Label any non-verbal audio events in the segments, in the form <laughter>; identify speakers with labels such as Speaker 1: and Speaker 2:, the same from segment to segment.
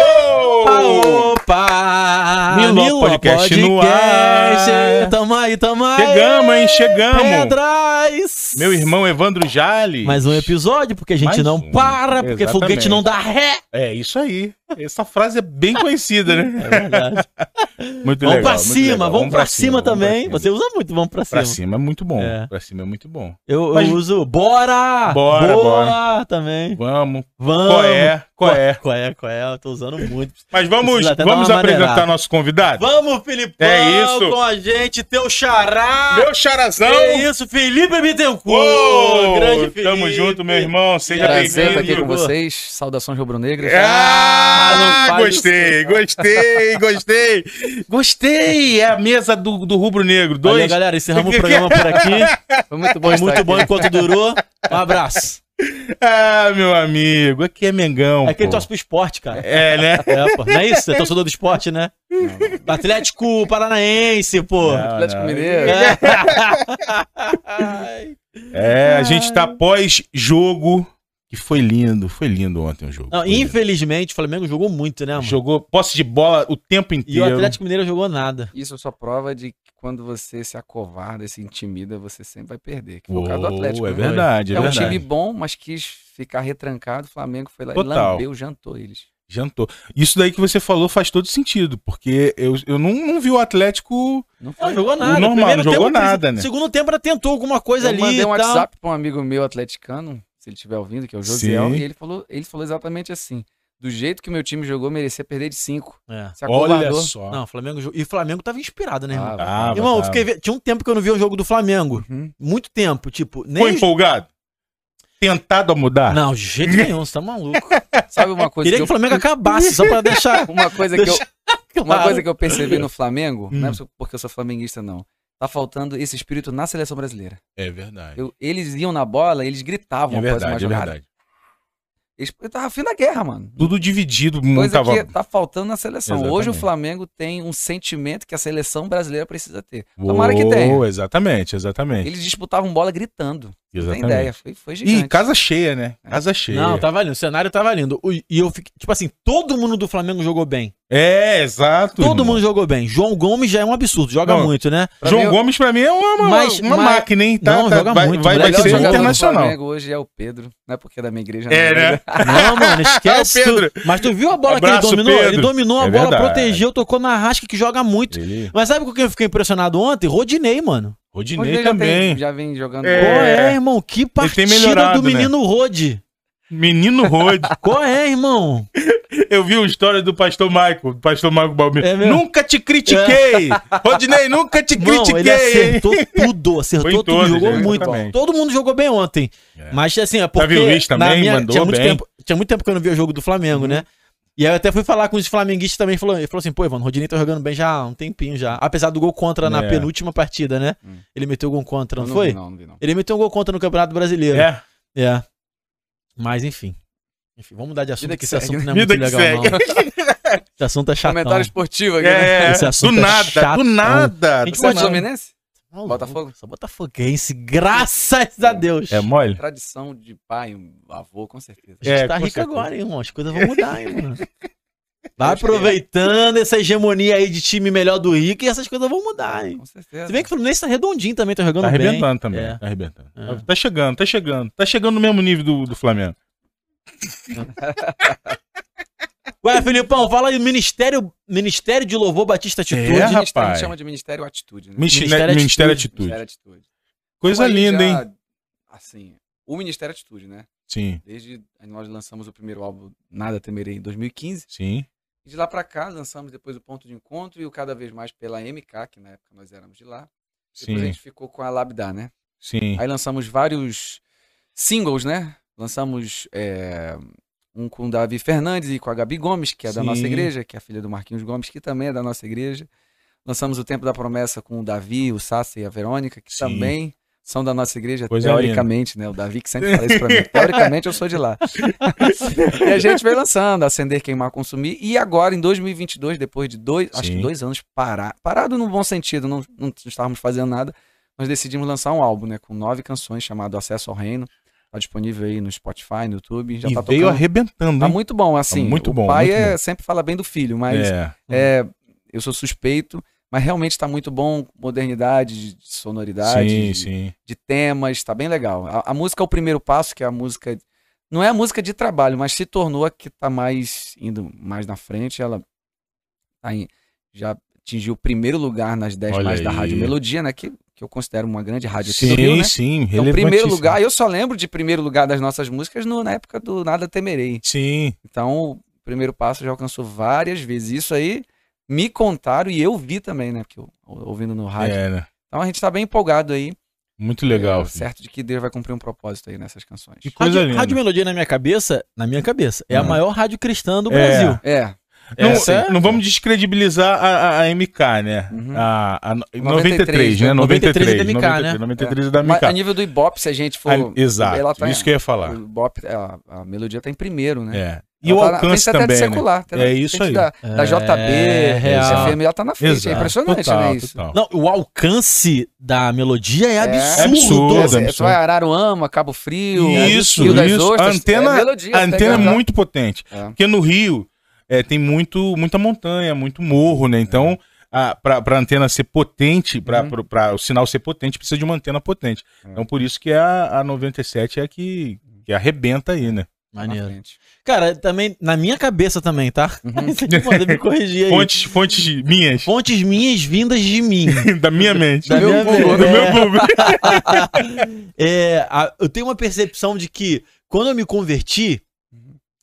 Speaker 1: Uou!
Speaker 2: Opa!
Speaker 1: Miló Podcast no ar.
Speaker 2: Tamo aí, tamo aí!
Speaker 1: Chegamos, hein? Chegamos!
Speaker 2: Pedras!
Speaker 1: Meu irmão Evandro Jales.
Speaker 2: Mais um episódio, porque a gente
Speaker 1: Mais
Speaker 2: não
Speaker 1: um.
Speaker 2: para, porque
Speaker 1: Exatamente.
Speaker 2: foguete não dá ré!
Speaker 1: É isso aí. Essa frase é bem conhecida, né?
Speaker 2: É verdade.
Speaker 1: Muito
Speaker 2: <laughs> vamos
Speaker 1: legal,
Speaker 2: pra
Speaker 1: muito
Speaker 2: cima,
Speaker 1: legal.
Speaker 2: vamos, pra cima,
Speaker 1: vamos pra
Speaker 2: também.
Speaker 1: cima.
Speaker 2: Você usa muito, vamos pra cima.
Speaker 1: Pra cima é muito bom.
Speaker 2: É.
Speaker 1: Pra cima é muito bom.
Speaker 2: Eu,
Speaker 1: Mas-
Speaker 2: eu uso bora!
Speaker 1: Bora,
Speaker 2: boa também.
Speaker 1: Vamos.
Speaker 2: Vamos!
Speaker 1: Qual é? Qual é?
Speaker 2: Qual é, qual é? Eu tô usando muito.
Speaker 1: Mas vamos,
Speaker 2: Precisa até dar
Speaker 1: vamos
Speaker 2: uma
Speaker 1: apresentar
Speaker 2: maneirada.
Speaker 1: nosso convidado?
Speaker 2: Vamos, Filipão!
Speaker 1: É isso.
Speaker 2: Com a gente, teu xará!
Speaker 1: Meu charazão!
Speaker 2: É isso, Felipe Bittencourt!
Speaker 1: Uou!
Speaker 2: grande Felipe! tá
Speaker 1: Tamo junto, meu irmão. Seja
Speaker 3: Prazer estar aqui
Speaker 1: bem-vindo.
Speaker 3: com vocês. Saudações rubro-negras.
Speaker 1: Ah,
Speaker 2: Ah, não faz
Speaker 1: gostei, gostei,
Speaker 2: <laughs>
Speaker 1: gostei. Gostei. É a mesa do, do Rubro Negro.
Speaker 2: Valeu,
Speaker 1: Dois.
Speaker 2: galera. Encerramos o programa por aqui.
Speaker 3: Foi muito bom
Speaker 2: Foi
Speaker 3: estar
Speaker 2: muito
Speaker 3: aqui.
Speaker 2: bom enquanto durou. Um abraço.
Speaker 1: Ah, meu amigo. Aqui é Mengão.
Speaker 2: É que ele
Speaker 1: pô.
Speaker 2: torce pro esporte, cara.
Speaker 1: É, né?
Speaker 3: <laughs>
Speaker 2: É, pô. Não é isso? Você é torcedor do esporte, né? Atlético Paranaense, pô.
Speaker 1: Não,
Speaker 3: Atlético
Speaker 1: Ah, não.
Speaker 2: <laughs>
Speaker 3: Mineiro.
Speaker 2: É.
Speaker 1: É, a gente tá pós-jogo. Que foi lindo, foi lindo ontem o jogo.
Speaker 2: Não,
Speaker 1: Foi lindo.
Speaker 2: infelizmente, o Flamengo jogou muito, né, mano?
Speaker 1: Jogou posse de bola o tempo
Speaker 2: E o
Speaker 1: inteiro.
Speaker 2: Atlético Mineiro jogou nada.
Speaker 3: Isso é só prova de que quando você se acovarda e se intimida, você sempre vai perder. Que foi o caso do
Speaker 1: Uou,
Speaker 3: Atlético.
Speaker 1: é
Speaker 3: né?
Speaker 1: verdade, é,
Speaker 3: É um
Speaker 1: verdade.
Speaker 3: time bom, mas quis ficar retrancado. O Flamengo foi lá
Speaker 1: Total.
Speaker 3: e lambeu, jantou eles.
Speaker 1: Jantou. Isso daí que você falou faz todo sentido, porque eu, eu não, não vi o Atlético.
Speaker 3: Não foi.
Speaker 2: Não jogou nada.
Speaker 1: normal,
Speaker 2: Primeiro
Speaker 1: não jogou
Speaker 2: tempo,
Speaker 1: nada, né?
Speaker 2: Segundo tempo, ela tentou alguma coisa
Speaker 3: eu
Speaker 2: ali.
Speaker 3: mandei um
Speaker 2: e tal.
Speaker 3: WhatsApp para um amigo meu atleticano, se ele estiver ouvindo, que é o Josiel,
Speaker 1: Sim.
Speaker 3: e ele falou, ele falou exatamente assim. Do jeito que o meu time jogou, merecia perder de 5.
Speaker 2: É.
Speaker 3: Se
Speaker 1: Olha
Speaker 3: acovardou.
Speaker 1: só.
Speaker 2: Não, o Flamengo. jo- E o Flamengo tava inspirado, né, irmão?
Speaker 3: Ah,
Speaker 1: Tava,
Speaker 2: Irmão, eu
Speaker 1: tava.
Speaker 2: fiquei ve- Tinha um tempo que eu não via o jogo do Flamengo.
Speaker 3: Uhum.
Speaker 2: Muito tempo, tipo. Nem
Speaker 1: Foi empolgado? Tentado a mudar?
Speaker 2: Não,
Speaker 1: <laughs>
Speaker 2: de jeito nenhum, você tá maluco.
Speaker 3: Sabe uma coisa
Speaker 2: Queria
Speaker 3: que
Speaker 2: que
Speaker 3: eu
Speaker 2: o Flamengo acabasse, só pra deixar.
Speaker 3: Uma coisa que eu,
Speaker 2: Deixa-
Speaker 3: <laughs> uma
Speaker 2: claro.
Speaker 3: coisa que eu percebi no Flamengo, não é
Speaker 1: Hum.
Speaker 3: só porque eu sou flamenguista, não. Tá faltando esse espírito na seleção brasileira.
Speaker 1: É verdade.
Speaker 3: Eu- eles iam na bola, eles gritavam
Speaker 1: É
Speaker 3: após uma
Speaker 1: verdade, é
Speaker 3: jogada.
Speaker 1: verdade.
Speaker 3: Eles, eu tava afim da guerra, mano.
Speaker 1: Tudo dividido, muito
Speaker 3: Coisa
Speaker 1: tava...
Speaker 3: que tá faltando na seleção. Hoje o
Speaker 1: Exatamente.
Speaker 3: Flamengo tem um sentimento que a seleção brasileira precisa ter. Tomara que tenha.
Speaker 1: Uou, Exatamente, exatamente.
Speaker 3: Eles disputavam bola gritando. Não tem
Speaker 1: É. exatamente.
Speaker 3: ideia. Foi, foi É gigante.
Speaker 1: Ih, casa cheia, né? Casa cheia.
Speaker 2: Não, tá- tava lindo. O cenário tava lindo. O- E eu fiquei. Tipo assim, todo mundo do Flamengo jogou bem.
Speaker 1: É, exato.
Speaker 2: Todo
Speaker 1: irmão.
Speaker 2: mundo jogou bem. João Gomes já é um absurdo, joga
Speaker 1: Não. <laughs>
Speaker 2: muito, né?
Speaker 3: Pra
Speaker 1: João
Speaker 3: mim, o-
Speaker 1: Gomes, pra mim, é uma,
Speaker 2: Mas-
Speaker 1: uma
Speaker 2: mas-
Speaker 1: máquina, hein? Tá,
Speaker 2: Não, joga
Speaker 1: vai,
Speaker 2: muito,
Speaker 1: vai, vai
Speaker 2: moleque.
Speaker 3: melhor
Speaker 1: ser
Speaker 2: Joga
Speaker 3: jogador do
Speaker 1: internacional.
Speaker 3: Flamengo hoje é o Pedro. Não é porque é da minha igreja.
Speaker 1: É,
Speaker 3: não,
Speaker 1: né?
Speaker 3: mas-
Speaker 2: Não, mano, esquece.
Speaker 1: É o Pedro.
Speaker 2: tu- Mas tu viu a bola
Speaker 1: Abraço,
Speaker 2: que ele dominou?
Speaker 1: Pedro.
Speaker 2: Ele dominou a
Speaker 1: É
Speaker 2: bola,
Speaker 1: verdade.
Speaker 2: protegeu, tocou na rasca que joga muito.
Speaker 1: Ele-
Speaker 2: Mas sabe com quem eu fiquei impressionado ontem? Rodinei, mano.
Speaker 3: Hoje ele
Speaker 1: Rodinei
Speaker 3: já tem-
Speaker 1: também.
Speaker 3: já vem jogando.
Speaker 1: É.
Speaker 2: Qual
Speaker 3: bola.
Speaker 2: é, irmão? Que partida
Speaker 1: melhorado,
Speaker 2: do
Speaker 1: né?
Speaker 2: menino Rodi.
Speaker 1: Menino Rod.
Speaker 2: Qual é, irmão?
Speaker 1: Eu vi a história do pastor Michael, do pastor Michael Balbino.
Speaker 2: É mesmo? É.
Speaker 1: nunca te critiquei. Rodinei, nunca
Speaker 3: <laughs>
Speaker 1: te
Speaker 2: Não, ele
Speaker 1: critiquei. hein?
Speaker 2: acertou tudo, acertou
Speaker 1: Foi em
Speaker 2: tudo,
Speaker 1: todas,
Speaker 2: jogou
Speaker 1: né?
Speaker 2: muito.
Speaker 1: Exatamente.
Speaker 2: Todo mundo jogou bem ontem.
Speaker 1: É.
Speaker 2: Mas assim, é porque
Speaker 1: Davi Luiz também
Speaker 2: na
Speaker 1: mandou
Speaker 2: tinha muito
Speaker 1: bem.
Speaker 2: tempo, tinha muito tempo que eu não via o jogo do Flamengo, né? E aí eu até fui falar com os flamenguistas também, falou, ele falou assim, pô, Ivan, o Rodinei tá jogando bem já há um tempinho já. Apesar do gol contra na
Speaker 1: É.
Speaker 2: penúltima partida, né?
Speaker 3: Hum.
Speaker 2: Ele meteu gol contra,
Speaker 3: Eu
Speaker 2: não,
Speaker 3: não
Speaker 2: foi?
Speaker 3: vi, não, não vi, não.
Speaker 2: Ele meteu um gol contra no Campeonato Brasileiro.
Speaker 1: É.
Speaker 2: É. Mas enfim. Enfim, vamos mudar de assunto,
Speaker 3: Vida
Speaker 2: que
Speaker 3: que
Speaker 2: esse
Speaker 3: segue,
Speaker 2: assunto não é
Speaker 1: né? Vida
Speaker 2: muito
Speaker 1: que
Speaker 2: legal, não.
Speaker 3: <laughs>
Speaker 2: Esse assunto é chato.
Speaker 3: Comentário esportivo
Speaker 1: É,
Speaker 3: aqui. né?
Speaker 1: é,
Speaker 2: Esse assunto
Speaker 1: do
Speaker 2: é
Speaker 1: nada, do
Speaker 2: chatão.
Speaker 1: nada.
Speaker 2: A gente
Speaker 3: Você é
Speaker 2: Semana.
Speaker 3: Fluminense?
Speaker 2: Não,
Speaker 3: Botafogo?
Speaker 2: Só Botafoguense, graças a Deus.
Speaker 1: É mole?
Speaker 3: Tradição de pai, um avô, com certeza.
Speaker 2: A gente
Speaker 1: É,
Speaker 2: tá
Speaker 1: com
Speaker 2: rico
Speaker 1: certeza.
Speaker 2: agora, hein, irmão. As coisas vão mudar, hein, mano. <laughs> Vai aproveitando essa hegemonia aí de time melhor do Rio que essas coisas vão mudar, hein.
Speaker 3: Com certeza.
Speaker 2: Se bem que o Fluminense tá redondinho também, tá jogando
Speaker 1: Tá
Speaker 2: bem.
Speaker 1: arrebentando também.
Speaker 2: É.
Speaker 1: Tá arrebentando.
Speaker 2: É.
Speaker 1: Tá chegando, tá chegando. Tá chegando no mesmo nível do, do Flamengo.
Speaker 2: Ué, Filipão, fala aí, Ministério, Ministério de Louvor Batista Atitude.
Speaker 1: É,
Speaker 3: Ministério-
Speaker 1: rapaz.
Speaker 3: A gente chama de Ministério Atitude, né?
Speaker 1: Ministério,
Speaker 2: Ministério
Speaker 1: Ministério Atitude.
Speaker 2: Atitude.
Speaker 3: Ministério Atitude.
Speaker 1: Coisa
Speaker 3: Como a gente
Speaker 1: linda,
Speaker 3: já-
Speaker 1: hein?
Speaker 3: Assim, o Ministério Atitude, né?
Speaker 1: Sim,
Speaker 3: Desde nós lançamos o primeiro álbum Nada Temerei em 2015.
Speaker 1: sim.
Speaker 3: E de lá pra cá lançamos depois o Ponto de Encontro e o Cada Vez Mais pela MK, que na época nós éramos de lá. Depois a
Speaker 1: Sim,
Speaker 3: gente ficou com a Labdá, né?
Speaker 1: sim.
Speaker 3: Aí lançamos vários singles, né? Lançamos é, um com o Davi Fernandes e com a Gabi Gomes, que é da
Speaker 1: Sim.
Speaker 3: nossa igreja, que é a filha do Marquinhos Gomes, que também é da nossa igreja. Lançamos o Tempo da Promessa com o Davi, o Sassi e a Verônica, que
Speaker 1: Sim.
Speaker 3: também são da nossa igreja,
Speaker 1: Coisa
Speaker 3: teoricamente, né? O Davi que sempre fala isso pra
Speaker 1: <laughs>
Speaker 3: mim. Teoricamente, eu sou de lá. <laughs> e a gente veio lançando Acender, Queimar, Consumir. E agora, em 2022, depois de dois, acho
Speaker 1: Sim.
Speaker 3: que dois anos parar, parado no bom sentido, não, não estávamos fazendo nada, nós decidimos lançar um álbum, né? Com nove canções chamado Acesso ao Reino. Tá disponível aí no Spotify, no YouTube. Já
Speaker 1: e
Speaker 3: tá
Speaker 1: veio
Speaker 3: tocando.
Speaker 1: arrebentando,
Speaker 3: Tá
Speaker 1: hein?
Speaker 3: muito bom, assim.
Speaker 1: muito
Speaker 3: o
Speaker 1: bom,
Speaker 3: pai
Speaker 1: muito
Speaker 3: é,
Speaker 1: bom.
Speaker 3: sempre fala bem do filho, mas
Speaker 1: É.
Speaker 3: é, eu sou suspeito, mas realmente tá muito bom. Modernidade, de sonoridade,
Speaker 1: Sim,
Speaker 3: de-
Speaker 1: sim.
Speaker 3: de temas, tá bem legal. A, a música é o primeiro passo, que é a música. Não é a música de trabalho, mas se tornou a que tá mais indo mais na frente. Ela tá em- já atingiu o primeiro lugar nas 10
Speaker 1: Olha
Speaker 3: mais da
Speaker 1: aí.
Speaker 3: Rádio Melodia, né? Que, que eu considero uma grande rádio aqui
Speaker 1: Sim,
Speaker 3: do Rio, né?
Speaker 1: sim.
Speaker 3: Então, primeiro
Speaker 1: relevantíssimo.
Speaker 3: lugar, eu só lembro de primeiro lugar das nossas músicas no, na época do Nada Temerei.
Speaker 1: Sim.
Speaker 3: Então, o primeiro passo já alcançou várias vezes. Isso aí me contaram e eu vi também, né? Porque eu, ouvindo no rádio.
Speaker 1: É, né?
Speaker 3: Então a gente tá bem empolgado aí.
Speaker 1: Muito legal.
Speaker 3: É,
Speaker 1: filho.
Speaker 3: certo de que Deus vai cumprir um propósito aí nessas canções.
Speaker 1: Que coisa
Speaker 2: Rádio,
Speaker 1: linda.
Speaker 2: Rádio Melodia na minha cabeça, na minha cabeça, é a
Speaker 3: Uhum.
Speaker 2: maior rádio cristã
Speaker 1: É.
Speaker 2: do Brasil.
Speaker 3: É,
Speaker 1: Não,
Speaker 2: Essa é-
Speaker 1: não vamos descredibilizar a, a- a MK, né?
Speaker 3: Uhum.
Speaker 1: A, a no- 93,
Speaker 3: 93,
Speaker 1: né? 93,
Speaker 2: 93 da MK, né?
Speaker 1: 93 da
Speaker 3: É. mas
Speaker 1: MK.
Speaker 3: a nível do Ibope, se a gente for.
Speaker 1: Ah, Exato,
Speaker 3: ela tá em-
Speaker 1: isso que eu ia falar.
Speaker 3: O Ibope, a, a melodia tá em primeiro, né?
Speaker 1: É. E o
Speaker 3: Ela tá na
Speaker 1: alcance
Speaker 3: frente até
Speaker 1: também.
Speaker 3: de
Speaker 1: né?
Speaker 3: secular. tá na
Speaker 1: É isso
Speaker 3: frente
Speaker 1: aí.
Speaker 3: Da, da
Speaker 2: É,
Speaker 3: JB,
Speaker 2: real.
Speaker 3: da CFM, ela tá na frente.
Speaker 1: Exato,
Speaker 3: É impressionante,
Speaker 1: total,
Speaker 3: né? Isso.
Speaker 1: total.
Speaker 2: Não, o alcance da melodia é absurdo.
Speaker 3: É
Speaker 1: absurdo,
Speaker 3: É,
Speaker 1: Toda,
Speaker 3: é, tu
Speaker 1: absurdo.
Speaker 3: vai Araruama, Cabo Frio,
Speaker 1: Isso,
Speaker 3: Rio das
Speaker 1: isso.
Speaker 3: Ostras.
Speaker 1: A antena-
Speaker 3: é melodia,
Speaker 1: A antena é
Speaker 3: pegando,
Speaker 1: muito potente.
Speaker 3: É.
Speaker 1: Porque no Rio é, tem muito, muita montanha, muito morro, né? Então, a, pra, pra antena ser potente, pra,
Speaker 3: Uhum.
Speaker 1: pro- pra o sinal ser potente, precisa de uma antena potente.
Speaker 3: É.
Speaker 1: Então, por isso que a, a 97 é a que, que arrebenta aí, né?
Speaker 3: tá na
Speaker 2: Maneiro.
Speaker 3: frente.
Speaker 2: Cara, também, na minha cabeça também, tá?
Speaker 3: Uhum.
Speaker 2: <laughs> Você que manda me corrigir aí.
Speaker 1: Fontes, fontes minhas,
Speaker 2: Fontes minhas vindas de mim.
Speaker 1: <laughs> da minha mente.
Speaker 2: Da
Speaker 1: do meu
Speaker 2: minha
Speaker 1: Google.
Speaker 2: mente.
Speaker 1: Do meu
Speaker 2: <laughs>
Speaker 1: Google.
Speaker 2: É, a- eu tenho uma percepção de que quando eu me converti,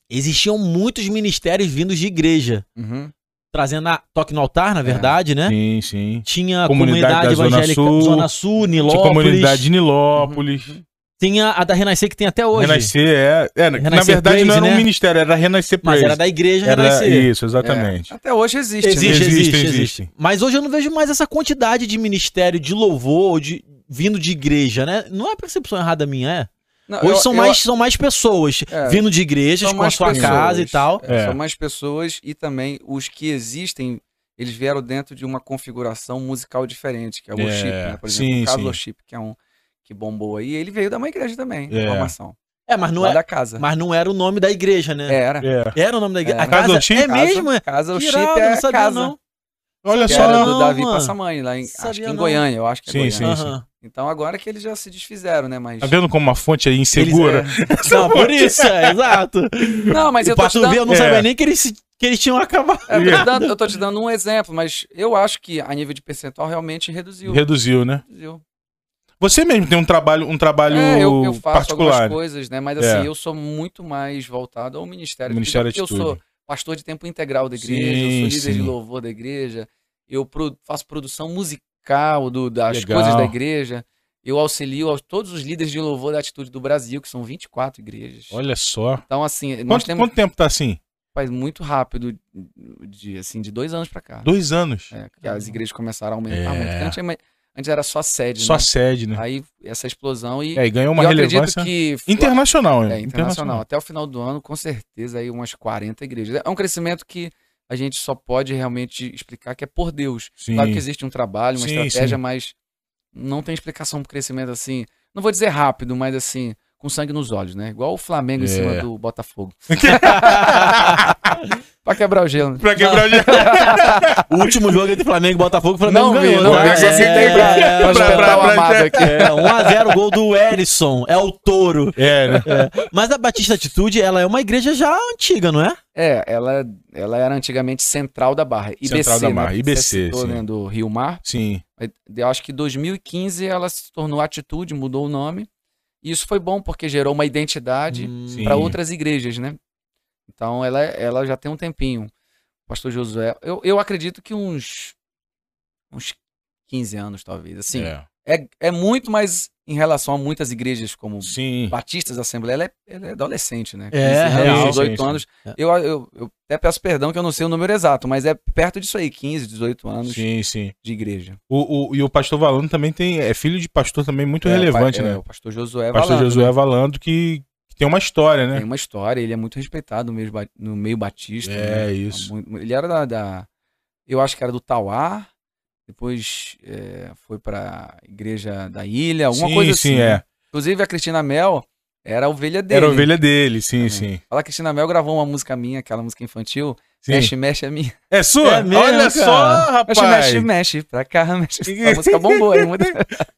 Speaker 2: existiam muitos ministérios vindos de igreja.
Speaker 3: Uhum.
Speaker 2: Trazendo a toque no altar, na verdade, né?
Speaker 1: É. Sim, sim.
Speaker 2: Tinha a
Speaker 1: Comunidade
Speaker 2: comunidade,
Speaker 1: da Zona
Speaker 2: evangélica
Speaker 1: Sul,
Speaker 2: Zona Sul, Nilópolis.
Speaker 1: Tinha comunidade de Nilópolis.
Speaker 2: Tinha a da Renascer que tem até hoje.
Speaker 1: Renascer é. é, na
Speaker 2: Renascer
Speaker 1: verdade, não
Speaker 2: Praise,
Speaker 1: era um
Speaker 2: né?
Speaker 1: ministério, era Renascer
Speaker 2: Mas
Speaker 1: Praise.
Speaker 2: era da igreja
Speaker 1: Era-
Speaker 2: Renascer.
Speaker 1: Isso, exatamente.
Speaker 3: Até hoje existe.
Speaker 2: Existe,
Speaker 3: né?
Speaker 2: existe,
Speaker 1: Existe,
Speaker 2: existe,
Speaker 1: existe.
Speaker 2: Mas hoje eu não vejo mais essa quantidade de ministério, de louvor, de vindo de igreja, né? Não é percepção errada minha, é?
Speaker 3: Não,
Speaker 2: Hoje
Speaker 3: eu-
Speaker 2: são,
Speaker 3: eu-
Speaker 2: mais, são mais pessoas
Speaker 3: É.
Speaker 2: vindo de igrejas com a sua casa e tal.
Speaker 3: É,
Speaker 1: É.
Speaker 3: São mais pessoas e também os que existem, eles vieram dentro de uma configuração musical diferente, que é o
Speaker 1: É,
Speaker 3: worship, né? Por
Speaker 1: sim,
Speaker 3: exemplo, o caso
Speaker 1: sim.
Speaker 3: do worship, que é um que bombou aí, ele veio da uma igreja também,
Speaker 1: É.
Speaker 3: a formação.
Speaker 2: É, mas não,
Speaker 3: lá
Speaker 2: é,
Speaker 3: da casa.
Speaker 2: mas não era o nome da igreja, né?
Speaker 3: Era.
Speaker 1: É.
Speaker 2: Era o nome da igreja.
Speaker 3: É.
Speaker 2: A casa,
Speaker 1: Casa do Chip?
Speaker 2: é mesmo, é?
Speaker 3: Casa, o
Speaker 2: Que
Speaker 3: chip
Speaker 2: irado,
Speaker 3: é
Speaker 2: não sabia
Speaker 3: casa.
Speaker 2: não.
Speaker 1: Olha
Speaker 3: que
Speaker 2: Sabia
Speaker 1: só.
Speaker 3: era
Speaker 2: não.
Speaker 3: do Davi
Speaker 2: mano.
Speaker 3: Passamãe, lá em,
Speaker 2: Sabia
Speaker 3: acho que em
Speaker 2: não.
Speaker 3: Goiânia, eu acho que é
Speaker 1: Sim,
Speaker 3: Goiânia.
Speaker 1: sim.
Speaker 2: Aham.
Speaker 1: <laughs>
Speaker 3: Então agora que eles já se desfizeram, né? Mas.
Speaker 1: Tá vendo como uma fonte é insegura?
Speaker 2: Não, por isso, é, exato.
Speaker 3: É. Não, mas
Speaker 2: o
Speaker 3: eu tô te
Speaker 2: pastor
Speaker 3: dando-
Speaker 2: Vê, eu não
Speaker 1: É.
Speaker 2: sabia nem que eles, se- que eles tinham acabado.
Speaker 3: <laughs> eu tô te
Speaker 1: Yeah.
Speaker 3: dando- eu tô te dando um exemplo, mas eu acho que a nível de percentual realmente reduziu.
Speaker 1: Reduziu, né?
Speaker 3: Reduziu.
Speaker 1: Você mesmo tem um trabalho, um trabalho
Speaker 3: É, eu, eu faço
Speaker 1: particular.
Speaker 3: algumas coisas, né? Mas
Speaker 1: É.
Speaker 3: assim, eu sou muito mais voltado ao ministério. de
Speaker 1: Ministério
Speaker 3: Vida, porque
Speaker 1: Atitude.
Speaker 3: Eu sou pastor de tempo integral da igreja, eu
Speaker 1: Sim,
Speaker 3: sou líder
Speaker 1: sim.
Speaker 3: de louvor da igreja, eu pro- faço produção musical do- das
Speaker 1: Legal.
Speaker 3: coisas da igreja, eu auxilio aos todos os líderes de louvor da Atitude do Brasil, que são 24 igrejas.
Speaker 1: Olha só.
Speaker 3: Então, assim, nós
Speaker 1: Quanto,
Speaker 3: temos
Speaker 1: quanto tempo tá assim?
Speaker 3: faz muito rápido, de, assim, de dois anos pra cá.
Speaker 1: Dois anos.
Speaker 3: É, que as igrejas começaram a aumentar
Speaker 1: É.
Speaker 3: muito. porque Antes, mas- antes era só sede,
Speaker 1: só
Speaker 3: né?
Speaker 1: sede, né?
Speaker 3: Aí essa explosão e,
Speaker 1: É, e ganhou
Speaker 3: e
Speaker 1: uma
Speaker 3: eu
Speaker 1: relevância
Speaker 3: acredito que
Speaker 1: internacional, né?
Speaker 3: é, internacional. Até o final do ano, com certeza, aí umas 40 igrejas. É um crescimento que a gente só pode realmente explicar que é por Deus.
Speaker 1: Sim.
Speaker 3: Claro que existe um trabalho, uma
Speaker 1: Sim,
Speaker 3: estratégia,
Speaker 1: sim.
Speaker 3: mas não tem explicação pro crescimento assim. Não vou dizer rápido, mas assim, com sangue nos olhos, né? Igual o Flamengo
Speaker 1: É.
Speaker 3: em cima do Botafogo. <laughs> pra quebrar o gelo. né?
Speaker 1: Pra quebrar de...
Speaker 3: <laughs>
Speaker 2: O último jogo entre Flamengo e Botafogo, o Flamengo
Speaker 3: Não vi,
Speaker 2: ganhou.
Speaker 3: não
Speaker 2: né?
Speaker 3: vi, eu só citei
Speaker 2: É,
Speaker 3: pra-
Speaker 2: é,
Speaker 3: pra
Speaker 2: é,
Speaker 3: espetar o
Speaker 1: pra-
Speaker 3: amado aqui.
Speaker 2: É, 1x0 gol do Erisson. É o touro.
Speaker 1: É, né?
Speaker 2: Mas a Batista Atitude, ela é uma igreja já antiga, não é?
Speaker 3: É, ela, ela era antigamente Central da Barra. IBC,
Speaker 1: Central da
Speaker 3: né?
Speaker 1: Barra,
Speaker 3: Você
Speaker 1: IBC,
Speaker 3: citou,
Speaker 1: sim.
Speaker 3: né, do Rio Mar.
Speaker 1: Sim.
Speaker 3: Eu acho que em 2015 ela se tornou Atitude, mudou o nome. E isso foi bom porque gerou uma identidade
Speaker 1: Hum, sim.
Speaker 3: para outras igrejas, né? Então ela, ela já tem um tempinho. Pastor Josué, eu, eu acredito que uns uns 15 anos talvez. Assim, é.
Speaker 1: É.
Speaker 3: É, muito mais em relação a muitas igrejas como
Speaker 1: Sim.
Speaker 3: Batistas da Assembleia, ela é, ela é adolescente, né?
Speaker 2: É,
Speaker 3: 15
Speaker 2: real.
Speaker 3: anos,
Speaker 1: Sim,
Speaker 3: 18
Speaker 1: sim.
Speaker 3: anos.
Speaker 2: É.
Speaker 3: Eu, eu, eu até peço perdão que eu não sei o número exato, mas é perto disso aí, 15, 18 anos
Speaker 1: Sim, sim.
Speaker 3: de igreja.
Speaker 1: O, o- e o pastor Valando também tem. É filho de pastor também muito
Speaker 3: É,
Speaker 1: relevante,
Speaker 3: o pa- é,
Speaker 1: né?
Speaker 3: O pastor Josué
Speaker 1: pastor
Speaker 3: Valando,
Speaker 1: Josué
Speaker 3: né?
Speaker 1: Valando que, que tem uma história, né?
Speaker 3: Tem uma história, ele é muito respeitado no meio, ba- no meio batista.
Speaker 1: É,
Speaker 3: né?
Speaker 1: isso.
Speaker 3: Muito- Ele era da, da- Eu acho que era do Tauá, depois é, foi pra igreja da ilha, alguma
Speaker 1: sim,
Speaker 3: coisa
Speaker 1: sim,
Speaker 3: assim. né?
Speaker 1: é.
Speaker 3: Inclusive a Cristina Mel, Era a ovelha dele.
Speaker 1: Era a ovelha dele, sim,
Speaker 3: também.
Speaker 1: sim.
Speaker 3: Olha, a Cristina Mel gravou uma música minha, aquela música infantil.
Speaker 1: sim.
Speaker 3: Mexe, mexe é minha. <laughs>
Speaker 1: É sua?
Speaker 2: É mesmo,
Speaker 1: Olha
Speaker 2: cara.
Speaker 1: só, rapaz.
Speaker 3: Mexe, mexe, mexe pra cá, <laughs> mexe. A música bombou aí. muito.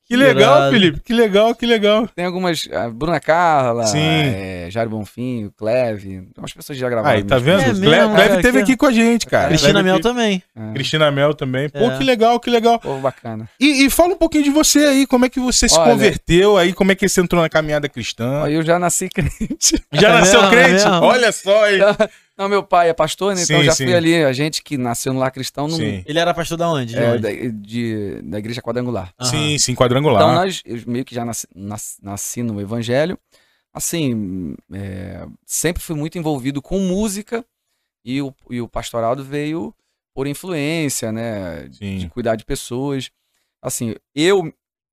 Speaker 1: Que legal,
Speaker 2: Irado.
Speaker 1: Felipe. Que legal, que legal.
Speaker 3: <laughs> Tem algumas. A Bruna Carla,
Speaker 1: Sim.
Speaker 3: é, Jairo Bonfim, o Cleve. Umas pessoas já gravaram.
Speaker 1: Aí, tá vendo?
Speaker 2: É
Speaker 3: minhas
Speaker 1: É
Speaker 2: mesmo,
Speaker 1: Cleve
Speaker 2: cara,
Speaker 1: Cleve teve
Speaker 2: que-
Speaker 1: aqui com a gente, cara.
Speaker 2: Cristina
Speaker 1: Cleve
Speaker 2: Mel
Speaker 1: aqui-
Speaker 2: também.
Speaker 3: músicas. É,
Speaker 1: Cristina Mel também. Pô,
Speaker 2: É.
Speaker 1: que legal, que legal.
Speaker 3: Povo bacana.
Speaker 1: E, e fala um pouquinho de você aí, como é que você se
Speaker 3: Olha.
Speaker 1: converteu aí, como é que você entrou na caminhada cristã.
Speaker 3: Ó, Eu já nasci crente.
Speaker 1: Já
Speaker 2: É
Speaker 1: nasceu
Speaker 2: mesmo, é
Speaker 1: crente?
Speaker 2: mesmo?
Speaker 1: Olha só, hein?
Speaker 3: Não, meu pai é pastor, né? Então
Speaker 1: Sim,
Speaker 3: já
Speaker 1: sim.
Speaker 3: fui ali. A gente que nasceu no lar cristão não,
Speaker 1: Sim,
Speaker 2: Ele era pastor da onde? De
Speaker 3: é,
Speaker 2: onde?
Speaker 3: da, de- da igreja quadrangular.
Speaker 2: Aham.
Speaker 1: sim, sim, quadrangular.
Speaker 3: Então nós, eu meio que já nasci, nas- nasci no evangelho. Assim, é, sempre fui muito envolvido com música e o, e o pastorado veio por influência, né? de
Speaker 1: Sim,
Speaker 3: cuidar de pessoas. Assim, eu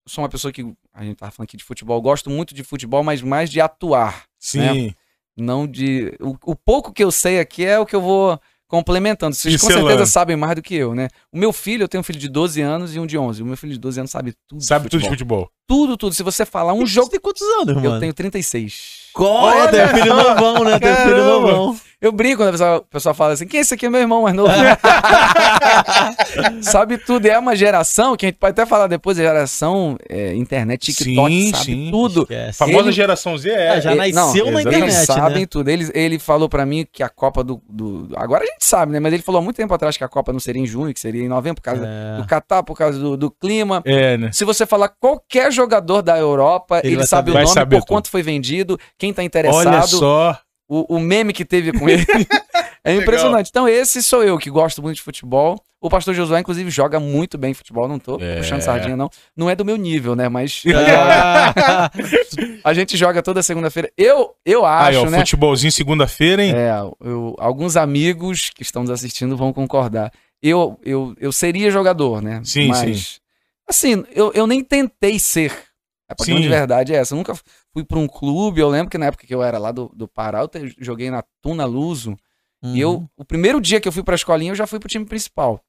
Speaker 3: sou uma pessoa que a gente tava falando aqui de futebol, gosto muito de futebol, mas mais de atuar,
Speaker 1: sim.
Speaker 3: não de o, o pouco que eu sei aqui é o que eu vou complementando. Vocês com
Speaker 1: Pincelando.
Speaker 3: certeza sabem mais do que eu, né? O meu filho, eu tenho um filho de 12 anos e um de 11. O meu filho de 12 anos sabe tudo. de
Speaker 1: Sabe tudo de
Speaker 3: futebol.
Speaker 1: futebol.
Speaker 3: Tudo, tudo. Se você falar um
Speaker 2: Você
Speaker 3: jogo,
Speaker 2: tem quantos anos, mano?
Speaker 3: eu tenho 36.
Speaker 2: Olha, tem filho novão, né? Tem filho
Speaker 1: Caramba.
Speaker 2: novão.
Speaker 3: Eu brinco quando a pessoa, a pessoa fala assim: quem é esse aqui é meu irmão mais novo? sabe tudo. É uma geração que a gente pode até falar depois, é geração é, internet, TikTok,
Speaker 1: Sim,
Speaker 3: sabe
Speaker 1: sim.
Speaker 3: tudo.
Speaker 2: Esquece.
Speaker 1: Famosa
Speaker 3: Ele-
Speaker 1: geração Z
Speaker 2: Ah,
Speaker 1: é.
Speaker 2: já
Speaker 3: é,
Speaker 2: nasceu
Speaker 1: não, exatamente.
Speaker 2: na internet,
Speaker 3: Eles sabem
Speaker 2: né?
Speaker 3: tudo. Ele, ele falou pra mim que a Copa do, do- Agora a gente sabe, né? Mas ele falou há muito tempo atrás que a Copa não seria em junho, que seria em novembro, por causa
Speaker 2: É.
Speaker 1: <laughs>
Speaker 3: do Catar, por causa do, do clima.
Speaker 1: É, né?
Speaker 3: Se você falar qualquer jogador da Europa,
Speaker 2: Ele
Speaker 3: ele,
Speaker 2: vai
Speaker 3: sabe
Speaker 1: saber.
Speaker 3: o
Speaker 1: Vai
Speaker 3: nome,
Speaker 1: saber
Speaker 3: por
Speaker 1: tudo.
Speaker 3: quanto foi vendido, quem tá
Speaker 1: Olha
Speaker 3: interessado,
Speaker 1: só.
Speaker 3: o, o meme que teve com
Speaker 1: <laughs>
Speaker 3: ele. é impressionante. Então, esse sou eu que gosto muito de futebol. O pastor Josué, inclusive, joga muito bem futebol. Não tô
Speaker 1: É.
Speaker 3: puxando sardinha, não. Não é do meu nível, né? Mas
Speaker 2: Ah,
Speaker 3: a gente joga toda segunda-feira. Eu, eu
Speaker 1: Aí,
Speaker 3: acho,
Speaker 1: ó,
Speaker 3: né?
Speaker 1: futebolzinho segunda-feira, <laughs> hein?
Speaker 3: É, eu- alguns amigos que estão nos assistindo vão concordar. Eu, eu, eu seria jogador, né?
Speaker 1: Sim,
Speaker 3: Mas, assim, eu, eu nem tentei ser. A paixão
Speaker 1: Sim.
Speaker 3: de verdade é essa. Eu nunca fui pra um clube. Eu lembro que na época que eu era lá do, do Pará, eu te- joguei na Tuna Luso. E
Speaker 1: Uhum.
Speaker 3: eu, o primeiro dia que eu fui pra escolinha, eu já fui pro time principal.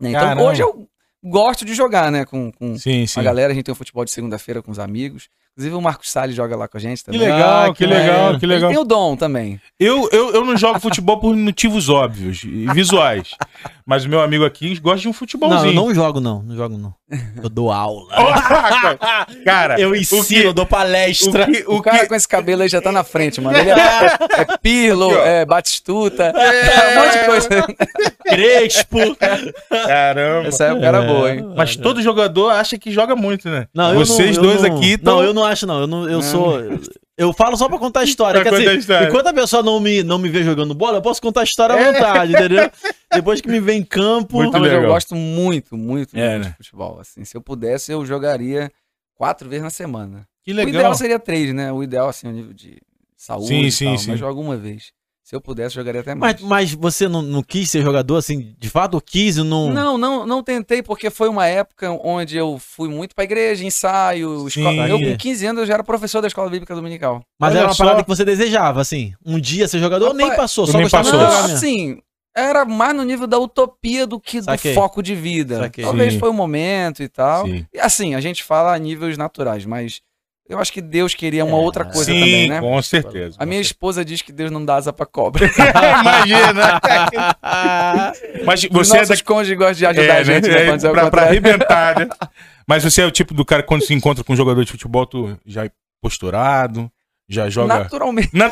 Speaker 3: Né? Então
Speaker 1: Caramba.
Speaker 3: hoje eu gosto de jogar, né? Com,
Speaker 2: É.
Speaker 3: com
Speaker 1: Sim, sim.
Speaker 3: a galera, a gente tem o futebol de segunda-feira com os amigos. Inclusive o Marcos Salles joga lá com a gente
Speaker 1: Que
Speaker 3: também.
Speaker 1: legal,
Speaker 2: Ah, um
Speaker 1: que
Speaker 2: que
Speaker 1: legal,
Speaker 2: maneiro.
Speaker 1: que legal.
Speaker 3: Ele tem o dom também.
Speaker 1: Eu, eu, eu não jogo futebol por motivos óbvios e visuais. Mas o meu amigo aqui gosta de um
Speaker 2: Não, eu
Speaker 1: futebolzinho.
Speaker 2: não jogo, não. Não jogo, não. Eu dou aula.
Speaker 1: <laughs> Cara,
Speaker 2: eu
Speaker 1: o que-
Speaker 2: ensino, eu dou
Speaker 1: o
Speaker 2: palestra.
Speaker 1: que,
Speaker 3: O,
Speaker 1: o
Speaker 3: cara
Speaker 1: que,
Speaker 3: com esse cabelo aí já tá na frente, mano. <laughs> Ele é, é Pirlo,
Speaker 1: Aqui, ó.
Speaker 3: é Batistuta, <laughs> é um monte de coisa.
Speaker 1: <laughs>
Speaker 2: Crespo.
Speaker 1: Caramba.
Speaker 3: Essa época
Speaker 1: é
Speaker 3: era boa, hein?
Speaker 1: Mas todo jogador acha que joga muito, né?
Speaker 2: é Não, eu
Speaker 1: Vocês
Speaker 2: não- eu
Speaker 1: dois
Speaker 2: não-
Speaker 1: aqui estão.
Speaker 2: Não, eu não acho, não. Eu, não, eu
Speaker 3: Não.
Speaker 2: sou. Eu falo só pra contar a história.
Speaker 1: Pra
Speaker 2: Quer
Speaker 1: contar
Speaker 2: dizer,
Speaker 1: a história.
Speaker 2: enquanto a pessoa não me, não me vê jogando bola, eu posso contar a história à vontade,
Speaker 1: <laughs>
Speaker 2: entendeu? Depois que me vê em campo.
Speaker 1: Muito
Speaker 3: Não, mas eu
Speaker 1: legal.
Speaker 3: gosto muito, muito,
Speaker 1: É,
Speaker 3: muito
Speaker 1: né?
Speaker 3: de futebol. Assim, se eu pudesse, eu jogaria quatro vezes na semana.
Speaker 1: Que
Speaker 3: O
Speaker 1: legal.
Speaker 3: ideal seria três, né? O ideal, assim, o nível de saúde
Speaker 1: Sim,
Speaker 3: e
Speaker 1: sim,
Speaker 3: tal,
Speaker 1: sim.
Speaker 3: Mas jogo uma vez. Se eu pudesse, jogaria até mais.
Speaker 2: Mas, mas você não, não quis ser jogador, assim, de fato, quis ou não.
Speaker 3: Não, não, não tentei, porque foi uma época onde eu fui muito pra igreja, ensaio,
Speaker 1: Sim.
Speaker 3: escola. Eu, com 15 anos, eu já era professor da Escola Bíblica Dominical.
Speaker 2: mas
Speaker 1: Olha
Speaker 2: era uma
Speaker 1: só.
Speaker 2: parada que você desejava, assim. Um dia ser jogador, ou nem
Speaker 3: Rapaz,
Speaker 2: passou,
Speaker 1: eu
Speaker 2: só
Speaker 1: nem
Speaker 2: gostava
Speaker 1: passou.
Speaker 2: de
Speaker 3: Não,
Speaker 2: jogar mesmo.
Speaker 3: assim, era mais no nível da utopia do que
Speaker 2: Saquei.
Speaker 3: do foco de vida.
Speaker 2: Saquei.
Speaker 3: Talvez
Speaker 1: Sim.
Speaker 3: foi o momento e tal.
Speaker 1: Sim,
Speaker 3: E assim, a gente fala a níveis naturais, mas eu acho que Deus queria uma
Speaker 2: É.
Speaker 3: outra coisa
Speaker 1: Sim,
Speaker 3: também, né?
Speaker 1: com
Speaker 2: <laughs>
Speaker 1: certeza.
Speaker 3: A minha esposa diz que Deus não dá asa pra cobra.
Speaker 1: Imagina. Mas <laughs> você é
Speaker 3: Nossos
Speaker 1: da...
Speaker 3: cônjuges gostam de ajudar a
Speaker 1: é, né?
Speaker 3: gente, né?
Speaker 1: É,
Speaker 3: Pra dizer o
Speaker 1: pra, pra
Speaker 3: contrário.
Speaker 1: arrebentar,
Speaker 3: <laughs>
Speaker 1: né? Mas você é o tipo do cara que quando se encontra com um jogador de futebol, tu já é posturado, já joga.
Speaker 3: Naturalmente,
Speaker 1: Na...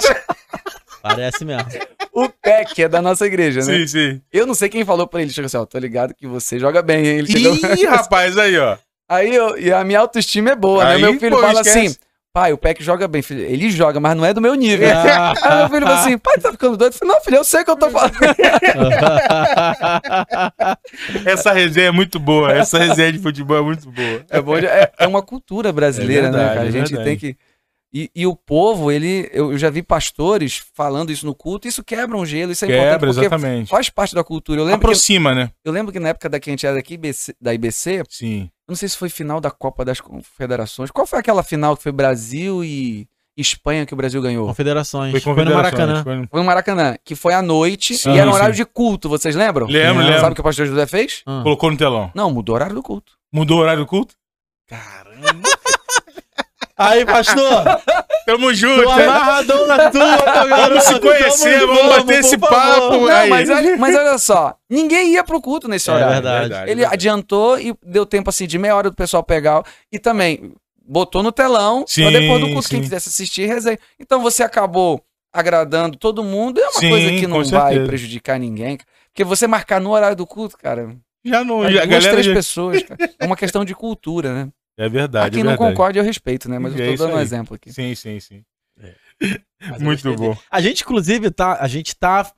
Speaker 2: <laughs> Parece mesmo.
Speaker 3: o PEC é da nossa igreja, né?
Speaker 1: <laughs> Sim, sim.
Speaker 3: Eu não sei quem falou pra ele. Chegou assim, ó, tô ligado que você joga bem, hein? Ele chegou... <laughs>
Speaker 1: Ih, rapaz, aí, ó.
Speaker 3: Aí eu, e a minha autoestima é boa,
Speaker 1: Aí,
Speaker 3: né? Meu filho
Speaker 1: pô,
Speaker 3: fala
Speaker 1: esquece.
Speaker 3: assim, pai, o PEC joga bem. Filho, ele joga, mas não é do meu nível.
Speaker 2: Ah.
Speaker 3: Aí meu filho fala assim, pai, tá ficando doido? Eu falei, não, filho, eu sei o que eu tô falando.
Speaker 1: <laughs> Essa resenha é muito boa. Essa resenha de futebol é muito
Speaker 3: <laughs>
Speaker 1: boa.
Speaker 3: É, bom, é, é uma cultura brasileira,
Speaker 1: É verdade,
Speaker 3: né, cara?
Speaker 1: é
Speaker 3: A gente
Speaker 1: verdade.
Speaker 3: tem que. E, e o povo, ele. Eu eu já vi pastores falando isso no culto, isso quebra um gelo, isso é
Speaker 1: Quebra,
Speaker 3: importante. Porque
Speaker 1: exatamente.
Speaker 3: faz parte da cultura. Eu lembro, que,
Speaker 1: Aproxima, né?
Speaker 3: eu lembro que na época da que a gente era aqui, IBC da IBC, eu
Speaker 1: Sim.
Speaker 3: não sei se foi final da Copa das Confederações. Qual foi aquela final que foi Brasil e Espanha que o Brasil ganhou?
Speaker 2: <laughs> Confederações.
Speaker 1: Foi
Speaker 2: Foi no Maracanã.
Speaker 1: confederações. Foi no...
Speaker 3: Foi no Maracanã, que foi à noite
Speaker 1: Sim,
Speaker 3: e era um
Speaker 1: sim.
Speaker 3: horário de culto, vocês lembram?
Speaker 1: Lembro,
Speaker 2: Não,
Speaker 1: lembro.
Speaker 3: Sabe o que o pastor José fez?
Speaker 2: Ah.
Speaker 1: Colocou no telão.
Speaker 3: Não, mudou o horário do culto.
Speaker 1: Mudou o horário do culto?
Speaker 2: Aí, pastor!
Speaker 1: Tamo junto.
Speaker 2: Tô amarradão na tua, tá
Speaker 1: Vamos se conhecer, vamos bater esse papo.
Speaker 3: Não,
Speaker 1: aí.
Speaker 3: mas, olha- mas olha só, ninguém ia pro culto nesse
Speaker 2: É
Speaker 3: horário.
Speaker 2: verdade.
Speaker 3: Ele adiantou e deu tempo assim de meia hora do pessoal pegar e também botou no telão
Speaker 1: Sim,
Speaker 3: pra depois do curso quem
Speaker 1: sim.
Speaker 3: quisesse assistir resenha. Então você acabou agradando todo mundo e é uma
Speaker 1: Sim,
Speaker 3: coisa que não
Speaker 1: com
Speaker 3: vai
Speaker 1: certeza.
Speaker 3: prejudicar ninguém. Porque você marcar no horário do culto, cara,
Speaker 1: Já não.
Speaker 3: pra
Speaker 1: já- a
Speaker 3: duas,
Speaker 1: galera
Speaker 3: três
Speaker 1: já...
Speaker 3: pessoas, cara. É uma questão de cultura, né?
Speaker 1: É
Speaker 3: A
Speaker 1: verdade.
Speaker 3: quem
Speaker 1: é
Speaker 3: não
Speaker 1: verdade.
Speaker 3: concorda eu respeito, né? Mas
Speaker 1: É
Speaker 3: eu tô
Speaker 1: isso
Speaker 3: dando um
Speaker 1: aí.
Speaker 3: exemplo aqui.
Speaker 1: Sim, sim, sim.
Speaker 2: Mas eu
Speaker 1: <laughs> Muito
Speaker 2: gostei dele.
Speaker 1: bom.
Speaker 2: A gente, inclusive, tá. A gente tá. A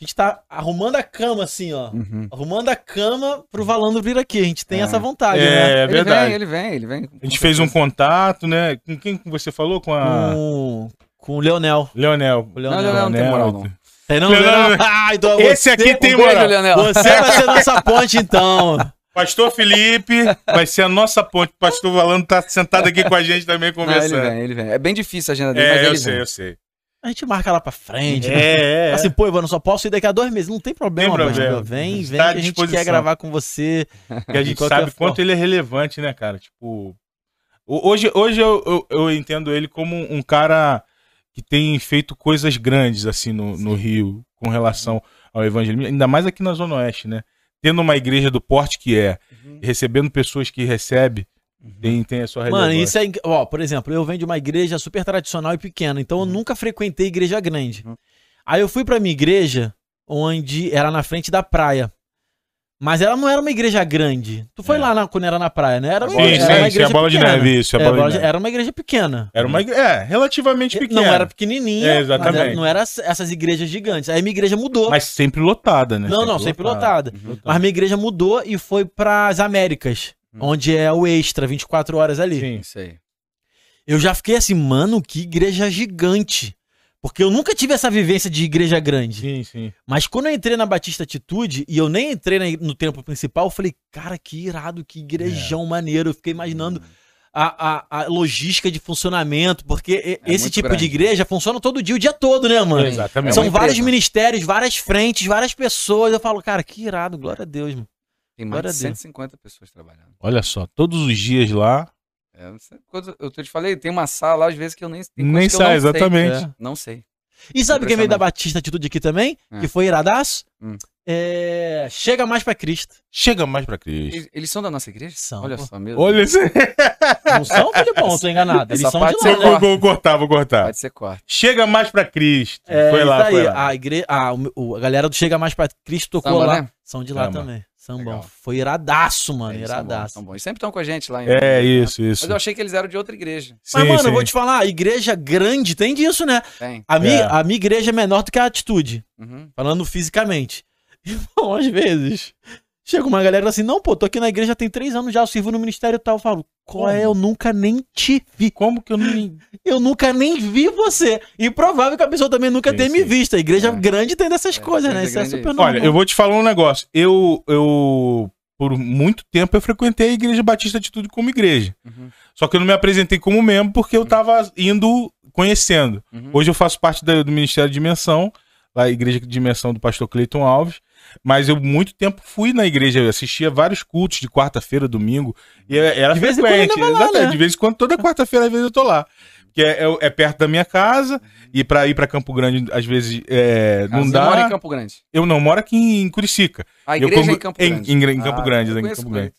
Speaker 2: gente tá arrumando a cama, assim, ó.
Speaker 3: Uhum.
Speaker 2: Arrumando a cama pro Valando vir aqui. A gente tem
Speaker 3: É.
Speaker 2: essa vontade, né?
Speaker 1: É, é
Speaker 3: ele
Speaker 1: verdade.
Speaker 3: vem, ele vem, ele vem.
Speaker 1: A gente fez um contato, né? Com quem que você falou? Com a.
Speaker 2: Com, com o Leonel.
Speaker 1: Leonel.
Speaker 2: O
Speaker 3: Não,
Speaker 2: Leonel.
Speaker 3: não, não, não tem moral, não.
Speaker 2: Tem não,
Speaker 1: Leonel,
Speaker 2: Leonel? <laughs>
Speaker 1: Leonel.
Speaker 2: Ai, do amor.
Speaker 1: Esse aqui tem
Speaker 3: Um
Speaker 1: moral.
Speaker 3: beijo, Leonel.
Speaker 2: então é Você vai ser nossa ponte, então.
Speaker 1: Pastor
Speaker 3: <laughs>
Speaker 1: Felipe vai ser a nossa ponte. Pastor Valando tá sentado aqui com a gente também
Speaker 3: Não, ele
Speaker 1: conversando.
Speaker 3: vem, ele vem. É bem difícil a agenda dele, mas
Speaker 1: é,
Speaker 3: ele
Speaker 1: eu
Speaker 3: vem.
Speaker 1: sei, eu sei.
Speaker 2: A gente marca lá pra frente. né?
Speaker 1: É, é.
Speaker 2: Assim, pô, Ivano, só posso ir daqui a dois meses. Não tem problema,
Speaker 1: Tem problema.
Speaker 2: Bruno. Vem, vem,
Speaker 1: Está à
Speaker 2: que a gente
Speaker 1: disposição.
Speaker 2: quer gravar com você.
Speaker 1: que a
Speaker 2: <laughs> de
Speaker 1: gente
Speaker 2: qualquer
Speaker 1: sabe
Speaker 2: forma.
Speaker 1: quanto ele é relevante, né, cara? Tipo, ho- hoje, hoje eu, eu, eu entendo ele como um cara que tem feito coisas grandes, assim, no, no Rio, com relação ao evangelismo, ainda mais aqui na Zona Oeste, né? Tendo uma igreja do porte que é,
Speaker 3: Uhum.
Speaker 1: recebendo pessoas que recebe, tem, tem a sua relevância.
Speaker 2: Uhum. Mano, isso é. inc- Ó, por exemplo, eu venho de uma igreja super tradicional e pequena, então eu
Speaker 1: Uhum.
Speaker 2: nunca frequentei igreja grande.
Speaker 3: Uhum.
Speaker 2: Aí eu fui pra minha igreja, onde era na frente da praia. Mas ela não era uma igreja grande. Tu foi
Speaker 1: É.
Speaker 2: lá na- quando era na praia, né? Era uma,
Speaker 1: Sim,
Speaker 2: era
Speaker 1: sim,
Speaker 2: uma
Speaker 1: sim, a bola de
Speaker 2: pequena.
Speaker 1: neve, isso, a
Speaker 2: É,
Speaker 1: bola de neve.
Speaker 2: era uma igreja pequena.
Speaker 1: Era uma igre- é, relativamente pequena.
Speaker 2: Não era pequenininha.
Speaker 1: É,
Speaker 2: mas
Speaker 1: exatamente.
Speaker 2: era- não era essa- essas igrejas gigantes. Aí minha igreja mudou.
Speaker 1: Mas sempre lotada, né?
Speaker 2: não, não, sempre lotada. Mas minha igreja mudou e foi pras Américas,
Speaker 3: Uhum.
Speaker 2: onde é o extra, 24 horas ali.
Speaker 1: Hum. Sim.
Speaker 3: Isso aí.
Speaker 2: Eu já fiquei assim, mano, que igreja gigante. Porque eu nunca tive essa vivência de igreja grande.
Speaker 1: Sim, sim.
Speaker 2: Mas quando eu entrei na Batista Atitude, e eu nem entrei na- no templo principal, eu falei, cara, que irado, que
Speaker 1: É.
Speaker 2: igrejão maneiro. Eu fiquei imaginando
Speaker 3: Uhum.
Speaker 2: a, a- a logística de funcionamento, porque e-
Speaker 3: É
Speaker 2: esse
Speaker 3: muito
Speaker 2: tipo de
Speaker 3: grande.
Speaker 2: igreja funciona todo dia, o dia todo, né, mano?
Speaker 3: Exato.
Speaker 1: Exatamente.
Speaker 2: São
Speaker 3: uma
Speaker 2: vários
Speaker 3: empresa.
Speaker 2: ministérios, várias frentes, várias pessoas. Eu falo, cara, que irado, glória a Deus, mano.
Speaker 3: Tem mais
Speaker 2: Glória a
Speaker 3: de
Speaker 2: Deus.
Speaker 3: 150 pessoas trabalhando.
Speaker 1: Olha só, todos os dias lá,
Speaker 3: É, não sei quanto- eu te falei, tem uma sala às vezes que eu nem tem coisa
Speaker 1: nem
Speaker 3: que eu
Speaker 1: sai,
Speaker 3: não sei.
Speaker 1: exatamente.
Speaker 2: É.
Speaker 3: Não sei.
Speaker 2: E sabe quem veio da
Speaker 3: Impressionante.
Speaker 2: Batista Atitude aqui também?
Speaker 3: É.
Speaker 2: Que foi iradaço?
Speaker 3: Hum.
Speaker 2: É, Chega mais pra Cristo.
Speaker 1: Chega mais pra Cristo.
Speaker 3: Eles, eles são da nossa igreja?
Speaker 2: São,
Speaker 3: Olha
Speaker 2: pô.
Speaker 3: só, mesmo.
Speaker 1: Olha, isso.
Speaker 2: Não são, Filipão, tô enganado. Eles
Speaker 3: Essa
Speaker 2: são de
Speaker 3: parte
Speaker 2: lá,
Speaker 3: você
Speaker 2: né?
Speaker 1: vou, vou cortar, vou cortar.
Speaker 3: Pode ser corte.
Speaker 1: Chega mais pra Cristo.
Speaker 2: É,
Speaker 1: foi lá,
Speaker 2: isso aí.
Speaker 1: foi lá.
Speaker 2: A, igre... ah, o- o- a galera do Chega Mais Pra Cristo tocou
Speaker 3: Samba,
Speaker 2: lá.
Speaker 3: né?
Speaker 2: São de lá
Speaker 1: Samba.
Speaker 2: também. Sambão.
Speaker 3: Legal.
Speaker 2: Foi iradaço, mano.
Speaker 3: Eles são bons,
Speaker 2: iradaço.
Speaker 3: são bons. Eles sempre estão com a gente lá. em- né?
Speaker 1: É, isso, isso.
Speaker 3: Mas eu achei que eles eram de outra igreja.
Speaker 2: Mas,
Speaker 1: Sim,
Speaker 2: mano, eu
Speaker 1: sim.
Speaker 2: vou te falar, a igreja grande tem disso, né?
Speaker 3: Tem.
Speaker 2: A, minha,
Speaker 1: É.
Speaker 2: a minha igreja é menor do que a atitude,
Speaker 3: Uhum.
Speaker 2: falando fisicamente. <laughs> Irmão, às vezes, chega uma galera assim, não, pô, tô aqui na igreja tem três anos já, eu sirvo no ministério tal. Eu falo, qual é? Eu nunca nem te vi.
Speaker 1: Como que eu não.
Speaker 2: Eu nunca nem vi você. E provável que a pessoa também nunca
Speaker 1: Sim,
Speaker 2: tenha me
Speaker 1: sim.
Speaker 2: visto. A igreja
Speaker 3: É.
Speaker 2: grande tem dessas
Speaker 3: É,
Speaker 2: coisas, né?
Speaker 3: igreja
Speaker 2: Isso é
Speaker 3: grande é
Speaker 2: super normal.
Speaker 1: Olha, eu vou te falar um negócio. Eu, eu, por muito tempo, eu frequentei a Igreja Batista Atitude como igreja.
Speaker 3: Uhum.
Speaker 1: Só que eu não me apresentei como membro porque eu tava indo conhecendo.
Speaker 3: Uhum.
Speaker 1: Hoje eu faço parte da- do Ministério de Dimensão, lá a Igreja de Dimensão do pastor Cleiton Alves. Mas eu muito tempo fui na igreja, eu assistia vários cultos de quarta-feira, domingo, e era- era
Speaker 2: De vez em quando
Speaker 1: frequente.
Speaker 2: ainda vai lá,
Speaker 1: exatamente.
Speaker 2: né?
Speaker 1: De vez em quando, toda quarta-feira, às vezes eu tô lá. Porque é, é- é perto da minha casa, e pra ir pra Campo Grande, às vezes, é, não
Speaker 3: Ah, Você
Speaker 1: dá.
Speaker 3: mora em Campo Grande.
Speaker 1: Eu não, moro aqui em Curicica.
Speaker 3: A
Speaker 1: Eu
Speaker 3: igreja é
Speaker 1: como-
Speaker 3: em Campo
Speaker 1: em-
Speaker 3: Grande. Ah,
Speaker 1: em- em Campo Grande,
Speaker 3: eu
Speaker 1: em Campo
Speaker 3: conheço o
Speaker 1: Grande.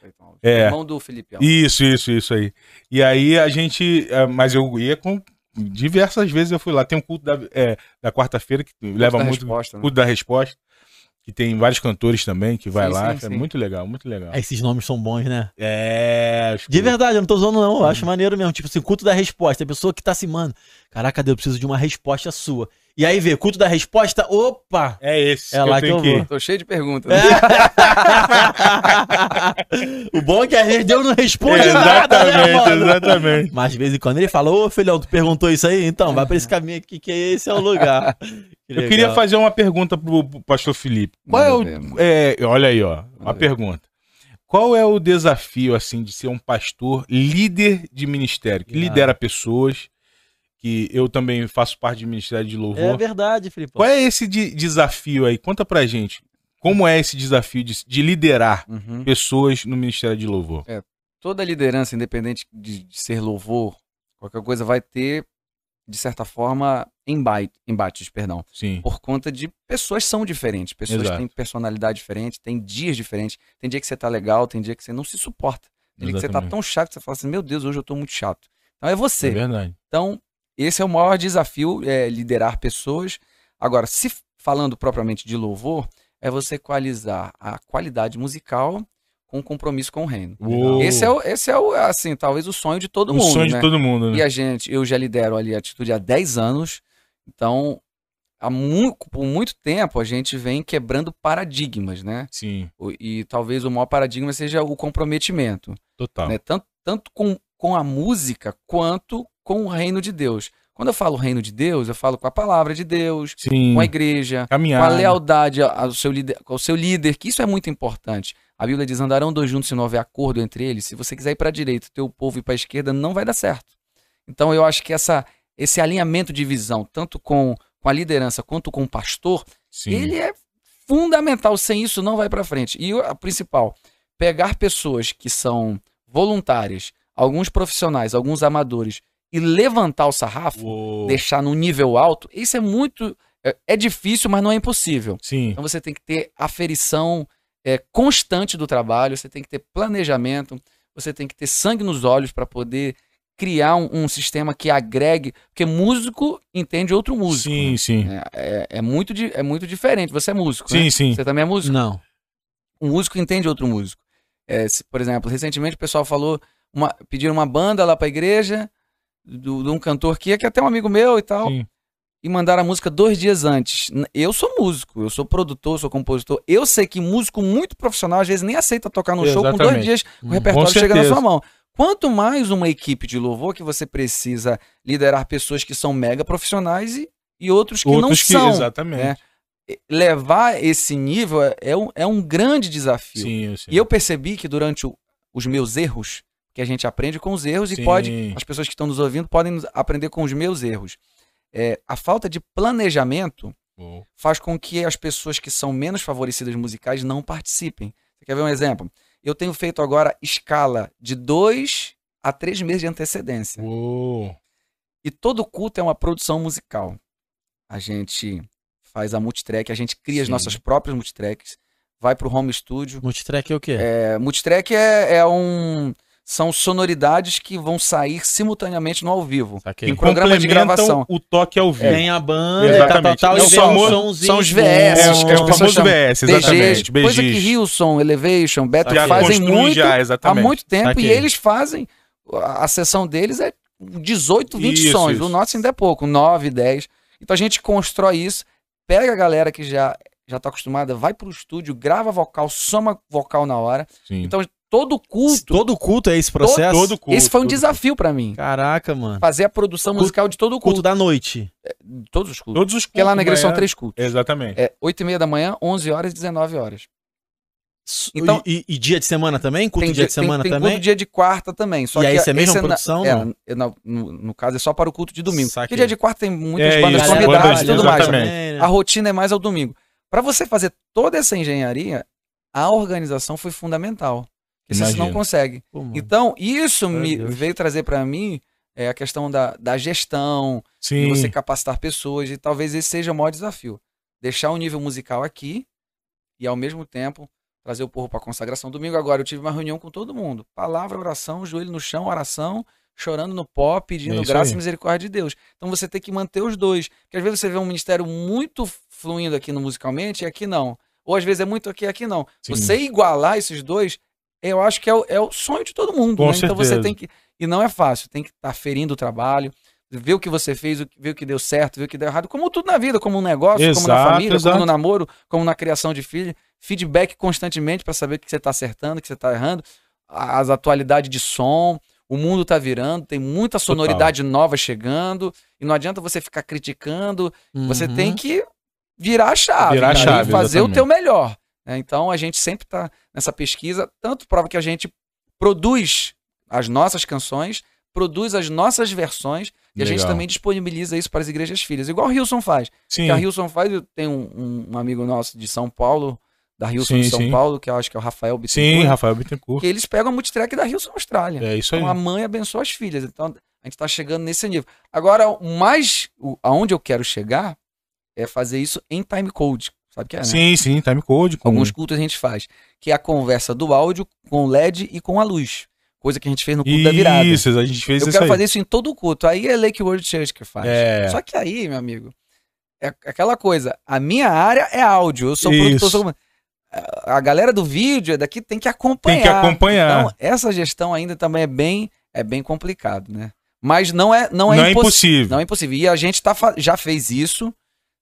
Speaker 3: Cleiton. Cleiton,
Speaker 1: É.
Speaker 3: Irmão do Felipe.
Speaker 2: Então.
Speaker 3: Alves.
Speaker 1: Isso, isso, isso aí. E aí a gente. é, Mas eu ia com. Diversas vezes eu fui lá. Tem um culto da, é, da quarta-feira que leva
Speaker 3: Da
Speaker 1: muito.
Speaker 3: resposta, né?
Speaker 1: Culto da resposta. Que tem vários cantores também que vai
Speaker 3: Sim,
Speaker 1: lá.
Speaker 3: sim,
Speaker 1: é
Speaker 3: sim.
Speaker 1: muito legal, muito legal.
Speaker 2: Ah, Esses nomes são bons, né?
Speaker 1: É. acho
Speaker 2: De
Speaker 1: que-
Speaker 2: verdade, eu não tô zoando, não. Eu acho maneiro mesmo. Tipo assim, culto da resposta. A pessoa que tá assim, mano, caraca, Deus, eu preciso de uma resposta sua. E aí vê, culto da resposta, opa!
Speaker 1: É esse.
Speaker 2: É lá que eu
Speaker 1: ir. <laughs>
Speaker 2: vou.
Speaker 3: Tô cheio de perguntas. né?
Speaker 1: É,
Speaker 2: o bom é que às vezes Deus não responde nada, né,
Speaker 1: Exatamente,
Speaker 2: <laughs> mano?
Speaker 1: exatamente.
Speaker 2: Mas de vez em quando ele fala, ô filhão, tu perguntou isso aí? Então, vai pra esse caminho aqui que esse é o lugar.
Speaker 1: Eu queria fazer uma pergunta pro, pro pastor Felipe. Qual é
Speaker 3: Manda
Speaker 1: o. é, olha aí, ó. Uma pergunta. Qual é o desafio, assim, de ser um pastor líder de ministério, que
Speaker 2: Irado.
Speaker 1: lidera pessoas, que eu também faço parte de ministério de
Speaker 2: É
Speaker 1: louvor?
Speaker 2: verdade, Felipe.
Speaker 1: Qual é esse de- desafio aí? Conta pra gente. Como é esse desafio de, de liderar
Speaker 3: Uhum.
Speaker 1: pessoas no ministério de louvor?
Speaker 3: toda liderança, independente de, de ser louvor, qualquer coisa, vai ter de certa forma, embate, embates, perdão.
Speaker 1: Sim.
Speaker 3: Por conta de pessoas são diferentes, pessoas
Speaker 1: Exato.
Speaker 3: têm personalidade diferente, têm dias diferentes. Tem dia que você tá legal, tem dia que você não se suporta. Tem dia que você tá
Speaker 1: Exatamente.
Speaker 3: tão chato que você fala assim, meu Deus, hoje eu tô muito chato. Então é você.
Speaker 1: É verdade.
Speaker 3: Então, esse é o maior desafio, é liderar pessoas. Agora, se f- falando propriamente de louvor, é você equalizar a qualidade musical com o compromisso com o reino.
Speaker 1: Uou.
Speaker 3: Esse é, o, esse é o, assim, talvez o sonho de todo
Speaker 1: o
Speaker 3: mundo,
Speaker 1: Um sonho
Speaker 3: né?
Speaker 1: de todo mundo,
Speaker 3: E
Speaker 1: né?
Speaker 3: a gente, eu já lidero ali a atitude há 10 anos, então há mu- por muito tempo a gente vem quebrando paradigmas, né?
Speaker 1: Sim,
Speaker 3: O- E talvez o maior paradigma seja o comprometimento
Speaker 1: total.
Speaker 3: né? Tanto, tanto com, com a música quanto com o reino de Deus. Quando eu falo reino de Deus, eu falo com a palavra de Deus,
Speaker 1: Sim. é.
Speaker 3: com a igreja, com
Speaker 1: Caminhar.
Speaker 3: a lealdade ao seu, líder, ao seu líder, que isso é muito importante. A Bíblia diz: andarão dois juntos se não houver acordo entre eles. Se você quiser ir para a direita, teu povo ir para a esquerda, não vai dar certo. Então eu acho que essa, esse alinhamento de visão, tanto com, com a liderança quanto com o pastor,
Speaker 1: Sim.
Speaker 3: ele é fundamental. Sem isso, não vai para frente. E o- a principal, pegar pessoas que são voluntárias, alguns profissionais, alguns amadores, e levantar o sarrafo,
Speaker 1: Uou.
Speaker 3: deixar num nível alto, isso é muito. É, é difícil, mas não é impossível.
Speaker 1: Sim.
Speaker 3: Então você tem que ter aferição é, constante do trabalho, você tem que ter planejamento, você tem que ter sangue nos olhos para poder criar um, um sistema que agregue, porque músico entende outro músico. né?
Speaker 1: sim, sim.
Speaker 3: É, é muito, di- é muito diferente. Você é músico, né?
Speaker 1: Sim, sim.
Speaker 3: Você também é músico.
Speaker 2: Não.
Speaker 3: Um músico entende outro músico. É, se- por exemplo, recentemente o pessoal falou, uma, pediram uma banda lá pra igreja, do- de um cantor que é que é até um amigo meu e tal,
Speaker 1: Sim.
Speaker 3: e mandaram a música dois dias antes. N- Eu sou músico, eu sou produtor, sou compositor. Eu sei que músico muito profissional às vezes nem aceita tocar no show com dois
Speaker 1: Exatamente.
Speaker 3: dias com o
Speaker 2: Hum,
Speaker 3: repertório
Speaker 1: com
Speaker 3: chega na
Speaker 1: certeza.
Speaker 3: sua mão. Quanto mais uma equipe de louvor que você precisa liderar pessoas que são mega profissionais e, e outros que não
Speaker 1: Outros que.
Speaker 3: são
Speaker 1: Exatamente.
Speaker 3: né? levar esse nível é- é um, é um grande desafio.
Speaker 1: Sim, eu sei.
Speaker 3: E eu percebi que durante o- os meus erros, que a gente aprende com os erros
Speaker 1: Sim.
Speaker 3: e pode, as pessoas que estão nos ouvindo podem nos- aprender com os meus erros. É, a falta de planejamento
Speaker 1: Uou.
Speaker 3: faz com que as pessoas que são menos favorecidas musicais não participem. Você quer ver um exemplo? Eu tenho feito agora escala de dois a três meses de antecedência.
Speaker 1: Uou.
Speaker 3: E todo culto é uma produção musical. A gente faz a multitrack, a gente cria as
Speaker 1: Sim.
Speaker 3: nossas próprias multitracks, vai pro home studio.
Speaker 2: Multitrack é o quê?
Speaker 3: É, multitrack é, é um. São sonoridades que vão sair simultaneamente no ao vivo.
Speaker 2: Saquei.
Speaker 1: Que
Speaker 3: Em um programa de
Speaker 1: complementam
Speaker 3: gravação.
Speaker 1: O toque ao vivo.
Speaker 2: Tem Tá a banda,
Speaker 1: Exatamente.
Speaker 2: tal, tal,
Speaker 1: É o
Speaker 2: tal, e vem um
Speaker 1: famoso-
Speaker 2: somzinho.
Speaker 3: são os VS,
Speaker 1: É,
Speaker 3: os
Speaker 1: é o
Speaker 3: pessoas
Speaker 1: famoso
Speaker 3: chamam
Speaker 1: BS,
Speaker 3: TGs,
Speaker 1: exatamente.
Speaker 3: coisa que
Speaker 1: BGs.
Speaker 3: Hilson, Elevation, Beto
Speaker 1: Já
Speaker 3: fazem
Speaker 1: construi
Speaker 3: muito
Speaker 1: já,
Speaker 3: há
Speaker 1: exatamente.
Speaker 3: muito tempo
Speaker 1: Saquei.
Speaker 3: e eles fazem. A a sessão deles é 18, 20
Speaker 1: Isso,
Speaker 3: sons.
Speaker 1: isso.
Speaker 3: O nosso ainda é pouco, 9, 10. Então a gente constrói isso, pega a galera que já já tá acostumada, vai pro estúdio, grava vocal, soma vocal na hora.
Speaker 1: Sim.
Speaker 3: Então todo culto,
Speaker 2: Todo culto é esse processo?
Speaker 1: todo culto.
Speaker 3: esse foi um
Speaker 1: todo
Speaker 3: desafio pra mim.
Speaker 2: Caraca, mano.
Speaker 3: Fazer a produção
Speaker 2: Culto-
Speaker 3: musical de todo o
Speaker 2: Culto
Speaker 3: culto,
Speaker 2: da noite.
Speaker 3: de todos os cultos.
Speaker 1: Todos os
Speaker 3: Porque lá na igreja são
Speaker 1: né?
Speaker 3: três cultos.
Speaker 1: Exatamente.
Speaker 3: É 8 e meia da manhã, 11 horas e 19 horas.
Speaker 2: S-
Speaker 3: Então-
Speaker 2: e, e- e dia de semana também? Culto dia de semana
Speaker 3: tem,
Speaker 2: também?
Speaker 3: culto dia de quarta também. Só
Speaker 2: E aí
Speaker 3: que
Speaker 2: você é a mesma
Speaker 3: esse é na-
Speaker 2: produção,
Speaker 3: é,
Speaker 2: não?
Speaker 3: é, na- no, no caso é só para o culto de domingo.
Speaker 2: Saquei.
Speaker 3: Porque dia de quarta tem muitas
Speaker 1: É
Speaker 3: bandas
Speaker 1: isso,
Speaker 3: convidadas
Speaker 1: bandas,
Speaker 3: e tudo mais.
Speaker 1: exatamente.
Speaker 3: A rotina é mais ao domingo. Para você fazer toda essa engenharia, a organização foi fundamental. Porque senão você não
Speaker 1: Imagino.
Speaker 3: consegue.
Speaker 2: rotina.
Speaker 3: Então, isso
Speaker 2: Hum. Meu
Speaker 3: me
Speaker 2: Deus.
Speaker 3: veio trazer para mim é, a questão da, da gestão, de
Speaker 1: Sim.
Speaker 3: você capacitar pessoas, e talvez esse seja o maior desafio. Deixar o nível musical aqui e, ao mesmo tempo, trazer o povo para consagração. Domingo agora eu tive uma reunião com todo mundo. Palavra, oração, joelho no chão, oração, chorando no pó,
Speaker 1: É
Speaker 3: pedindo
Speaker 1: isso
Speaker 3: graça
Speaker 1: aí.
Speaker 3: e misericórdia de Deus. Então você tem que manter os dois. Porque às vezes você vê um ministério muito fluindo aqui no musicalmente e aqui não. Ou às vezes é muito aqui e aqui não.
Speaker 1: Sim.
Speaker 3: Você igualar esses dois, eu acho que é o, é o sonho de todo mundo.
Speaker 1: Com
Speaker 3: né? Então você
Speaker 1: certeza.
Speaker 3: tem que. E não é fácil, tem que estar ferindo o trabalho, ver o que você fez, o que- ver o que deu certo, ver o que deu errado, como tudo na vida, como um negócio, como na
Speaker 1: Exato,
Speaker 3: família,
Speaker 1: exato.
Speaker 3: como no namoro, como na criação de filho, feedback constantemente para saber o que você está acertando, o que você está errando, as atualidades de som, o mundo tá virando, tem muita sonoridade nova chegando, e não adianta você ficar criticando, você
Speaker 2: Uhum.
Speaker 3: tem que virar a chave,
Speaker 1: Uhum. Virar a
Speaker 3: cara,
Speaker 1: chave,
Speaker 3: e fazer
Speaker 1: exatamente.
Speaker 3: o teu melhor. né? Então a gente sempre está nessa pesquisa, tanto prova que a gente produz as nossas canções, produz as nossas versões e a gente
Speaker 1: Legal.
Speaker 3: também disponibiliza isso para as igrejas filhas, igual o Hilson faz.
Speaker 1: Sim.
Speaker 3: Que a Hilson faz, eu tenho um, um amigo nosso de São Paulo, da Hilson
Speaker 1: Sim,
Speaker 3: de São
Speaker 1: sim.
Speaker 3: Paulo, que eu acho que é o Rafael Bittencourt,
Speaker 1: Sim, Rafael Bittencourt.
Speaker 3: que eles pegam a multitrack da Hilson Austrália.
Speaker 1: É isso aí.
Speaker 3: Então a mãe abençoa as filhas. Então A gente está chegando nesse nível. Agora, o mais o- aonde eu quero chegar é fazer isso em time code. Sabe o que é? né?
Speaker 1: Sim, sim, time code. Com...
Speaker 3: Alguns cultos a gente faz, que é a conversa do áudio com o LED e com a luz. Coisa que a gente fez no culto da virada.
Speaker 1: Isso, a gente fez
Speaker 3: Eu
Speaker 1: isso
Speaker 3: quero
Speaker 1: aí.
Speaker 3: fazer isso em todo o culto. Aí é Lake World Church que faz.
Speaker 1: É.
Speaker 3: Só que aí, meu amigo, é aquela coisa. A minha área é áudio. Eu sou
Speaker 1: Isso.
Speaker 3: produtor. sou- A a galera do vídeo é daqui tem que acompanhar.
Speaker 1: Tem que acompanhar.
Speaker 3: Então, essa gestão ainda também é bem, é bem complicado, né? Mas não é,
Speaker 1: não,
Speaker 3: não é,
Speaker 1: é
Speaker 3: impossi-
Speaker 1: impossível.
Speaker 3: Não é impossível. E a gente tá, fa- já fez isso.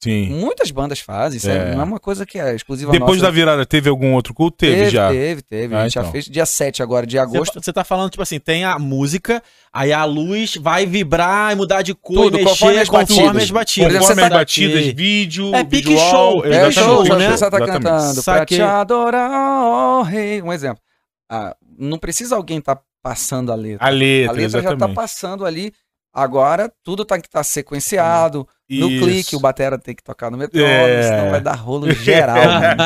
Speaker 1: Sim.
Speaker 3: Muitas bandas fazem. Isso
Speaker 1: É.
Speaker 3: é. não é uma coisa que é exclusiva
Speaker 1: Depois da
Speaker 3: nossa.
Speaker 1: virada, teve algum outro culto? Teve, já.
Speaker 3: Teve, teve.
Speaker 1: Ah,
Speaker 3: a gente
Speaker 1: então.
Speaker 3: já fez dia 7 agora, de agosto.
Speaker 2: Você tá falando, tipo assim, tem a música, aí a luz vai vibrar e mudar de cor,
Speaker 3: Tudo,
Speaker 2: e mexer
Speaker 3: conforme as batidas.
Speaker 2: as
Speaker 3: Por
Speaker 2: batidas.
Speaker 3: exemplo,
Speaker 1: Conforme
Speaker 3: você
Speaker 1: as
Speaker 3: tá-
Speaker 1: batidas,
Speaker 2: <laughs>
Speaker 1: vídeo,
Speaker 2: É pique show, pique
Speaker 3: É,
Speaker 1: exatamente,
Speaker 3: show,
Speaker 2: show, né?
Speaker 3: né? Você tá
Speaker 1: exatamente.
Speaker 3: cantando pra
Speaker 2: Saquei.
Speaker 3: te adorar, ó rei. Um exemplo. Ah, não precisa alguém tá passando a letra.
Speaker 1: A letra,
Speaker 3: a letra já
Speaker 1: exatamente.
Speaker 3: tá passando ali. Agora tudo tá que tá sequenciado. No
Speaker 1: Isso.
Speaker 3: clique, o batera tem que tocar no metrônomo,
Speaker 1: É.
Speaker 3: senão vai dar rolo
Speaker 1: <laughs>
Speaker 3: geral. né?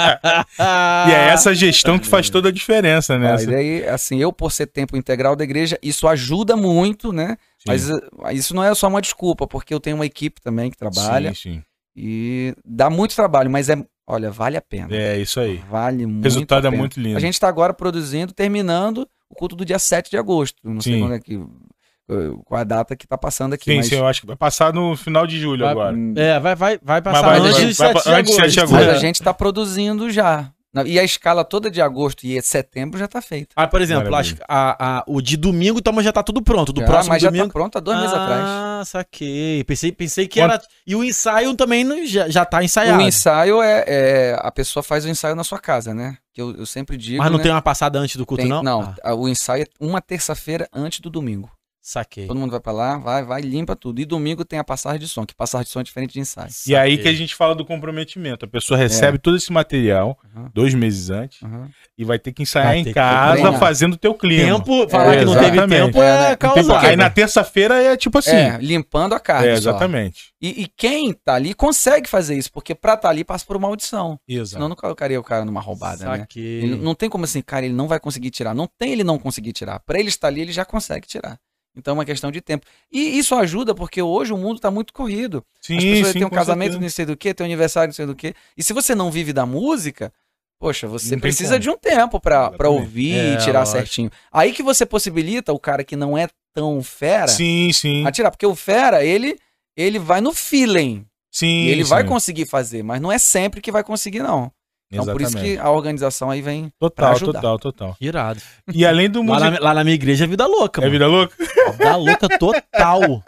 Speaker 1: E é essa gestão que faz toda a diferença, né?
Speaker 3: É. Mas aí, assim, eu por ser tempo integral da igreja, isso ajuda muito, né? Mas eh, isso não é só uma desculpa, porque eu tenho uma equipe também que trabalha
Speaker 1: Sim, sim.
Speaker 3: e dá muito trabalho, mas é, olha, vale a pena.
Speaker 1: É isso aí.
Speaker 3: Vale muito.
Speaker 1: O resultado
Speaker 3: a
Speaker 1: é
Speaker 3: pena.
Speaker 1: muito lindo.
Speaker 3: A gente está agora produzindo, terminando o culto do dia 7 de agosto. Não
Speaker 1: Sim.
Speaker 3: sei quando é que. eh, Qual a data que tá passando aqui.
Speaker 1: Sim,
Speaker 3: mas,
Speaker 2: é
Speaker 1: sim, eu acho que vai passar no final de julho
Speaker 2: Vai-
Speaker 1: agora.
Speaker 3: Hum,
Speaker 2: É, vai, vai, vai passar
Speaker 1: vai-
Speaker 2: antes,
Speaker 1: vai-
Speaker 2: de
Speaker 1: vai-
Speaker 2: 7 de
Speaker 1: antes de 7 de
Speaker 2: agosto.
Speaker 3: mas
Speaker 1: agosto.
Speaker 3: a gente está produzindo já. Na- E a escala toda de agosto e setembro já tá feita.
Speaker 2: Ah, por exemplo,
Speaker 1: Maravilha.
Speaker 2: acho- a- a- o de domingo tamo, já tá tudo pronto. Do
Speaker 3: Já,
Speaker 2: próximo
Speaker 3: mas já
Speaker 2: domingo.
Speaker 3: tá pronta há dois meses atrás.
Speaker 2: Ah, saquei. Pensei, pensei que
Speaker 1: Quant-
Speaker 2: era. E o ensaio também não- já, já tá ensaiado.
Speaker 3: O ensaio é, é- A pessoa faz o ensaio na sua casa, né? Que eu, eu sempre digo.
Speaker 2: Mas não
Speaker 3: né?
Speaker 2: tem uma passada antes do culto,
Speaker 3: Tem-
Speaker 2: não?
Speaker 3: Não,
Speaker 2: Ah,
Speaker 3: a- o ensaio é uma terça-feira antes do domingo.
Speaker 2: saquei.
Speaker 3: Todo mundo vai pra lá, vai, vai, limpa tudo. E domingo tem a passagem de som, que passagem de som é diferente de ensaio.
Speaker 1: E aí que a
Speaker 2: Saquei.
Speaker 1: gente fala do comprometimento. A pessoa
Speaker 3: É.
Speaker 1: recebe todo esse material
Speaker 3: Uhum,
Speaker 1: dois meses antes
Speaker 3: uhum.
Speaker 1: e vai ter que ensaiar
Speaker 2: Vai ter
Speaker 1: em
Speaker 2: que
Speaker 1: casa
Speaker 3: treinar.
Speaker 1: fazendo o teu clima.
Speaker 2: Tempo, falar
Speaker 3: É,
Speaker 2: que não teve
Speaker 1: exatamente.
Speaker 2: tempo
Speaker 3: É, né? Não
Speaker 2: é
Speaker 3: tem
Speaker 2: causar.
Speaker 3: porquê,
Speaker 1: Aí
Speaker 2: né?
Speaker 1: na terça-feira é tipo assim.
Speaker 3: É, limpando a carne.
Speaker 1: é,
Speaker 3: só.
Speaker 1: exatamente.
Speaker 3: E, e quem tá ali consegue fazer isso, porque pra tá ali passa por uma audição. Senão eu
Speaker 1: Exato.
Speaker 3: não colocaria o cara numa roubada, né?
Speaker 2: Saquei.
Speaker 3: Ele- não tem como assim, cara, ele não vai conseguir tirar. Não tem ele não conseguir tirar. Pra ele estar ali, ele já consegue tirar. Então é uma questão de tempo. E isso ajuda, porque hoje o mundo tá muito corrido.
Speaker 1: Sim,
Speaker 3: As pessoas
Speaker 1: sim,
Speaker 3: têm um
Speaker 1: com
Speaker 3: casamento,
Speaker 1: certeza.
Speaker 3: não sei do que, tem um aniversário, não sei do que. E se você não vive da música, poxa, você
Speaker 1: Não tem
Speaker 3: precisa
Speaker 1: como.
Speaker 3: de um tempo pra pra
Speaker 1: Exatamente.
Speaker 3: ouvir
Speaker 2: É,
Speaker 3: e tirar
Speaker 2: lógico.
Speaker 3: certinho. Aí que você possibilita o cara que não é tão fera
Speaker 1: Sim, sim.
Speaker 3: atirar. Porque o fera, ele, ele vai no feeling.
Speaker 1: Sim.
Speaker 3: e ele
Speaker 1: sim.
Speaker 2: né?
Speaker 3: vai conseguir fazer, mas não é sempre que vai conseguir, não. Então, por isso
Speaker 1: Exatamente.
Speaker 3: que a organização aí vem. pra
Speaker 1: Total,
Speaker 3: ajudar.
Speaker 1: total, total.
Speaker 2: Irado.
Speaker 1: E além
Speaker 3: <laughs>
Speaker 1: do
Speaker 2: Lá
Speaker 1: music...
Speaker 2: na, lá na minha igreja é vida louca,
Speaker 1: É
Speaker 2: mano.
Speaker 1: vida louca?
Speaker 2: Vida louca total.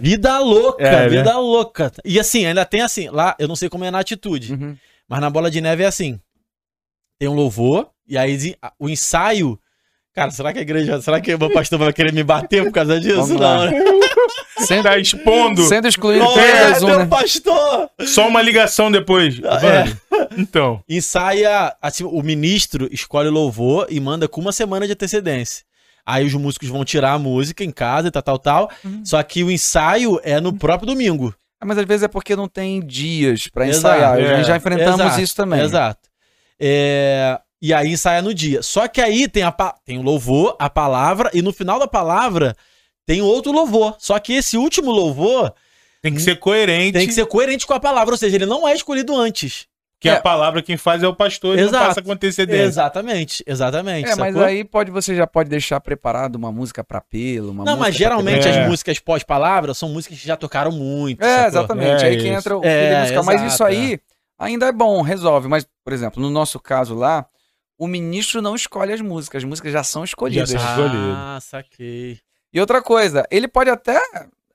Speaker 2: Vida louca,
Speaker 1: É, né?
Speaker 2: vida louca. E assim, ainda tem assim, lá, eu não sei como é na
Speaker 1: Hum.
Speaker 2: atitude,
Speaker 3: uhum,
Speaker 2: mas na bola de neve é assim. Tem um louvor, e aí exi- a- o ensaio. Cara, será que a igreja. Será que o meu pastor vai querer me bater por causa disso?
Speaker 3: Vamos
Speaker 2: Não.
Speaker 3: lá.
Speaker 2: né?
Speaker 3: Sendo,
Speaker 1: Tá expondo.
Speaker 3: sendo excluído
Speaker 2: Não
Speaker 3: pelo
Speaker 2: é,
Speaker 3: resumo,
Speaker 2: meu
Speaker 3: né?
Speaker 2: pastor!
Speaker 1: Só uma ligação depois.
Speaker 3: é.
Speaker 1: Vani. Então.
Speaker 2: Ensaia. Assim, o ministro escolhe o louvor e manda com uma semana de antecedência. Aí os músicos vão tirar a música em casa e tal, tal, tal.
Speaker 3: Hum.
Speaker 2: Só que o ensaio é no próprio domingo.
Speaker 3: Ah, Mas às vezes é porque não tem dias pra
Speaker 2: Exato,
Speaker 3: ensaiar.
Speaker 1: é.
Speaker 3: Nós já enfrentamos
Speaker 2: Exato,
Speaker 3: isso também.
Speaker 2: Exato. É, E aí ensaia no dia. Só que aí tem, a pa- tem o louvor, a palavra, e no final da palavra tem outro louvor. Só que esse último louvor
Speaker 1: Tem
Speaker 3: Hum.
Speaker 1: que ser coerente.
Speaker 2: tem que ser coerente com a palavra, ou seja, ele não é escolhido antes.
Speaker 1: Que a
Speaker 3: É.
Speaker 1: palavra quem faz é o pastor e não
Speaker 2: Exato.
Speaker 1: passa com antecedência.
Speaker 2: Exatamente, exatamente.
Speaker 3: É, mas
Speaker 2: sacou?
Speaker 3: aí pode, você já pode deixar preparado uma música pra pelo, uma
Speaker 2: não,
Speaker 3: música
Speaker 2: mas
Speaker 3: pra
Speaker 2: geralmente
Speaker 1: É.
Speaker 2: as músicas pós-palavra são músicas que já tocaram muito.
Speaker 3: É,
Speaker 2: sacou?
Speaker 3: exatamente.
Speaker 1: É
Speaker 3: aí que
Speaker 1: isso.
Speaker 3: entra o
Speaker 2: É,
Speaker 3: filho musical. Mas
Speaker 2: exato,
Speaker 3: isso aí ainda é bom, resolve. Mas, por exemplo, no nosso caso lá, o ministro não escolhe as músicas. As músicas já são escolhidas.
Speaker 1: Já são.
Speaker 2: Ah, saquei.
Speaker 3: E outra coisa, ele pode até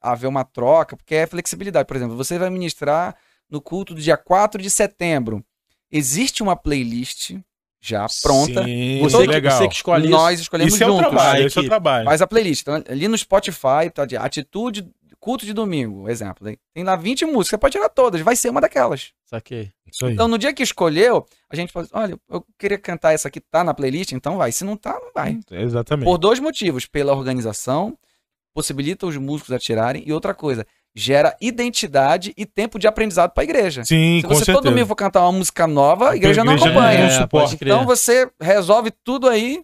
Speaker 3: haver uma troca, porque é flexibilidade. Por exemplo, você vai ministrar no culto do dia 4 de setembro. Existe uma playlist já Tá pronta.
Speaker 1: Sim,
Speaker 2: Você que,
Speaker 1: legal.
Speaker 2: você que escolhe
Speaker 3: nós
Speaker 2: isso.
Speaker 3: escolhemos
Speaker 1: isso é o
Speaker 3: juntos.
Speaker 1: trabalho,
Speaker 2: a
Speaker 1: isso é o
Speaker 2: equipe.
Speaker 1: trabalho.
Speaker 3: Faz a playlist. Então, ali no Spotify, tá de atitude, culto de domingo, exemplo. né? Tem lá 20 músicas, você pode tirar todas, vai ser uma daquelas.
Speaker 2: Saquei.
Speaker 1: Isso aí.
Speaker 3: Então, no dia que escolheu, a gente fala assim, olha, eu queria cantar essa aqui, tá na playlist? Então vai. Se não tá, não vai.
Speaker 1: Exatamente.
Speaker 3: Por dois motivos. Pela organização, possibilita os músicos a tirarem. E outra coisa, gera identidade e tempo de aprendizado pra igreja.
Speaker 1: Sim,
Speaker 3: Se
Speaker 1: com
Speaker 3: você
Speaker 1: certeza.
Speaker 3: todo domingo for cantar uma música nova, a igreja,
Speaker 1: igreja
Speaker 3: não acompanha.
Speaker 1: não suporta.
Speaker 2: pode crer.
Speaker 3: Então você resolve tudo aí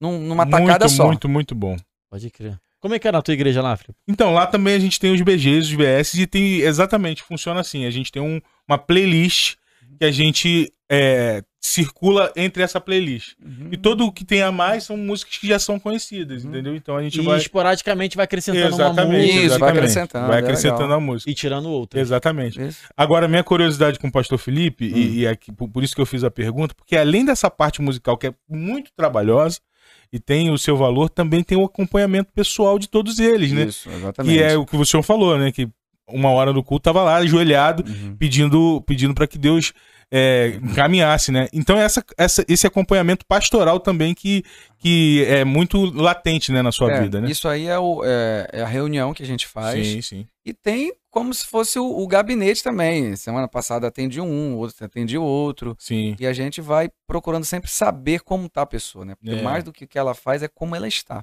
Speaker 3: num- numa
Speaker 1: muito,
Speaker 3: tacada só.
Speaker 1: Muito, muito bom.
Speaker 2: Pode crer. Como é que é na tua igreja lá, Felipe?
Speaker 1: Então, lá também a gente tem os BGs, os BS, e tem exatamente, funciona assim. A gente tem um- uma playlist que a gente é, circula entre essa playlist.
Speaker 3: Uhum.
Speaker 1: E todo o que tem a mais são músicas que já são conhecidas, entendeu? Então a gente
Speaker 2: E
Speaker 1: vai.
Speaker 2: esporadicamente vai acrescentando uma
Speaker 1: Exatamente,
Speaker 2: música
Speaker 3: Isso, vai
Speaker 1: exatamente.
Speaker 3: acrescentando,
Speaker 1: Vai
Speaker 3: é
Speaker 1: acrescentando
Speaker 3: legal.
Speaker 1: a música.
Speaker 2: e tirando outra.
Speaker 1: Exatamente.
Speaker 3: Isso.
Speaker 1: Agora, minha curiosidade com o pastor Felipe, e-
Speaker 3: Hum.
Speaker 1: e, aqui, por, por isso que eu fiz a pergunta, porque além dessa parte musical que é muito trabalhosa e tem o seu valor, também tem o acompanhamento pessoal de todos eles, né?
Speaker 3: Isso, exatamente.
Speaker 1: Que é o que o senhor falou, né? Que uma hora no culto tava lá, ajoelhado,
Speaker 3: Uhum.
Speaker 1: pedindo pedindo para que Deus é, encaminhasse, né? Então essa, essa- esse acompanhamento pastoral também que, que é muito latente, né, na sua
Speaker 3: É,
Speaker 1: vida, né?
Speaker 3: Isso aí é, o- é- é a reunião que a gente faz.
Speaker 1: Sim, sim.
Speaker 3: E tem como se fosse o, o gabinete também. Semana passada atendi um, outro atendi outro.
Speaker 1: Sim.
Speaker 3: E a gente vai procurando sempre saber como tá a pessoa, né? Porque
Speaker 1: É.
Speaker 3: mais do que o que ela faz é como ela está.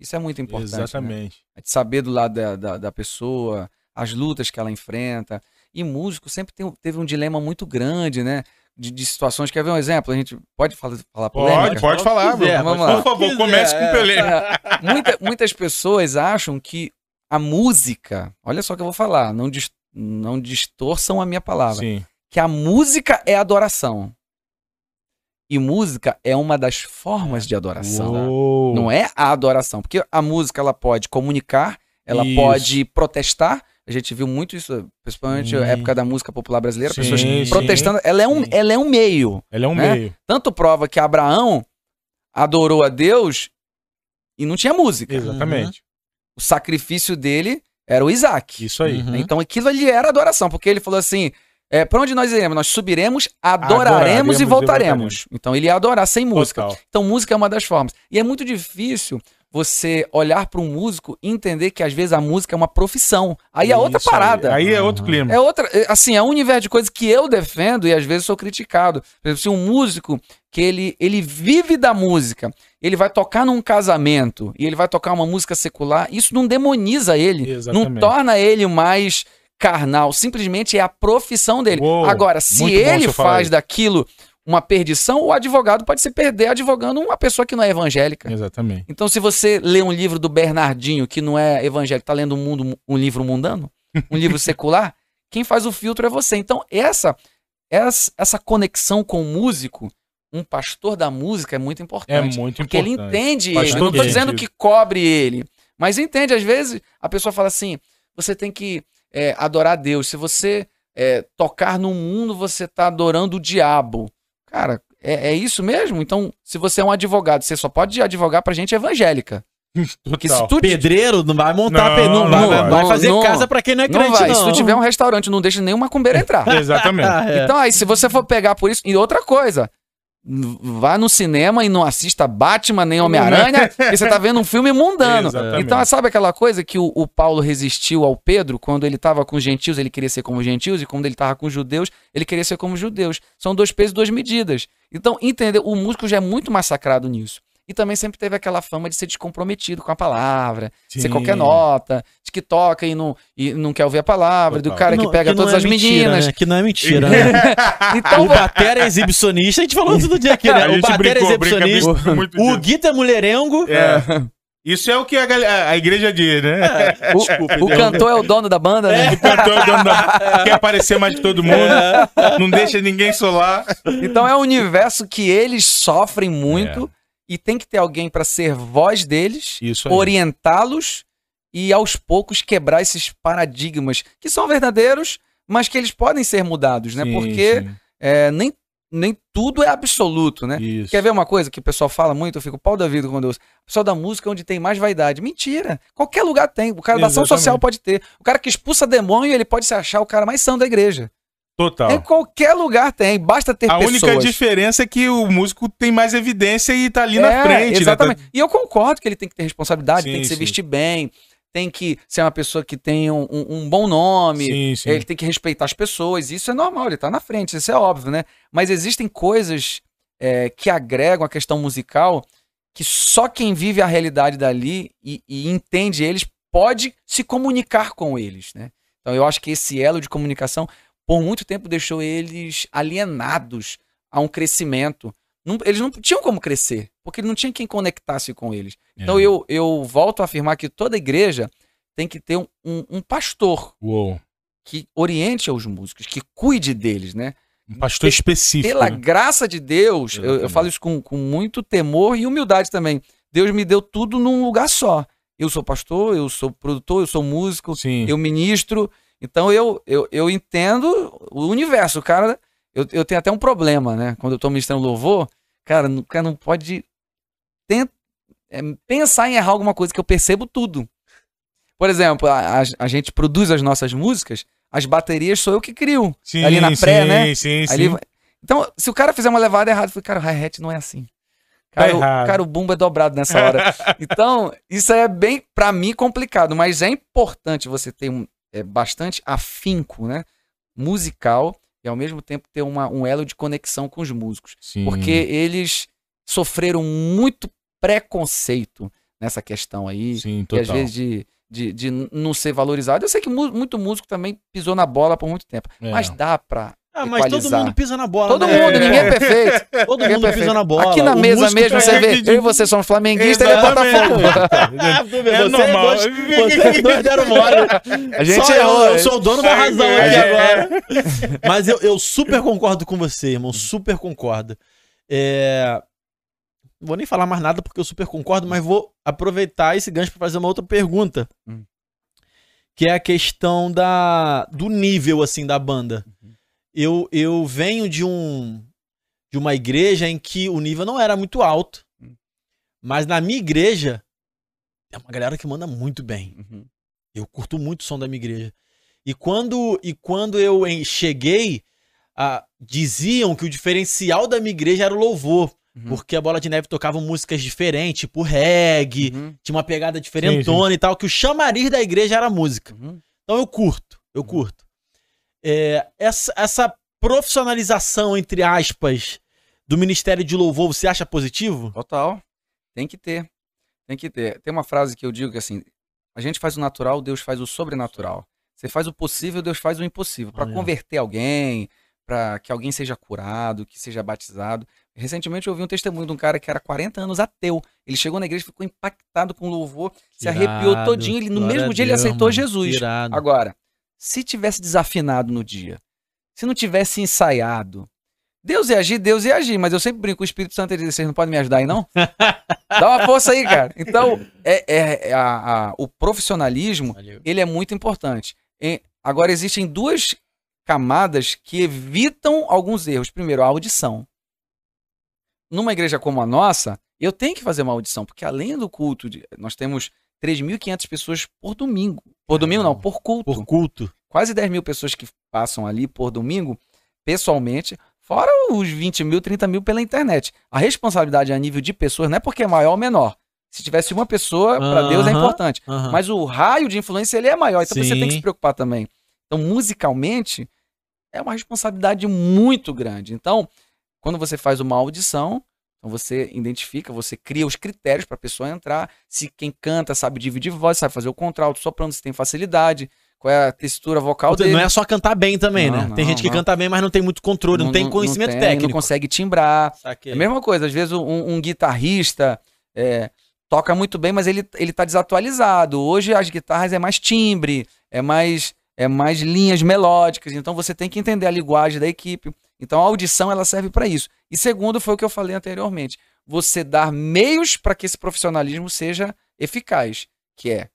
Speaker 3: Isso é muito importante. né?
Speaker 1: Exatamente.
Speaker 3: A gente saber do lado da, da, da pessoa, as lutas que ela enfrenta. E músico sempre tem um- teve um dilema muito grande, né? De, de situações. Quer ver um exemplo? A gente pode falar, falar polêmica?
Speaker 1: Pode, pode falar,
Speaker 2: Quiser,
Speaker 1: Bruno.
Speaker 3: vamos
Speaker 1: Por
Speaker 3: lá.
Speaker 1: favor,
Speaker 2: Quiser,
Speaker 1: comece com
Speaker 2: é.
Speaker 1: o Pelé.
Speaker 3: Muita- muitas pessoas acham que a música, olha só o que eu vou falar, não, dis- não distorçam a minha palavra,
Speaker 1: Sim.
Speaker 3: que a música é adoração. E música é uma das formas de adoração.
Speaker 1: Uou.
Speaker 3: Não é a adoração, porque a música ela pode comunicar, ela
Speaker 1: Isso.
Speaker 3: pode protestar. A gente viu muito isso, principalmente na
Speaker 1: Sim.
Speaker 3: época da música popular brasileira,
Speaker 1: Sim,
Speaker 3: pessoas
Speaker 1: sim,
Speaker 3: protestando. Ela é, um,
Speaker 1: sim.
Speaker 3: ela é um meio.
Speaker 1: Ela é um
Speaker 3: né?
Speaker 1: meio.
Speaker 3: Tanto prova que Abraão adorou a Deus e não tinha música.
Speaker 1: Exatamente.
Speaker 3: O sacrifício dele era o Isaac.
Speaker 1: Isso aí.
Speaker 2: Uhum.
Speaker 3: né? Então aquilo ali era adoração, porque ele falou assim: é, para onde nós iremos? Nós subiremos, adoraremos,
Speaker 1: Adoraremos
Speaker 3: e
Speaker 1: e
Speaker 3: voltaremos.
Speaker 1: voltaremos.
Speaker 3: Então ele ia adorar sem música.
Speaker 1: Total.
Speaker 3: Então, música é uma das formas. E é muito difícil você olhar para um músico e entender que às vezes a música é uma profissão. Aí é outra
Speaker 1: Isso
Speaker 3: parada.
Speaker 1: Aí, Aí é outro clima.
Speaker 3: É outra, é, assim, é um universo de coisas que eu defendo e às vezes sou criticado. Por exemplo, se um músico que ele, ele vive da música, ele vai tocar num casamento e ele vai tocar uma música secular, isso não demoniza ele, não
Speaker 1: Exatamente.
Speaker 3: torna ele mais carnal, simplesmente é a profissão dele.
Speaker 1: Uou,
Speaker 3: Agora, se
Speaker 1: muito bom
Speaker 3: ele
Speaker 1: você falar
Speaker 3: faz
Speaker 1: isso.
Speaker 3: daquilo uma perdição, o advogado pode se perder advogando uma pessoa que não é evangélica.
Speaker 1: Exatamente.
Speaker 3: Então, se você lê um livro do Bernardinho, que não é evangélico, tá lendo um, mundo, um livro mundano, um
Speaker 1: <laughs>
Speaker 3: livro secular, quem faz o filtro é você. Então, essa, essa, essa conexão com o músico, um pastor da música, é muito importante.
Speaker 1: É muito
Speaker 3: porque ele
Speaker 1: importante.
Speaker 3: entende
Speaker 1: Faz
Speaker 3: ele.
Speaker 1: todo
Speaker 3: Não tô dizendo
Speaker 1: sentido.
Speaker 3: que cobre ele, mas entende. Às vezes, a pessoa fala assim, você tem que é, adorar a Deus. Se você é, tocar no mundo, você tá adorando o diabo. Cara, é, é isso mesmo? Então, se você é um advogado, você só pode advogar pra gente evangélica. Porque
Speaker 1: Total.
Speaker 3: se tu,
Speaker 2: Pedreiro não vai montar,
Speaker 1: Não,
Speaker 2: pe- não,
Speaker 1: não
Speaker 2: vai,
Speaker 1: vai.
Speaker 2: vai fazer
Speaker 3: Não,
Speaker 2: casa pra quem não é
Speaker 3: não
Speaker 2: crente, não.
Speaker 3: vai, se tu tiver um restaurante, não deixa nenhuma macumbeira
Speaker 1: <laughs>
Speaker 3: entrar.
Speaker 1: Exatamente.
Speaker 2: Ah, é.
Speaker 3: Então, aí, se você for pegar por isso. E outra coisa. n- Vá no cinema e não assista Batman nem Homem-Aranha, e você tá vendo um
Speaker 1: <laughs>
Speaker 3: filme mundano.
Speaker 1: Exatamente.
Speaker 3: Então, sabe aquela coisa que o, o Paulo resistiu ao Pedro? Quando ele tava com os gentios, ele queria ser como os gentios, e quando ele tava com os judeus, ele queria ser como os judeus. São dois pesos e duas medidas. Então, entendeu? O músico já é muito massacrado nisso. E também sempre teve aquela fama de ser descomprometido com a palavra, de
Speaker 1: Sim.
Speaker 3: ser qualquer nota, de que toca e não, e não quer ouvir a palavra, do
Speaker 1: Total.
Speaker 3: cara que
Speaker 2: Não-
Speaker 3: pega
Speaker 2: não
Speaker 3: todas
Speaker 2: é
Speaker 3: as
Speaker 2: mentira,
Speaker 3: meninas.
Speaker 2: né? Que não é mentira, né?
Speaker 3: <laughs> Então,
Speaker 2: o Batera é exibicionista, a gente falou isso do dia aqui,
Speaker 1: <laughs>
Speaker 2: né?
Speaker 1: A
Speaker 2: O
Speaker 1: gente
Speaker 2: Batera
Speaker 1: brincou,
Speaker 2: é
Speaker 1: brinca
Speaker 2: exibicionista.
Speaker 1: muito- muito
Speaker 2: O
Speaker 1: disso.
Speaker 2: Guita é mulherengo.
Speaker 1: É. Isso é o que a, galera- a igreja diz, né?
Speaker 3: O,
Speaker 2: Desculpa,
Speaker 3: o
Speaker 2: Deus.
Speaker 3: cantor é o dono da banda, né?
Speaker 1: O cantor é o dono da- quer aparecer mais que todo mundo,
Speaker 2: Uhum.
Speaker 3: É.
Speaker 1: não deixa ninguém solar.
Speaker 3: Então é um universo que eles sofrem muito
Speaker 1: É.
Speaker 3: e tem que ter alguém pra ser voz deles,
Speaker 1: Isso
Speaker 3: orientá-los e aos poucos quebrar esses paradigmas que são verdadeiros, mas que eles podem ser mudados, né? Porque é, nem, nem tudo é absoluto, né?
Speaker 1: Isso.
Speaker 3: Quer ver uma coisa que o pessoal fala muito? Eu fico pau da vida quando eu ouço. O pessoal da música é onde tem mais vaidade. Mentira. Qualquer lugar tem. O cara da ação
Speaker 1: Exatamente.
Speaker 3: social pode ter. O cara que expulsa demônio, ele pode se achar o cara mais santo da igreja.
Speaker 1: Total.
Speaker 3: Em qualquer lugar tem, basta ter
Speaker 1: Tá. a
Speaker 3: <laughs> pessoas.
Speaker 1: única diferença é que o músico tem mais evidência e tá ali
Speaker 3: É,
Speaker 1: na frente,
Speaker 3: exatamente.
Speaker 1: né?
Speaker 3: E eu concordo que ele tem que ter responsabilidade,
Speaker 1: Sim,
Speaker 3: tem que se
Speaker 1: sim.
Speaker 3: vestir bem, tem que ser uma pessoa que tenha um, um- um bom
Speaker 1: Tá-
Speaker 3: nome,
Speaker 1: Sim, sim.
Speaker 3: É, ele tem que respeitar as pessoas, isso é normal, ele tá na frente, isso é óbvio, né? Mas existem coisas é, que agregam a questão musical que só quem vive a realidade dali e, e entende eles pode se comunicar com eles, né? Então eu acho que esse elo de comunicação por muito tempo deixou eles alienados a um crescimento, Não- eles não tinham como crescer, porque não tinha quem conectasse com eles. Então
Speaker 1: É.
Speaker 3: eu, eu volto a afirmar que toda igreja tem que ter um, um- um pastor
Speaker 1: Uou.
Speaker 3: que oriente os músicos, que cuide deles, né?
Speaker 1: Um pastor específico.
Speaker 3: Pela
Speaker 1: né?
Speaker 3: graça de Deus, eu- eu,
Speaker 1: Exatamente.
Speaker 3: falo isso com, com muito temor e humildade também. Deus me deu tudo num lugar só. Eu sou pastor, eu sou produtor, eu sou músico,
Speaker 1: Sim.
Speaker 3: eu ministro. Então eu, eu, eu entendo o universo. O cara, eu, eu tenho até um problema, né? Quando eu tô ministrando louvor, cara, não- o cara não pode ten- é, pensar em errar alguma coisa, que eu percebo tudo. Por exemplo, a, a, a gente produz as nossas músicas, as baterias sou eu que crio.
Speaker 1: Sim,
Speaker 3: ali na pré,
Speaker 1: sim,
Speaker 3: né?
Speaker 1: Sim, sim,
Speaker 3: Ali vai- Então, se o cara fizer uma levada errada, eu falei, cara, o hi-hat não é assim. Cara,
Speaker 1: Tá
Speaker 3: o,
Speaker 1: errado.
Speaker 3: cara, o bumbo é dobrado
Speaker 1: <laughs>
Speaker 3: nessa hora. então, isso é bem, pra mim, complicado, mas é importante você ter um, é, bastante afinco, né? Musical e ao mesmo tempo ter uma, um elo de conexão com os músicos.
Speaker 1: Sim.
Speaker 3: Porque eles sofreram muito preconceito nessa questão aí.
Speaker 1: Sim,
Speaker 3: E
Speaker 1: total.
Speaker 3: às vezes de, de, de não ser valorizado. Eu sei que mu- muito músico também pisou na bola por muito tempo.
Speaker 1: É.
Speaker 3: Mas dá pra
Speaker 2: Ah, mas todo
Speaker 3: Equalizar.
Speaker 2: mundo pisa na bola.
Speaker 3: Todo
Speaker 2: né?
Speaker 3: mundo, ninguém é perfeito.
Speaker 2: Todo
Speaker 3: ninguém é
Speaker 2: mundo pisa
Speaker 3: perfeito.
Speaker 2: na <laughs> bola.
Speaker 3: Aqui na
Speaker 2: O tá
Speaker 3: mesa
Speaker 2: músico
Speaker 3: mesmo,
Speaker 1: é
Speaker 3: você vê.
Speaker 1: que-
Speaker 3: Eu e você somos flamenguistas, ele é
Speaker 1: Exatamente.
Speaker 3: Botafogo.
Speaker 2: <laughs> Ah, meu,
Speaker 1: É
Speaker 2: você
Speaker 1: normal.
Speaker 2: dois- <laughs> Vocês dois deram mole.
Speaker 3: A gente
Speaker 2: Só
Speaker 3: errou.
Speaker 2: eu, eu sou o dono da razão
Speaker 1: É,
Speaker 2: aqui
Speaker 1: é.
Speaker 2: agora. <laughs> Mas eu, eu super concordo com você, irmão. Super concordo. É... Não vou nem falar mais nada porque eu super concordo, mas vou aproveitar esse gancho para fazer uma outra pergunta.
Speaker 3: Hum.
Speaker 2: Que é a questão da, do nível, assim, da banda. Eu, eu venho de um de uma igreja em que o nível não era muito alto. Mas na minha igreja, é uma galera que manda muito bem.
Speaker 3: Uhum.
Speaker 2: Eu curto muito o som da minha igreja. E quando, e quando eu em- cheguei, ah, diziam que o diferencial da minha igreja era o louvor.
Speaker 3: Uhum.
Speaker 2: Porque a Bola de Neve tocava músicas diferentes, tipo reggae,
Speaker 3: Uhum.
Speaker 2: tinha uma pegada diferentona e tal, que o chamariz da igreja era a música.
Speaker 3: Uhum.
Speaker 2: Então eu curto, eu curto. É, essa, essa profissionalização, entre aspas, do Ministério de Louvor, você acha positivo?
Speaker 3: Total. Tem que ter. Tem que ter. Tem uma frase que eu digo que assim, a gente faz o natural, Deus faz o sobrenatural. Você faz o possível, Deus faz o impossível. Pra
Speaker 2: Olha.
Speaker 3: converter alguém, pra que alguém seja curado, que seja batizado. Recentemente eu ouvi um testemunho de um cara que era 40 anos ateu. Ele chegou na igreja, ficou impactado com o louvor, se arrepiou
Speaker 2: Irado.
Speaker 3: todinho. Ele, no
Speaker 2: Glória
Speaker 3: mesmo
Speaker 2: a
Speaker 3: dia ele
Speaker 2: Deus,
Speaker 3: aceitou
Speaker 2: mano.
Speaker 3: Jesus.
Speaker 2: Irado.
Speaker 3: Agora, se tivesse desafinado no dia, se não tivesse ensaiado, Deus ia agir, Deus ia agir, mas eu sempre brinco, o Espírito Santo ele diz, assim, vocês não podem me ajudar aí, não? Dá uma força aí, cara. Então, é, é- é a- a- o profissionalismo,
Speaker 2: Valeu.
Speaker 3: ele é muito importante. E agora, existem duas camadas que evitam alguns erros. Primeiro, a audição. Numa igreja como a nossa, eu tenho que fazer uma audição, porque além do culto, de- nós temos 3.500 pessoas por domingo. Por domingo não, por culto
Speaker 2: É, Por culto.
Speaker 3: quase 10 mil pessoas que passam ali por domingo, pessoalmente, fora os 20 mil, 30 mil pela internet. A responsabilidade a nível de pessoas não é porque é maior ou menor. Se tivesse uma pessoa, para Deus é
Speaker 2: Aham.
Speaker 3: importante.
Speaker 2: Aham.
Speaker 3: Mas o raio de influência ele é maior, então você tem que
Speaker 2: Ah. Sim.
Speaker 3: se preocupar também. Então, musicalmente, é uma responsabilidade muito grande. Então, quando você faz uma audição, então você identifica, você cria os critérios para a pessoa entrar, se quem canta sabe dividir voz, sabe fazer o contralto, soprando, se tem facilidade, qual é a textura vocal
Speaker 2: Ou seja,
Speaker 3: dele.
Speaker 2: não é só cantar bem também,
Speaker 3: Não,
Speaker 2: né?
Speaker 3: não,
Speaker 2: tem gente que
Speaker 3: não.
Speaker 2: canta bem, mas não tem muito controle, não, tem conhecimento
Speaker 3: tem,
Speaker 2: técnico.
Speaker 3: Não consegue timbrar.
Speaker 2: Saquei.
Speaker 3: É a mesma coisa, às vezes um, um guitarrista é, toca muito bem, mas ele, ele tá desatualizado. Hoje as guitarras é mais timbre, é mais, é mais linhas melódicas, então você tem que entender a linguagem da equipe. Então a audição ela serve para isso. E segundo foi o que eu falei anteriormente, você dar meios para que esse profissionalismo seja eficaz, que é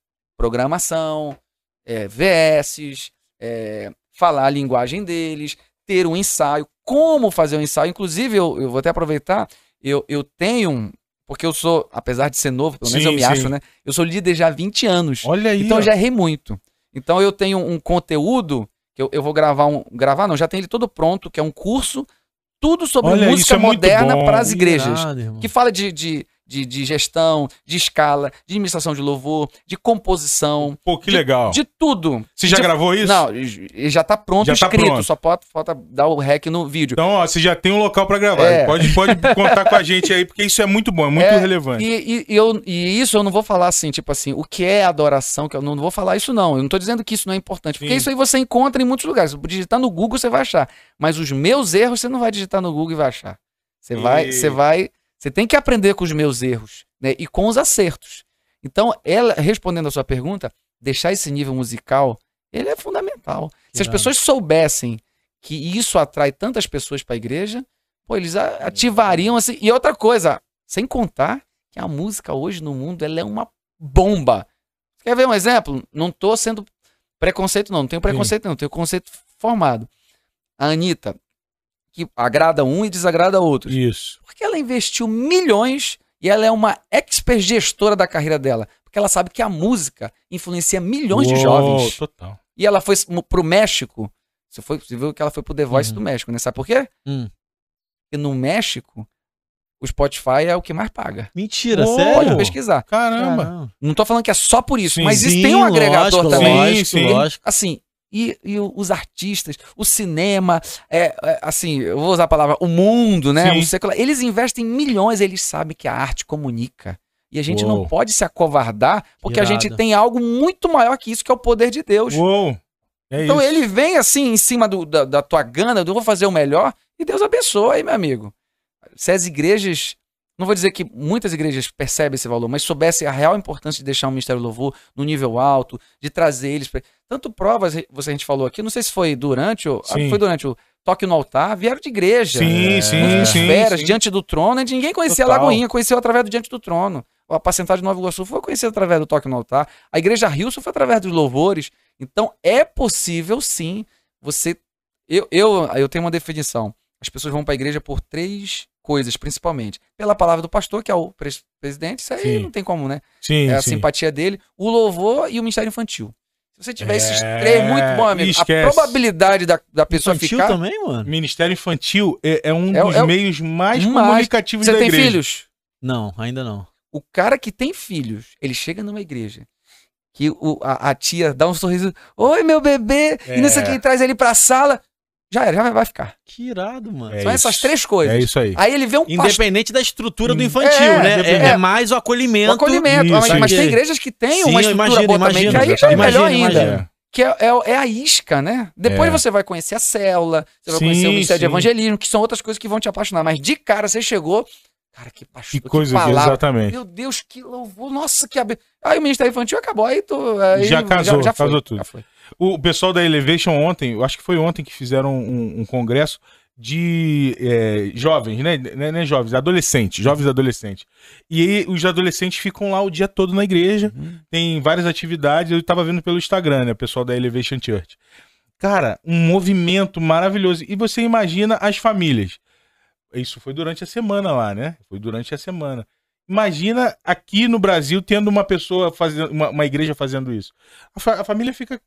Speaker 3: programação, é, VS, é, falar a linguagem deles, ter um ensaio, como fazer um ensaio. Inclusive, eu, eu vou até aproveitar, eu, eu tenho, um- porque eu sou, apesar de ser novo, pelo menos
Speaker 1: Sim,
Speaker 3: eu me
Speaker 1: sim.
Speaker 3: acho, né? Eu sou líder já há 20 anos.
Speaker 1: Olha aí.
Speaker 3: então
Speaker 1: ó.
Speaker 3: eu já errei muito. Então eu tenho um conteúdo que eu, eu vou gravar um. Gravar, não, já tem ele todo pronto, que é um curso, tudo sobre
Speaker 1: Olha, isso
Speaker 3: música
Speaker 1: é muito bom.
Speaker 3: moderna para as igrejas
Speaker 2: Irado, irmão.
Speaker 3: que fala de, de, de, de gestão, de escala, de administração de louvor, de composição,
Speaker 1: Pô, que legal.
Speaker 3: de tudo.
Speaker 1: Você já
Speaker 3: de-
Speaker 1: gravou Então. isso?
Speaker 3: Não, j- já tá pronto
Speaker 1: Já tá
Speaker 3: escrito,
Speaker 1: pronto.
Speaker 3: só pode- falta dar o rec no vídeo.
Speaker 1: Então, ó, você já tem um local pra gravar.
Speaker 3: É.
Speaker 1: Pode, pode contar com a gente aí, porque isso é muito bom, é muito
Speaker 3: É,
Speaker 1: relevante.
Speaker 3: E, e- e eu, e isso eu não vou falar assim, tipo assim, o que é adoração, que eu não, não vou falar isso não. Eu não tô dizendo que isso não é importante, porque
Speaker 1: Sim.
Speaker 3: isso aí você encontra em muitos lugares. Digitar no Google você vai achar, mas os meus erros você não vai digitar no Google e vai achar. Você vai,
Speaker 1: E-
Speaker 3: você vai, você tem que aprender com os meus erros, né? E com os acertos. Então, ela respondendo a sua pergunta, deixar esse nível musical, ele é fundamental. Se as
Speaker 2: Irado.
Speaker 3: pessoas soubessem que isso atrai tantas pessoas para a igreja, pô, eles a- ativariam assim. E outra coisa, sem contar que a música hoje no mundo ela é uma bomba. Quer ver um exemplo? Não tô sendo preconceito não, não tenho preconceito não, tenho conceito formado. A Anitta, que agrada um e desagrada outro.
Speaker 1: Isso.
Speaker 3: Porque ela investiu milhões e ela é uma expert gestora da carreira dela. Porque ela sabe que a música influencia milhões de
Speaker 1: Uou,
Speaker 3: jovens.
Speaker 1: Total.
Speaker 3: E ela foi mo- pro México. Você, foi, você viu que ela foi pro The Voice
Speaker 2: Uhum.
Speaker 3: do México, né? Sabe por quê?
Speaker 2: Hum.
Speaker 3: Porque no México, o Spotify é o que mais paga.
Speaker 2: Mentira,
Speaker 1: Pô,
Speaker 2: sério?
Speaker 3: Pode pesquisar.
Speaker 1: Caramba.
Speaker 3: Não tô falando que é só por isso,
Speaker 1: Sim.
Speaker 3: mas isso tem um agregador
Speaker 2: lógico,
Speaker 3: também.
Speaker 2: Lógico,
Speaker 1: Sim, sim.
Speaker 2: lógico.
Speaker 3: Assim, e, e o- os artistas, o cinema, é, é, assim, eu vou usar a palavra, o mundo, né?
Speaker 1: Sim.
Speaker 3: O secular, eles investem milhões, eles sabem que a arte comunica. E a gente não
Speaker 1: Uou.
Speaker 3: pode se acovardar, porque a
Speaker 2: Irado.
Speaker 3: gente tem algo muito maior que isso, que é o poder de Deus.
Speaker 1: Uou. É
Speaker 3: Então
Speaker 1: isso.
Speaker 3: ele vem assim em cima do- da, da tua gana, do vou fazer o melhor, e Deus abençoa aí, meu amigo. Se as igrejas, não vou dizer que muitas igrejas percebem esse valor, mas soubessem a real importância de deixar o Ministério do Louvor no nível alto, de trazer eles pra... Tanto provas, você a gente falou aqui, não sei se foi durante, o,
Speaker 1: Sim.
Speaker 3: foi durante o toque no altar, vieram de igreja.
Speaker 1: Sim, sim,
Speaker 3: Muitas
Speaker 1: sim.
Speaker 3: É. feras,
Speaker 1: sim.
Speaker 3: diante do trono, e ninguém conhecia
Speaker 1: Total.
Speaker 3: a Lagoinha, conheceu através do Diante do Trono. A Pacentada de Nova Iguaçu foi conhecida através do Toque no Altar. A Igreja Rio foi através dos louvores. Então, é possível, sim, você... Eu, eu, eu tenho uma definição. As pessoas vão para a igreja por três coisas, principalmente. Pela palavra do pastor, que é o pres- presidente, isso aí
Speaker 1: Sim.
Speaker 3: não tem como, né?
Speaker 1: Sim,
Speaker 3: é a
Speaker 1: sim.
Speaker 3: simpatia dele, o louvor e o ministério infantil. Se você tiver esses
Speaker 1: É,
Speaker 3: três, muito bom, amigo.
Speaker 1: esquece.
Speaker 3: A probabilidade da, da pessoa
Speaker 2: Infantil
Speaker 3: ficar...
Speaker 2: também, mano?
Speaker 1: Ministério infantil é, é um
Speaker 3: É o-
Speaker 1: dos
Speaker 3: é o-
Speaker 1: meios mais,
Speaker 3: Mais.
Speaker 1: comunicativos
Speaker 3: Você
Speaker 1: da
Speaker 3: tem
Speaker 1: igreja.
Speaker 3: filhos?
Speaker 2: Não, ainda não.
Speaker 3: O cara que tem filhos, ele chega numa igreja que o- a, a tia dá um sorriso, oi meu bebê, e não sei o
Speaker 1: É.
Speaker 3: que, e traz ele pra sala, já era, já vai- vai ficar.
Speaker 2: Que irado, mano.
Speaker 1: É
Speaker 3: São essas
Speaker 1: isso.
Speaker 3: três coisas.
Speaker 1: É isso aí.
Speaker 3: Aí ele vê um pastor,
Speaker 2: Independente da estrutura do
Speaker 1: Hum.
Speaker 2: infantil,
Speaker 3: É,
Speaker 2: né? É,
Speaker 1: independente.
Speaker 2: é mais o acolhimento.
Speaker 3: o acolhimento. Ah,
Speaker 1: Isso,
Speaker 3: mas, mas
Speaker 2: entendi.
Speaker 3: tem igrejas que
Speaker 2: Sim,
Speaker 3: tem uma
Speaker 2: eu
Speaker 3: estrutura
Speaker 2: imagino,
Speaker 3: boa também,
Speaker 2: imagino,
Speaker 3: que aí já é
Speaker 1: exatamente.
Speaker 3: melhor ainda.
Speaker 2: Imagino, imagino.
Speaker 3: Que é, é- é a isca, né? Depois
Speaker 1: É.
Speaker 3: você vai conhecer a célula, você vai
Speaker 1: Sim,
Speaker 3: conhecer o ministério de
Speaker 1: sim.
Speaker 3: evangelismo, que são outras coisas que vão te apaixonar. Mas de cara você chegou, cara,
Speaker 1: Que
Speaker 3: que pastor, que,
Speaker 1: coisa,
Speaker 3: palavra,
Speaker 1: exatamente. <laughs>
Speaker 3: Meu Deus, que louvor. Nossa, que abe... Aí o Ministério Infantil acabou, aí tu. Aí
Speaker 1: Já casou,
Speaker 3: foi,
Speaker 1: casou tudo.
Speaker 3: já foi.
Speaker 1: O pessoal da Elevation ontem, eu acho que foi ontem que fizeram um, um congresso de é, jovens, né? Né, né, Jovens, adolescentes, jovens adolescentes. E aí os adolescentes ficam lá o dia todo na igreja, tem várias atividades. Eu tava vendo pelo Instagram, né? O pessoal da Elevation Church. Cara, um movimento maravilhoso. E você imagina as famílias. Isso foi durante a semana lá, né? Foi durante a semana. Imagina aqui no Brasil tendo uma pessoa fazendo, uma, uma igreja fazendo isso. A, fa- a família fica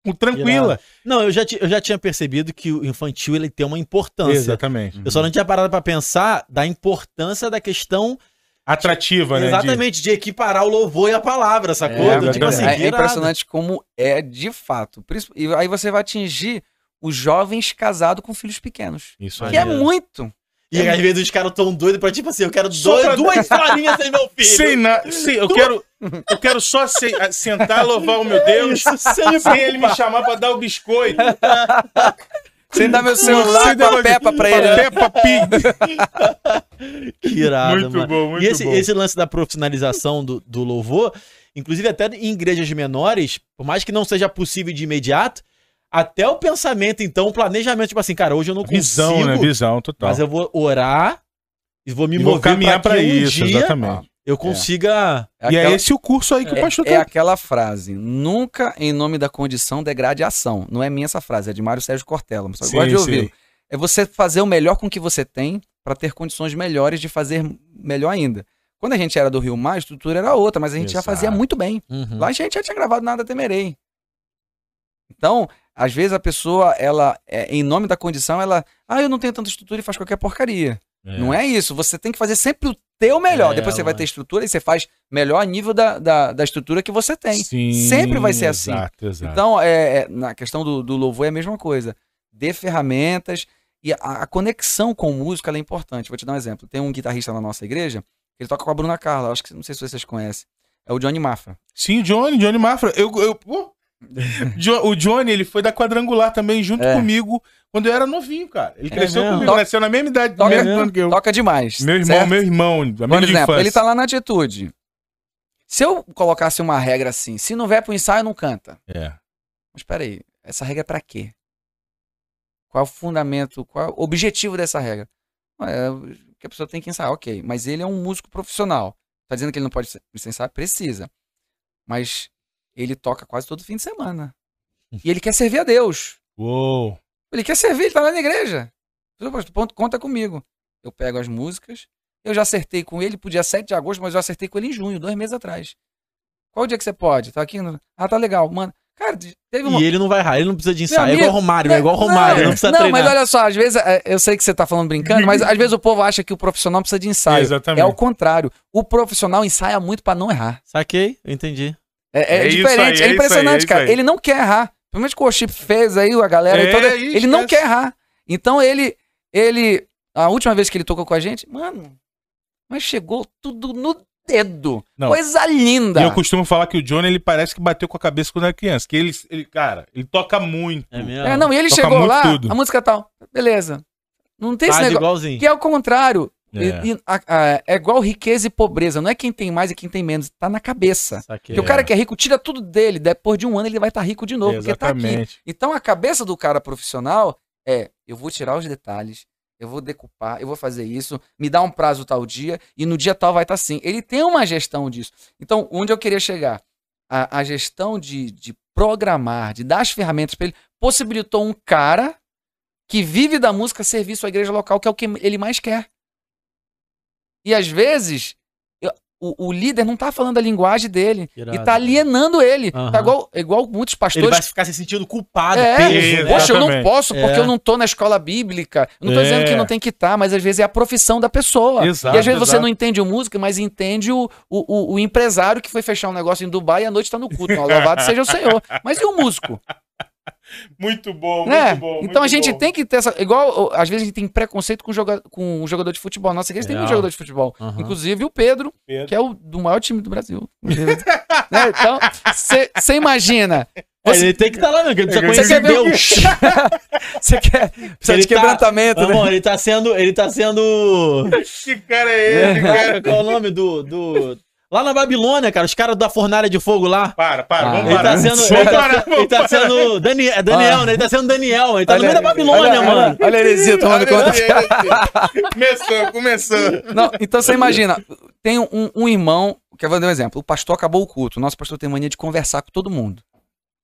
Speaker 1: com- tranquila.
Speaker 2: Não, eu já, ti- eu já tinha percebido que o infantil ele tem uma importância.
Speaker 1: Exatamente.
Speaker 2: Eu só não tinha parado pra pensar da importância da questão
Speaker 1: Atrativa, né? de-
Speaker 2: exatamente de equiparar o louvor e a palavra, sacou?
Speaker 1: É,
Speaker 2: Do tipo
Speaker 1: verdade.
Speaker 2: assim,
Speaker 3: é,
Speaker 2: irado.
Speaker 3: impressionante como é de fato. Princip- E aí você vai atingir os jovens casados com filhos pequenos.
Speaker 1: Isso aí.
Speaker 3: Que é
Speaker 2: Maneiro.
Speaker 3: muito.
Speaker 2: E às vezes os caras tão doidos pra tipo assim, eu quero
Speaker 1: Só
Speaker 2: dois-
Speaker 1: pra-
Speaker 2: duas farinhas sem meu filho.
Speaker 1: Sem nada. Sim, eu quero, eu quero só se- sentar, louvar o
Speaker 3: É
Speaker 1: meu Deus,
Speaker 2: Isso, sem
Speaker 1: sem ele me chamar pra dar o biscoito.
Speaker 3: Você dá meu celular
Speaker 1: Sem
Speaker 3: com
Speaker 1: dar
Speaker 3: a
Speaker 1: meu-
Speaker 3: Peppa pra ele. né?
Speaker 1: Peppa Pig.
Speaker 2: Que irado,
Speaker 1: muito
Speaker 2: mano.
Speaker 1: bom, muito
Speaker 2: e esse,
Speaker 1: bom.
Speaker 2: esse lance da profissionalização do, do louvor, inclusive até em igrejas menores, por mais que não seja possível de imediato, até o pensamento, então, o planejamento, tipo assim, cara, hoje eu não consigo,
Speaker 1: Visão, né? Visão total.
Speaker 2: mas eu vou orar e vou me
Speaker 1: E
Speaker 2: mover
Speaker 1: vou caminhar
Speaker 2: pra
Speaker 1: pra
Speaker 2: que um
Speaker 1: isso,
Speaker 2: dia
Speaker 1: exatamente.
Speaker 2: eu consiga...
Speaker 3: É
Speaker 1: E é
Speaker 3: aquela-
Speaker 1: esse o curso aí que o pastor
Speaker 3: É
Speaker 1: tá.
Speaker 3: aquela frase, nunca em nome da condição degrade a ação. Não é minha essa frase, é de Mário Sérgio Cortella, mas eu
Speaker 1: Sim,
Speaker 3: gosto de
Speaker 1: sim.
Speaker 3: ouvir. É você fazer o melhor com o que você tem para ter condições melhores de fazer melhor ainda. Quando a gente era do Rio Mar, a estrutura era outra, mas a gente já
Speaker 1: Exato.
Speaker 3: fazia muito bem.
Speaker 2: Uhum.
Speaker 3: Lá a gente já tinha gravado Nada Temerei. Então, às vezes a pessoa, ela, é, em nome da condição, ela, ah, eu não tenho tanta estrutura e faz qualquer porcaria. Não é isso. Você tem que fazer sempre o teu melhor.
Speaker 2: É,
Speaker 3: Depois você vai
Speaker 2: lógico.
Speaker 3: ter estrutura e você faz melhor a nível da, da, da estrutura que você tem.
Speaker 1: Sim,
Speaker 3: Sempre vai ser assim.
Speaker 1: Exato, exato.
Speaker 3: Então, é, é, na questão do, do louvor é a mesma coisa. Dê ferramentas e a, a conexão com o músico ela é importante. Vou te dar um exemplo. Tem um guitarrista na nossa igreja, ele toca com a Bruna Carla. Acho que não sei se vocês conhecem. É o Johnny Mafra.
Speaker 1: Sim, Johnny, Johnny Mafra. Eu, eu, pô, Jo- O Johnny, ele foi da quadrangular também, junto
Speaker 3: É.
Speaker 1: comigo, quando eu era novinho, cara. Ele cresceu
Speaker 2: mesmo?
Speaker 1: comigo,
Speaker 3: Toca-
Speaker 1: nasceu na mesma idade,
Speaker 3: Toca-
Speaker 1: mesmo ano que eu.
Speaker 3: Toca demais.
Speaker 1: É, Meu irmão,
Speaker 3: certo?
Speaker 1: meu irmão, amigo
Speaker 3: Por
Speaker 1: de
Speaker 3: exemplo,
Speaker 1: infância.
Speaker 3: ele tá lá na atitude. Se eu colocasse uma regra assim, se não vier pro ensaio, não canta.
Speaker 1: É.
Speaker 3: Mas peraí, essa regra é pra quê? Qual é o fundamento, qual é o objetivo dessa regra? Ué, É que a pessoa tem que ensaiar, ok. Mas ele é um músico profissional. Tá dizendo que ele não pode se- se ensaiar? Precisa. Mas ele toca quase todo fim de semana. E ele quer servir a Deus.
Speaker 1: Uou.
Speaker 3: Ele quer servir, ele tá lá na igreja. Eu falei, "Pô, ponto, conta comigo. Eu pego as músicas. Eu já acertei com ele pro dia 7 de agosto, mas eu acertei com ele em junho, dois meses atrás. Qual dia que você pode? Tá aqui? No... Ah, tá legal, mano. Cara, teve uma.
Speaker 2: E ele não vai errar, ele não precisa de ensaio. é
Speaker 3: Meu
Speaker 2: igual
Speaker 3: amigo,
Speaker 2: Romário, é igual Romário, não, precisa treinar.
Speaker 3: mas olha só, às vezes, é, eu sei que você tá falando brincando, mas às vezes o povo acha que o profissional precisa de ensaio.
Speaker 1: Exatamente.
Speaker 3: É o contrário. O profissional ensaia muito pra não errar.
Speaker 2: Saquei? Eu entendi.
Speaker 3: É,
Speaker 1: É
Speaker 3: é
Speaker 1: isso aí, é
Speaker 3: diferente,
Speaker 1: isso
Speaker 3: é,
Speaker 1: aí, é
Speaker 3: impressionante,
Speaker 1: isso
Speaker 3: cara.
Speaker 1: aí.
Speaker 3: Ele não quer errar. Pelo menos que o Oship fez aí, a galera
Speaker 1: É,
Speaker 3: e toda.
Speaker 1: ih,
Speaker 3: Ele não
Speaker 1: esquece.
Speaker 3: quer errar. Então ele. ele A última vez que ele tocou com a gente, mano, mas chegou tudo no dedo.
Speaker 1: Não.
Speaker 3: Coisa linda.
Speaker 1: E eu costumo falar que o Johnny, ele parece que bateu com a cabeça quando era criança. Que ele, ele cara, ele toca muito.
Speaker 2: É mesmo?
Speaker 3: É, não, e ele
Speaker 1: Toca
Speaker 3: chegou
Speaker 1: muito
Speaker 3: lá,
Speaker 1: tudo.
Speaker 3: a música tal. Beleza. Não tem esse
Speaker 2: Faz
Speaker 3: negócio.
Speaker 2: Tá igualzinho.
Speaker 3: Que é o contrário.
Speaker 1: É.
Speaker 3: E- e a- a- é igual riqueza e pobreza. Não é quem tem mais e quem tem menos. Tá na cabeça.
Speaker 2: Saquei.
Speaker 3: Porque o cara que é rico tira tudo dele. Depois de um ano ele vai estar rico de novo. Porque tá aqui.
Speaker 1: Exatamente.
Speaker 3: Então a cabeça do cara profissional é: eu vou tirar os detalhes, eu vou decupar, eu vou fazer isso, me dá um prazo tal dia e no dia tal vai estar assim. Ele tem uma gestão disso. Então, onde eu queria chegar? A, a gestão de, de programar, de dar as ferramentas para ele, possibilitou um cara que vive da música servir sua igreja local, que é o que ele mais quer. E às vezes. eu- O, o líder não tá falando a linguagem dele.
Speaker 2: Que irado.
Speaker 3: E tá alienando ele.
Speaker 2: Aham.
Speaker 3: Tá igual, igual muitos
Speaker 2: Ele
Speaker 3: pastores
Speaker 2: vai ficar se sentindo culpado,
Speaker 3: É.
Speaker 2: peso. né?
Speaker 3: Poxa, eu não
Speaker 1: Exatamente.
Speaker 3: posso porque
Speaker 2: É.
Speaker 3: eu não tô na escola bíblica. Eu não tô
Speaker 1: É.
Speaker 3: dizendo que não tem que estar, mas às vezes é a profissão da pessoa.
Speaker 1: Exato,
Speaker 3: e às vezes você
Speaker 1: exato.
Speaker 3: não entende o músico, mas entende o, o, o- o empresário que foi fechar um negócio em Dubai e à noite tá no
Speaker 1: <laughs>
Speaker 3: culto. Não, louvado seja o Senhor. Mas e o músico?
Speaker 1: Muito bom,
Speaker 3: né?
Speaker 1: muito bom.
Speaker 3: então a gente tem que ter essa. Igual, ó, às vezes a gente tem preconceito com, joga, com um jogador de futebol. Nossa, igreja tem
Speaker 2: Real.
Speaker 3: muito jogador de futebol.
Speaker 2: Aham.
Speaker 3: Inclusive o Pedro,
Speaker 1: Pedro.
Speaker 3: que é o do maior time do Brasil. <laughs> Né? Então, você imagina.
Speaker 2: É, Ele tem que estar lá mesmo, que ele precisa
Speaker 1: Você
Speaker 2: conhecer
Speaker 3: quer ver um o-
Speaker 2: Deus.
Speaker 3: <laughs> Você quer. Precisa
Speaker 2: Ele
Speaker 3: de
Speaker 2: tá-
Speaker 3: quebrantamento, né?
Speaker 2: Amor, ele tá sendo. Ele tá sendo.
Speaker 1: Que cara é esse, cara?
Speaker 2: Qual é o nome do. do... Lá na Babilônia, cara, os caras da fornalha de fogo lá.
Speaker 1: Para, para,
Speaker 3: Ah.
Speaker 1: vamos
Speaker 2: Ele
Speaker 1: parar.
Speaker 2: tá sendo. Ele
Speaker 1: Vamos
Speaker 2: tá,
Speaker 1: parar,
Speaker 2: ele
Speaker 1: vamos
Speaker 2: tá
Speaker 1: parar.
Speaker 2: sendo. Dani, é Daniel,
Speaker 3: Ah.
Speaker 2: né? Ele tá sendo Daniel. Ele tá no
Speaker 3: Olha-
Speaker 2: meio da Babilônia,
Speaker 3: olha-
Speaker 2: mano.
Speaker 3: Olha a heresia tomando
Speaker 1: Olha,
Speaker 3: conta.
Speaker 1: olha, olha. Começou, começou.
Speaker 3: Não, então você imagina, tem um, um irmão, que eu vou dar um exemplo, o pastor acabou o culto, o nosso pastor tem mania de conversar com todo mundo.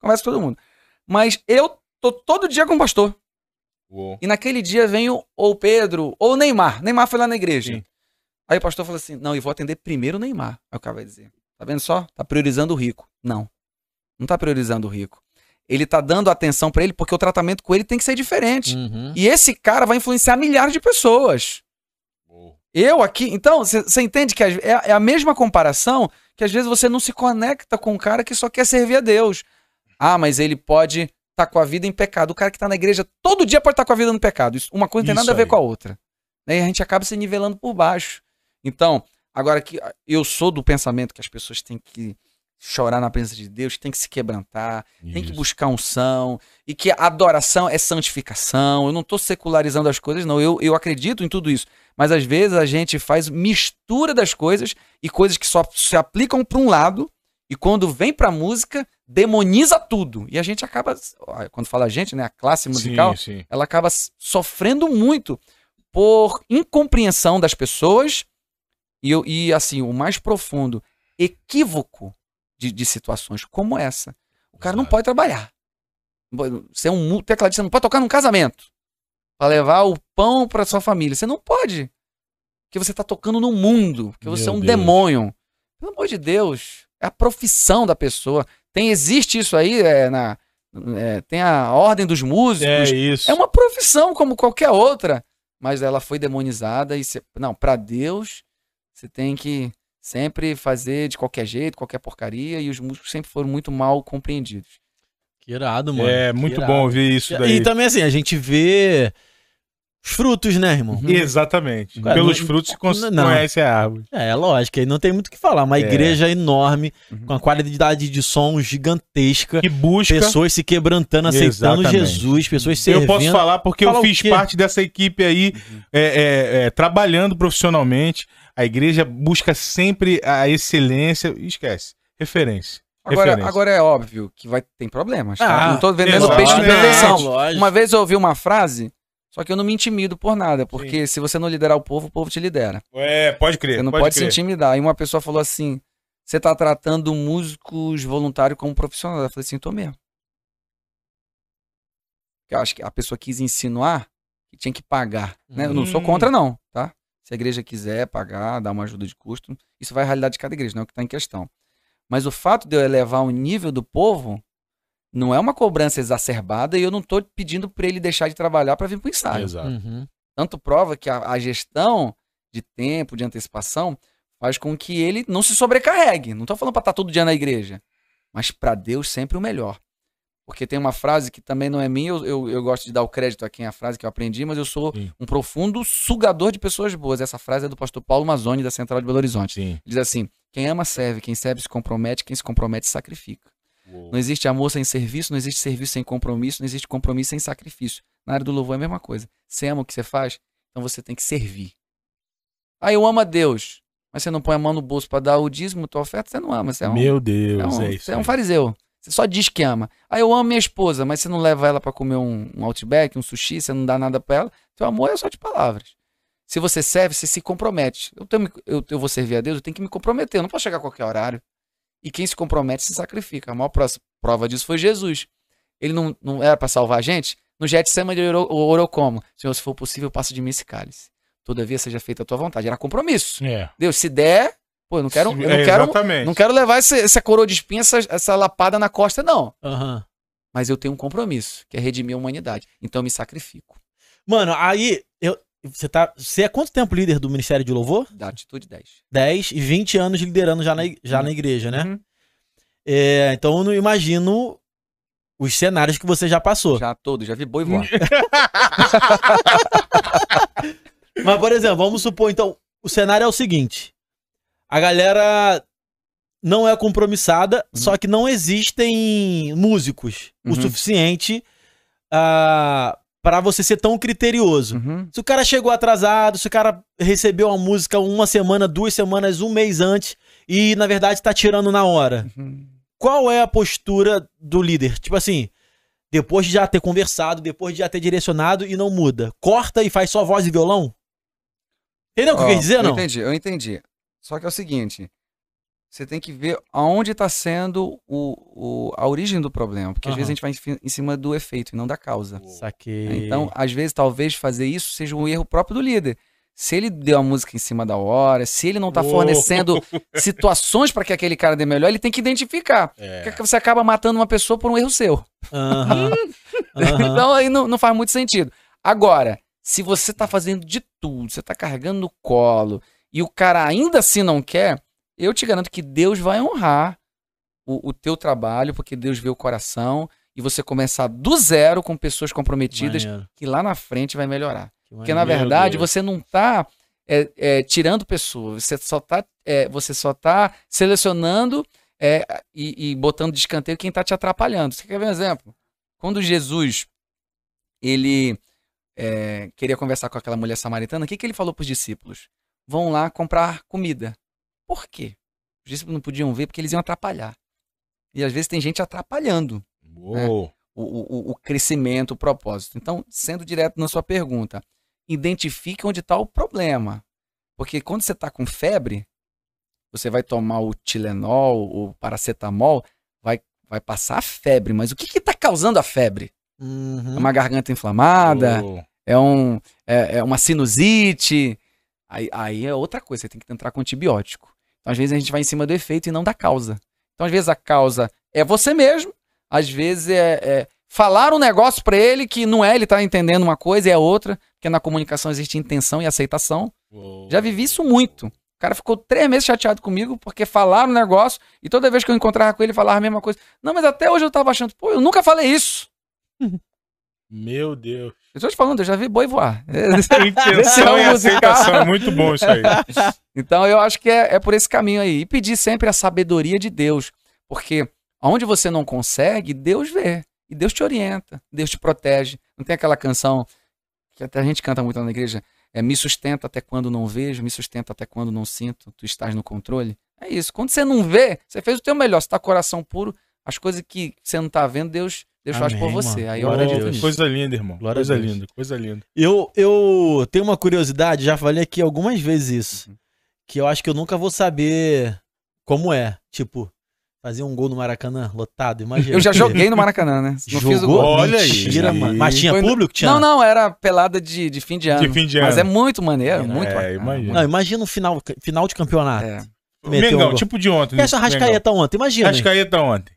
Speaker 3: Conversa com todo mundo. Mas eu tô todo dia com o pastor. E naquele dia vem o, ou o Pedro, ou o Neymar. Neymar foi lá na igreja.
Speaker 1: Sim.
Speaker 3: Aí o pastor falou assim: não, eu vou atender primeiro o Neymar. Aí o cara vai dizer: tá vendo só? Tá priorizando o rico. Não. Não tá priorizando o rico. Ele tá dando atenção pra ele porque o tratamento com ele tem que ser diferente.
Speaker 2: Uhum.
Speaker 3: E esse cara vai influenciar milhares de pessoas. Eu aqui. Então, você entende que as- é, é a mesma comparação que às vezes você não se conecta com um cara que só quer servir a Deus. Ah, mas ele pode estar com a vida em pecado. O cara que tá na igreja todo dia pode estar com a vida no pecado. Isso- uma coisa não tem
Speaker 1: Isso
Speaker 3: nada a ver
Speaker 1: aí.
Speaker 3: com a outra. Né? E a gente acaba se nivelando por baixo. Então, agora que ah, eu sou do pensamento que as pessoas têm que chorar na presença de Deus, têm que se quebrantar, tem que buscar unção e que a adoração é santificação. Eu não estou secularizando as coisas, não. Eu, eu acredito em tudo isso. Mas às vezes a gente faz mistura das coisas e coisas que só se aplicam para um lado e quando vem para música demoniza tudo. E a gente acaba, quando fala a gente, né, a classe musical,
Speaker 1: Sim, sim.
Speaker 3: ela acaba s- sofrendo muito por incompreensão das pessoas e, eu- e, assim, o mais profundo equívoco de, de situações como essa. O cara não
Speaker 1: Exato.
Speaker 3: pode trabalhar. Bo- Você é um mu- tecladista, não pode tocar num casamento para levar o pão para sua família. Você não pode. Porque você tá tocando no mundo, porque você
Speaker 1: Meu
Speaker 3: é um
Speaker 1: Deus.
Speaker 3: demônio. Pelo amor de Deus, é a profissão da pessoa. Tem existe isso aí é, na é, tem a ordem dos músicos,
Speaker 1: É isso.
Speaker 3: é uma profissão como qualquer outra, mas ela foi demonizada e cê- não, pra Deus você tem que sempre fazer de qualquer jeito, qualquer porcaria e os músicos sempre foram muito mal compreendidos.
Speaker 2: Que irado, mano.
Speaker 1: É,
Speaker 2: Que
Speaker 1: muito
Speaker 2: irado.
Speaker 1: bom ouvir isso
Speaker 2: E, então-
Speaker 1: daí.
Speaker 2: também assim, a gente vê Os frutos, né, irmão?
Speaker 3: Uhum.
Speaker 1: Exatamente.
Speaker 2: Cara,
Speaker 1: Pelos
Speaker 2: não-
Speaker 1: frutos se cons-
Speaker 2: não.
Speaker 1: conhece a árvore.
Speaker 2: É, lógico, aí não tem muito o que falar. Uma
Speaker 1: É.
Speaker 2: igreja enorme,
Speaker 3: Uhum.
Speaker 2: com a qualidade de som gigantesca,
Speaker 1: Que busca.
Speaker 2: pessoas se quebrantando, aceitando
Speaker 1: Exatamente.
Speaker 2: Jesus, pessoas servindo.
Speaker 1: Eu posso falar porque
Speaker 2: Fala
Speaker 1: eu
Speaker 2: o
Speaker 1: fiz
Speaker 2: quê?
Speaker 1: parte dessa equipe aí, é, é, é, trabalhando profissionalmente. A igreja busca sempre a excelência. Esquece. Referência.
Speaker 3: Agora,
Speaker 1: Referência.
Speaker 3: agora é óbvio que vai tem problemas. tá?
Speaker 2: Ah, é.
Speaker 3: não tô vendendo
Speaker 1: exato.
Speaker 3: peixe de
Speaker 1: Não,
Speaker 3: prevenção.
Speaker 2: lógico.
Speaker 3: Uma vez eu ouvi uma frase, só que eu não me intimido por nada, porque se você não liderar o povo, o povo te lidera.
Speaker 1: É, pode crer.
Speaker 3: Você não pode, se intimidar. E uma pessoa falou assim: você tá tratando músicos voluntários como profissional. Eu falei assim, tô mesmo. Eu acho que a pessoa quis insinuar que tinha que pagar. Né? Eu não sou
Speaker 1: Hum.
Speaker 3: contra, não, tá? Se a igreja quiser pagar, dar uma ajuda de custo, isso vai à realidade de cada igreja, não é o que está em questão. Mas o fato de eu elevar o nível do povo não é uma cobrança exacerbada e eu não estou pedindo para ele deixar de trabalhar para vir para o ensaio.
Speaker 1: Exato.
Speaker 2: Uhum.
Speaker 3: Tanto prova que a, a gestão de tempo, de antecipação, faz com que ele não se sobrecarregue. Não estou falando para estar todo dia na igreja, mas para Deus sempre o melhor. Porque tem uma frase que também não é minha, eu, eu, eu gosto de dar o crédito a quem é a frase que eu aprendi, mas eu sou
Speaker 1: Sim.
Speaker 3: um profundo sugador de pessoas boas. Essa frase é do pastor Paulo Mazzoni, da Central de Belo Horizonte.
Speaker 1: Sim.
Speaker 3: Ele diz assim: quem ama serve, quem serve se compromete, quem se compromete sacrifica. Não existe amor sem serviço, não existe serviço sem compromisso, não existe compromisso sem sacrifício. Na área do louvor é a mesma coisa. Você ama o que você faz, então você tem que servir. Ah, eu amo a Deus, mas você não põe a mão no bolso para dar o dízimo, tua oferta, você não ama.
Speaker 2: Então,
Speaker 3: Você é um,
Speaker 1: Meu
Speaker 3: é um-
Speaker 1: Deus, é, isso.
Speaker 3: você é um
Speaker 1: aí.
Speaker 3: fariseu. Você só diz que ama. Ah, eu amo minha esposa, mas você não leva ela para comer um, um outback, um sushi, você não dá nada para ela. Teu amor é só de palavras. Se você serve, você se compromete. Eu, tenho, eu, eu vou servir a Deus, eu tenho que me comprometer. Eu não posso chegar a qualquer horário. E quem se compromete se sacrifica. A maior pro- prova disso foi Jesus. Ele não, não era para salvar a gente? No Getsemane ele orou, orou como? Senhor, se for possível, passa de mim esse cálice. Todavia seja feita a tua vontade. Era compromisso.
Speaker 1: É.
Speaker 3: Deus, se der, pô, eu não quero, eu
Speaker 1: É,
Speaker 3: não quero
Speaker 1: Exatamente.
Speaker 3: não quero levar essa, essa coroa de espinha, essa, essa lapada na costa, não.
Speaker 2: Aham.
Speaker 3: Mas eu tenho um compromisso, que é redimir a humanidade. Então eu me sacrifico.
Speaker 2: Mano, aí eu, você tá. Você é quanto tempo líder do Ministério de Louvor?
Speaker 3: Da atitude 10.
Speaker 2: 10 e 20 anos liderando já na, ig- já na igreja, né?
Speaker 3: Uhum.
Speaker 2: É, então eu não imagino os cenários que você já passou.
Speaker 3: Já todo, já vi
Speaker 2: <laughs>
Speaker 3: boi voar.
Speaker 2: Mas, por exemplo, vamos supor, então, o cenário é o seguinte: a galera não é compromissada, só que não existem músicos
Speaker 3: Uhum.
Speaker 2: o suficiente ah, pra você ser tão criterioso.
Speaker 3: Uhum.
Speaker 2: Se o cara chegou atrasado, se o cara recebeu a música uma semana, duas semanas, um mês antes e na verdade tá tirando na hora.
Speaker 3: Uhum.
Speaker 2: Qual é a postura do líder? Tipo assim, depois de já ter conversado, depois de já ter direcionado e não muda, corta e faz só voz e violão? Entendeu É o que eu
Speaker 3: Ó,
Speaker 2: quis dizer, não?
Speaker 3: entendi, eu entendi. Só que é o seguinte, você tem que ver aonde está sendo o, o- a origem do problema. Porque às
Speaker 2: Aham.
Speaker 3: vezes a gente vai em fi- em cima do efeito e não da causa.
Speaker 2: Saquei.
Speaker 3: Então, às vezes, talvez fazer isso seja um erro próprio do líder. Se ele deu a música em cima da hora, se ele não tá
Speaker 1: Oh.
Speaker 3: fornecendo situações para que aquele cara dê melhor, ele tem que identificar.
Speaker 1: É.
Speaker 3: Porque você acaba matando uma pessoa por um erro seu. <laughs>
Speaker 2: Aham. Aham.
Speaker 3: Então aí não, não faz muito sentido. Agora, se você tá fazendo de tudo, você tá carregando no colo, e o cara ainda assim não quer, eu te garanto que Deus vai honrar o, o teu trabalho, porque Deus vê o coração, e você começar do zero com pessoas comprometidas,
Speaker 2: Maneiro,
Speaker 3: que lá na frente vai melhorar.
Speaker 2: que
Speaker 3: Porque na
Speaker 1: é Meu
Speaker 3: verdade
Speaker 1: Deus.
Speaker 3: você não tá é, é, tirando pessoas, você só tá, é, você só tá selecionando é, e, e botando de escanteio quem tá te atrapalhando. Você quer ver um exemplo? Quando Jesus ele é, queria conversar com aquela mulher samaritana, o que, que ele falou para os discípulos? Vão lá comprar comida. Por quê? Os discípulos não podiam ver porque eles iam atrapalhar. E às vezes tem gente atrapalhando
Speaker 1: Uou.
Speaker 3: o, o- o- o crescimento, o propósito. Então, sendo direto na sua pergunta, identifique onde está o problema. Porque quando você está com febre, você vai tomar o Tilenol, o paracetamol, vai, vai passar a febre. Mas o que está causando a febre? É
Speaker 2: Uhum.
Speaker 3: uma garganta inflamada?
Speaker 1: Uou.
Speaker 3: É, um, é, é uma sinusite? Aí, aí é outra coisa, você tem que entrar com antibiótico. Então, às vezes, a gente vai em cima do efeito e não da causa. Então, às vezes, a causa é você mesmo, às vezes é, é falar um negócio pra ele que não é, ele tá entendendo uma coisa e é outra, porque na comunicação existe intenção e aceitação.
Speaker 1: Uou.
Speaker 3: Já vivi isso muito. O cara ficou três meses chateado comigo porque falaram um negócio e toda vez que eu encontrava com ele, falava a mesma coisa. Não, mas até hoje eu tava achando, pô, eu nunca falei isso.
Speaker 1: Meu <laughs> Deus.
Speaker 3: Eu tô te falando, eu já vi boi voar.
Speaker 1: Intenção
Speaker 3: é
Speaker 1: e
Speaker 3: um musical.
Speaker 1: aceitação. É muito bom isso
Speaker 3: <laughs>
Speaker 1: aí.
Speaker 3: Então eu acho que é, é por esse caminho aí. E pedir sempre a sabedoria de Deus. Porque onde você não consegue, Deus vê. E Deus te orienta, Deus te protege. Não tem aquela canção que até a gente canta muito na igreja. É me sustenta até quando não vejo, me sustenta até quando não sinto, tu estás no controle. É isso. Quando você não vê, você fez o teu melhor, você tá com o coração puro, as coisas que você não tá vendo, Deus, Deus faz por
Speaker 2: Amém,
Speaker 3: você.
Speaker 2: mano.
Speaker 3: Aí eu
Speaker 2: Glória a
Speaker 3: acredito
Speaker 2: Deus.
Speaker 3: nisso.
Speaker 1: Coisa linda, irmão.
Speaker 2: Glória a
Speaker 1: coisa
Speaker 2: Deus.
Speaker 1: linda, coisa linda.
Speaker 2: Eu, eu tenho uma curiosidade, já falei aqui algumas vezes isso,
Speaker 3: Uhum.
Speaker 2: que eu acho que eu nunca vou saber como é. Tipo, fazer um gol no Maracanã lotado, imagina.
Speaker 3: Eu já joguei no
Speaker 2: <laughs>
Speaker 3: Maracanã, né? Não
Speaker 2: Jogou?
Speaker 3: fiz o gol.
Speaker 1: Olha aí.
Speaker 2: Mentira, mano. Mas tinha
Speaker 3: Foi no-
Speaker 2: público? Tinha?
Speaker 3: Não, não, era pelada de, de fim de ano.
Speaker 1: De fim de ano.
Speaker 3: Mas é muito maneiro,
Speaker 2: É,
Speaker 3: muito
Speaker 1: é,
Speaker 3: bacana.
Speaker 1: imagino.
Speaker 2: Não, imagina o final, final de campeonato.
Speaker 3: É.
Speaker 2: meteu um
Speaker 1: Mengão,
Speaker 2: gol.
Speaker 1: tipo de ontem. né?
Speaker 2: Peça a Rascaeta ontem, imagina.
Speaker 3: né?
Speaker 1: Mengão. Rascaeta ontem.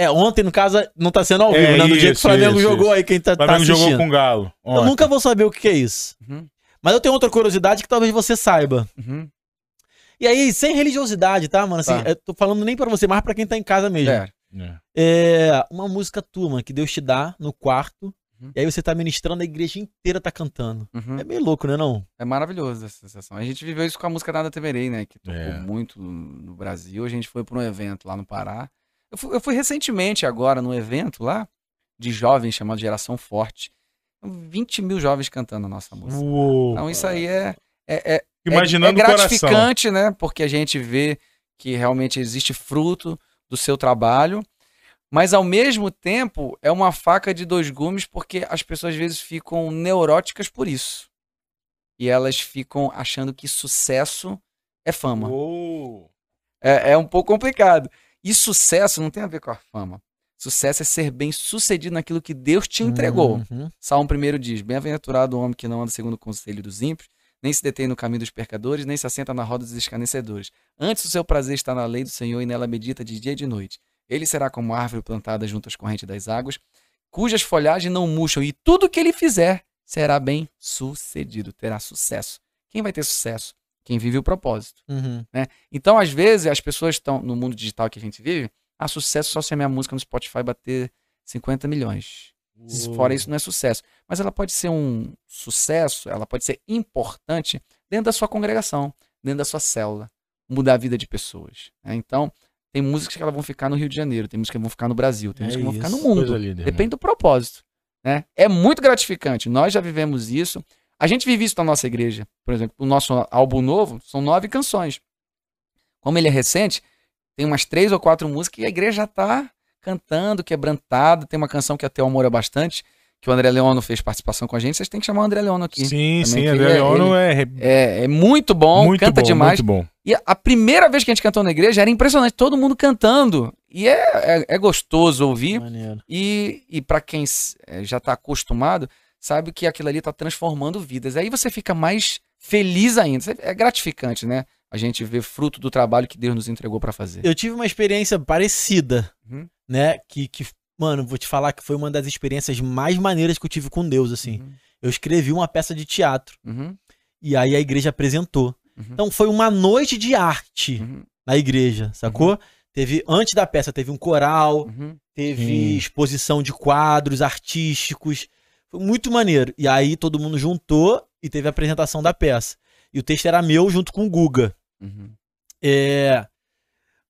Speaker 2: É, ontem, no caso, não tá sendo ao
Speaker 1: É,
Speaker 2: vivo, né? No dia que
Speaker 1: isso,
Speaker 2: o Flamengo
Speaker 1: isso,
Speaker 2: jogou
Speaker 1: isso.
Speaker 2: aí, quem tá,
Speaker 1: O
Speaker 2: tá
Speaker 1: Flamengo
Speaker 2: assistindo.
Speaker 1: jogou com o Galo.
Speaker 2: Eu
Speaker 1: ontem.
Speaker 2: nunca vou saber o que que é isso.
Speaker 3: Uhum,
Speaker 2: Mas eu tenho outra curiosidade que talvez você saiba.
Speaker 3: uhum.
Speaker 2: E aí, sem religiosidade, tá, mano? Assim,
Speaker 3: Tá.
Speaker 2: eu tô falando nem pra você, mas pra quem tá em casa mesmo.
Speaker 3: É.
Speaker 1: É.
Speaker 2: É uma música tua, mano, que Deus te dá no quarto.
Speaker 3: Uhum.
Speaker 2: E aí você tá ministrando, a igreja inteira tá cantando.
Speaker 3: uhum.
Speaker 2: É meio louco, né, não?
Speaker 3: É maravilhoso essa sensação. A gente viveu isso com a música Nada Temerei, né? Que tocou
Speaker 1: É.
Speaker 3: muito no Brasil. A gente foi para um evento lá no Pará. Eu fui, eu fui recentemente agora num evento lá de jovens chamado Geração Forte. 20 mil jovens cantando a nossa música.
Speaker 1: Uou.
Speaker 3: Então isso aí é, é, é- é-
Speaker 1: Imaginando
Speaker 3: é
Speaker 1: o coração.
Speaker 3: gratificante, né? Porque a gente vê que realmente existe fruto do seu trabalho, mas ao mesmo tempo é uma faca de dois gumes porque as pessoas às vezes ficam neuróticas por isso. E elas ficam achando que sucesso é fama.
Speaker 1: Uou.
Speaker 3: É, é um pouco complicado. E sucesso não tem a ver com a fama. Sucesso é ser bem sucedido naquilo que Deus te entregou.
Speaker 2: Uhum.
Speaker 3: Salmo 1 diz: Bem-aventurado o homem que não anda segundo o conselho dos ímpios, nem se detém no caminho dos pecadores, nem se assenta na roda dos escarnecedores. Antes o seu prazer está na lei do Senhor e nela medita de dia e de noite. Ele será como árvore plantada junto às correntes das águas, cujas folhagens não murcham, e tudo que ele fizer será bem sucedido, terá sucesso. Quem vai ter sucesso? Quem vive o propósito.
Speaker 2: Uhum.
Speaker 3: Então, às vezes, as pessoas estão no mundo digital que a gente vive, ah, sucesso só se a minha música no Spotify bater 50 milhões. Se Fora isso, não é sucesso. Mas ela pode ser um sucesso, ela pode ser importante dentro da sua congregação, dentro da sua célula, mudar a vida de pessoas. né? Então, tem músicas que elas vão ficar no Rio de Janeiro, tem músicas que vão ficar no Brasil, tem
Speaker 2: É
Speaker 3: músicas que vão ficar no
Speaker 2: isso,
Speaker 3: mundo.
Speaker 1: Coisa linda. irmão.
Speaker 3: Depende do propósito. Né? É muito gratificante. Nós já vivemos isso. A gente vive isso na nossa igreja. Por exemplo, o nosso álbum novo são nove canções. Como ele é recente, tem umas três ou quatro músicas e a igreja já tá cantando, quebrantada. Tem uma canção que até o amor é bastante, que o André Leono fez participação com a gente. Vocês têm que chamar o André Leono aqui.
Speaker 1: Sim,
Speaker 3: Também
Speaker 1: sim.
Speaker 3: que
Speaker 1: André
Speaker 3: ele é-
Speaker 1: Leono é,
Speaker 3: É, é muito bom,
Speaker 1: muito
Speaker 3: canta
Speaker 1: bom,
Speaker 3: demais.
Speaker 1: muito bom.
Speaker 3: E a primeira vez que a gente cantou na igreja era impressionante, todo mundo cantando. E é- é, é gostoso ouvir.
Speaker 2: Maneiro.
Speaker 3: E, e para quem s- eh, já está acostumado, sabe que aquilo ali está transformando vidas. Aí você fica mais feliz ainda. Cê- É gratificante, né? A gente vê fruto do trabalho que Deus nos entregou para fazer.
Speaker 2: Eu tive uma experiência parecida,
Speaker 3: Uhum.
Speaker 2: né? Que, que, mano, vou te falar que foi uma das experiências mais maneiras que eu tive com Deus, assim. Eu escrevi uma peça de teatro.
Speaker 3: Uhum,
Speaker 2: E aí a igreja apresentou.
Speaker 3: Uhum.
Speaker 2: Então foi uma noite de arte
Speaker 3: uhum,
Speaker 2: na igreja, sacou? Teve, antes da peça, teve um coral,
Speaker 3: uhum.
Speaker 2: teve
Speaker 1: Sim.
Speaker 2: exposição de quadros artísticos. Foi muito maneiro. E aí todo mundo juntou e teve a apresentação da peça. E o texto era meu junto com o Guga.
Speaker 3: uhum.
Speaker 2: É.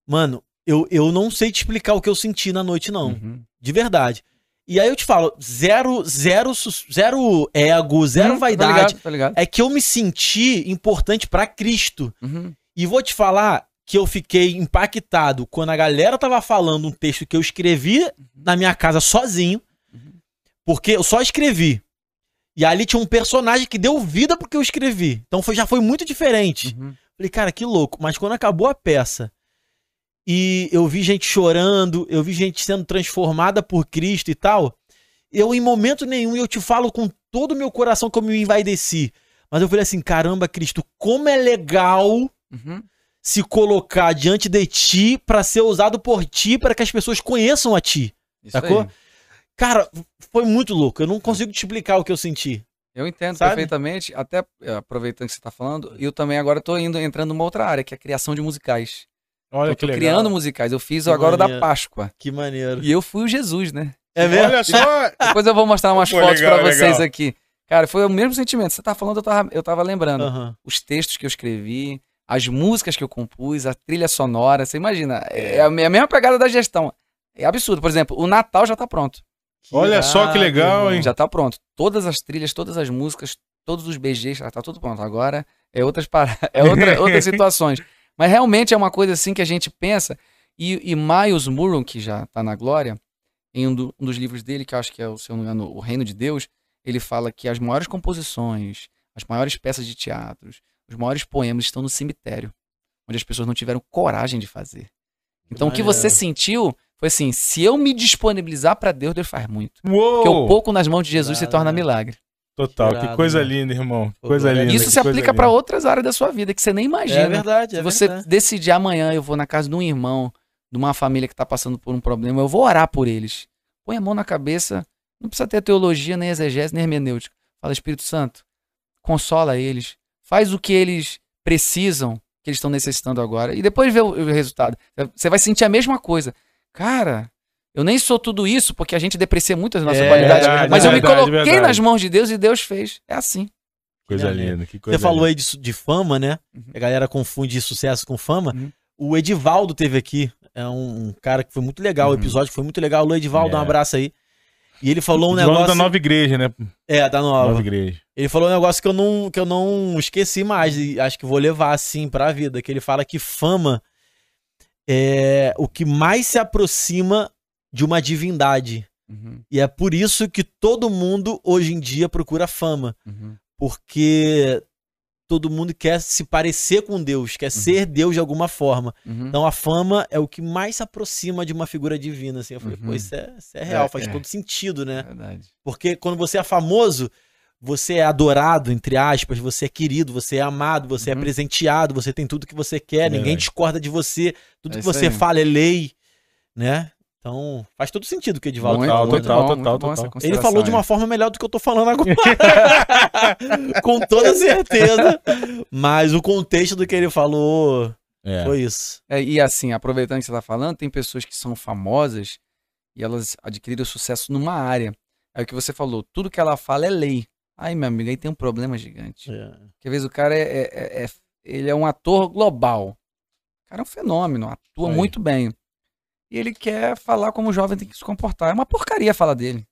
Speaker 2: Mano, eu, eu não sei te explicar o que eu senti na noite, não.
Speaker 3: Uhum.
Speaker 2: De verdade. E aí eu te falo, zero, zero, sus- zero ego, zero
Speaker 3: Uhum, Tá
Speaker 2: vaidade.
Speaker 3: ligado, tá ligado.
Speaker 2: É que eu me senti importante pra Cristo.
Speaker 3: Uhum,
Speaker 2: E vou te falar que eu fiquei impactado quando a galera tava falando um texto que eu escrevi na minha casa sozinho,
Speaker 3: Uhum.
Speaker 2: porque eu só escrevi. E ali tinha um personagem que deu vida porque eu escrevi. Então foi, já foi muito diferente.
Speaker 3: uhum.
Speaker 2: Falei, cara, que louco. Mas quando acabou a peça e eu vi gente chorando, eu vi gente sendo transformada por Cristo e tal, eu em momento nenhum, e eu te falo com todo o meu coração que eu me envaideci, mas eu falei assim, caramba, Cristo, como é legal
Speaker 3: uhum.
Speaker 2: se colocar diante de ti pra ser usado por ti para que as pessoas conheçam a ti.
Speaker 3: Isso
Speaker 2: Sacou?
Speaker 3: aí.
Speaker 2: Cara, foi muito louco. Eu não consigo te explicar o que eu senti.
Speaker 3: Eu entendo
Speaker 2: Sabe?
Speaker 3: perfeitamente, até eh, aproveitando que você está falando, eu também agora estou indo entrando numa outra área, que é a criação de musicais.
Speaker 1: Olha
Speaker 3: eu
Speaker 1: que
Speaker 3: tô
Speaker 1: legal.
Speaker 3: criando musicais, eu fiz
Speaker 2: Que
Speaker 3: agora o da
Speaker 2: maneiro.
Speaker 3: Páscoa.
Speaker 2: Que maneiro.
Speaker 3: E eu fui o Jesus, né?
Speaker 2: É mesmo?
Speaker 1: Olha só.
Speaker 3: Depois eu vou mostrar
Speaker 1: <laughs>
Speaker 3: umas
Speaker 1: Pô,
Speaker 3: fotos
Speaker 1: legal,
Speaker 3: pra vocês
Speaker 1: legal.
Speaker 3: aqui. Cara, foi o mesmo sentimento. Você tá falando, eu tava, eu tava lembrando.
Speaker 1: Ah.
Speaker 2: Aham.
Speaker 3: Os textos que eu escrevi, as músicas que eu compus, a trilha sonora. Você imagina, é a me- a mesma pegada da gestão. É absurdo. Por exemplo, o Natal já tá pronto.
Speaker 1: Olha só que legal, hein?
Speaker 3: Já tá pronto. Todas as trilhas, todas as músicas, todos os BGs, já tá tudo pronto. Agora é outras para... <laughs> é outra- outras situações. Mas realmente é uma coisa assim que a gente pensa. E, e Miles Murron, que já tá na glória, em um, do- um dos livros dele, que eu acho que é, o, se eu não me engano, O Reino de Deus, ele fala que as maiores composições, as maiores peças de teatros, os maiores poemas estão no cemitério, onde as pessoas não tiveram coragem de fazer. Então o que você
Speaker 2: Maneiro.
Speaker 3: sentiu foi assim, se eu me disponibilizar pra Deus, Deus faz muito.
Speaker 1: <laughs> Uou!
Speaker 3: Porque o pouco nas mãos de Jesus se torna
Speaker 2: Caralho.
Speaker 3: milagre.
Speaker 1: Total, que
Speaker 2: Irado,
Speaker 1: coisa
Speaker 2: né?
Speaker 1: linda, irmão. Que
Speaker 2: Pô,
Speaker 1: coisa
Speaker 2: glória a
Speaker 1: linda.
Speaker 2: Deus.
Speaker 3: Isso
Speaker 1: que
Speaker 3: se
Speaker 1: coisa
Speaker 3: aplica
Speaker 1: linda.
Speaker 3: pra outras áreas da sua vida que você nem imagina.
Speaker 2: É verdade, é
Speaker 3: se você
Speaker 2: verdade.
Speaker 3: decidir amanhã eu vou na casa de um irmão, de uma família que tá passando por um problema, eu vou orar por eles. Põe a mão na cabeça, não precisa ter teologia, nem exegese, nem hermenêutica. Fala, Espírito Santo, consola eles, faz o que eles precisam, que eles estão necessitando agora, e depois vê o, o resultado. Você vai sentir a mesma coisa. Cara, eu nem sou tudo isso, porque a gente deprecia muito as nossas
Speaker 2: É,
Speaker 3: qualidades,
Speaker 2: verdade,
Speaker 3: mas eu me
Speaker 1: verdade,
Speaker 3: coloquei
Speaker 1: verdade.
Speaker 3: nas mãos de Deus e Deus fez. É assim.
Speaker 1: Coisa
Speaker 2: Minha
Speaker 1: linda, que coisa
Speaker 2: Você falou
Speaker 1: linda.
Speaker 2: aí de, su- de fama, né?
Speaker 3: Uhum.
Speaker 2: A galera confunde sucesso com fama.
Speaker 3: Uhum.
Speaker 2: O Edivaldo teve aqui. É um, um cara que foi muito legal.
Speaker 3: Uhum.
Speaker 2: O episódio foi muito legal. Alô, Edivaldo, um
Speaker 1: É.
Speaker 2: abraço aí. E ele falou um
Speaker 1: De volta
Speaker 2: negócio.
Speaker 1: da nova igreja, né?
Speaker 2: É, da nova.
Speaker 1: Nova igreja.
Speaker 2: Ele falou um negócio que eu não, que eu não esqueci mais e acho que vou levar assim pra vida, que ele fala que fama é o que mais se aproxima de uma divindade. E é por isso que todo mundo hoje em dia procura fama, porque todo mundo quer se parecer com Deus,
Speaker 3: Uhum.
Speaker 2: quer ser Deus de alguma forma. Então a fama é o que mais se aproxima de uma figura divina, assim. Eu falei,
Speaker 3: Uhum.
Speaker 2: pô, isso é, isso é real,
Speaker 3: É,
Speaker 2: faz
Speaker 3: é.
Speaker 2: todo sentido, né?
Speaker 3: Verdade.
Speaker 2: Porque quando você é famoso, você é adorado, entre aspas, você é querido, você é amado, você
Speaker 3: Uhum.
Speaker 2: é presenteado, você tem tudo que você quer,
Speaker 1: Verdade.
Speaker 2: ninguém discorda de você, tudo
Speaker 3: É
Speaker 2: que
Speaker 3: isso
Speaker 2: você
Speaker 3: aí.
Speaker 2: fala é lei, né? Então, faz todo sentido o que o Edivaldo
Speaker 1: Muito,
Speaker 2: falou,
Speaker 1: é? muito
Speaker 2: né?
Speaker 1: total, total, total.
Speaker 2: Ele falou de uma forma melhor do que eu tô falando
Speaker 3: <laughs>
Speaker 2: agora. <laughs> Com toda certeza. Mas o contexto do que ele falou
Speaker 1: É.
Speaker 2: foi isso.
Speaker 3: É, e assim, aproveitando que você está falando, tem pessoas que são famosas e elas adquiriram sucesso numa área. É o que você falou, tudo que ela fala é lei. Ai, meu amigo, aí tem um problema
Speaker 1: É.
Speaker 3: gigante. Porque às vezes o cara é, é- é- é- ele é um ator global. O cara é um fenômeno, atua
Speaker 1: Aí.
Speaker 3: muito bem. E ele quer falar como o jovem tem que se comportar. É uma porcaria
Speaker 1: <laughs>
Speaker 3: falar dele.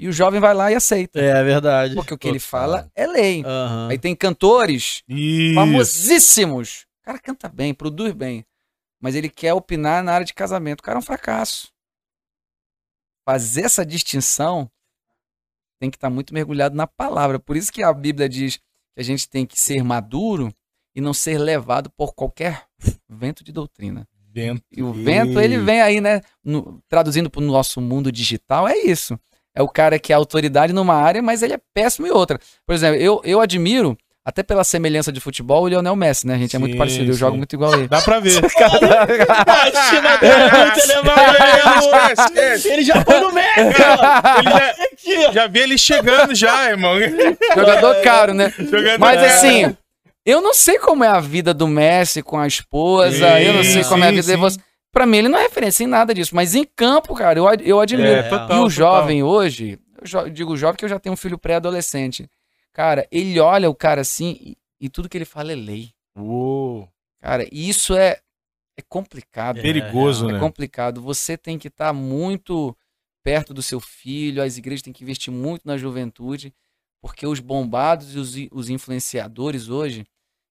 Speaker 3: E o jovem vai lá e aceita.
Speaker 2: É, é verdade.
Speaker 3: Porque o que ele
Speaker 1: Total.
Speaker 3: fala é lei.
Speaker 2: Aham.
Speaker 3: Aí tem cantores
Speaker 1: Isso.
Speaker 3: famosíssimos. O cara canta bem, produz bem, mas ele quer opinar na área de casamento. O cara é um fracasso. Fazer essa distinção tem que estar muito mergulhado na palavra. Por isso que a Bíblia diz que a gente tem que ser maduro e não ser levado por qualquer vento de doutrina.
Speaker 1: Dentro.
Speaker 3: E o vento, ele vem aí, né? no- traduzindo para o nosso mundo digital, é isso. É o cara que é autoridade numa área, mas ele é péssimo em outra. Por exemplo, eu, eu admiro, até pela semelhança de futebol, o Lionel Messi, né? A gente é muito
Speaker 1: Sim,
Speaker 3: parecido, eu
Speaker 1: sim.
Speaker 3: jogo
Speaker 1: <laughs>
Speaker 3: muito igual a ele.
Speaker 1: Dá pra
Speaker 2: <laughs>
Speaker 1: ver.
Speaker 3: <laughs>
Speaker 1: É.
Speaker 2: é
Speaker 1: <laughs>
Speaker 2: Ele já foi no México!
Speaker 1: Ele
Speaker 2: é
Speaker 1: já, já vi ele chegando já, irmão. <laughs>
Speaker 3: Jogador caro, né?
Speaker 1: Jogando
Speaker 3: Mas
Speaker 1: na-
Speaker 3: assim, eu não sei como é a vida do Messi com a esposa, eu não sei
Speaker 1: Sim,
Speaker 3: como é a
Speaker 1: sim,
Speaker 3: vida de
Speaker 1: sim.
Speaker 3: você. Pra mim, ele não é referência em nada disso, mas em campo, cara, eu, ad- eu admiro.
Speaker 1: É, total,
Speaker 3: E o
Speaker 1: total.
Speaker 3: jovem hoje, eu jo- digo jovem que eu já tenho um filho pré-adolescente. Cara, ele olha o cara assim e, e tudo que ele fala é lei.
Speaker 1: Uou,
Speaker 3: Cara, e isso é, é complicado.
Speaker 2: É,
Speaker 1: perigoso,
Speaker 3: É
Speaker 1: né?
Speaker 3: complicado. Você tem que estar muito perto do seu filho, as igrejas têm que investir muito na juventude, porque os bombados e os, i- os influenciadores hoje,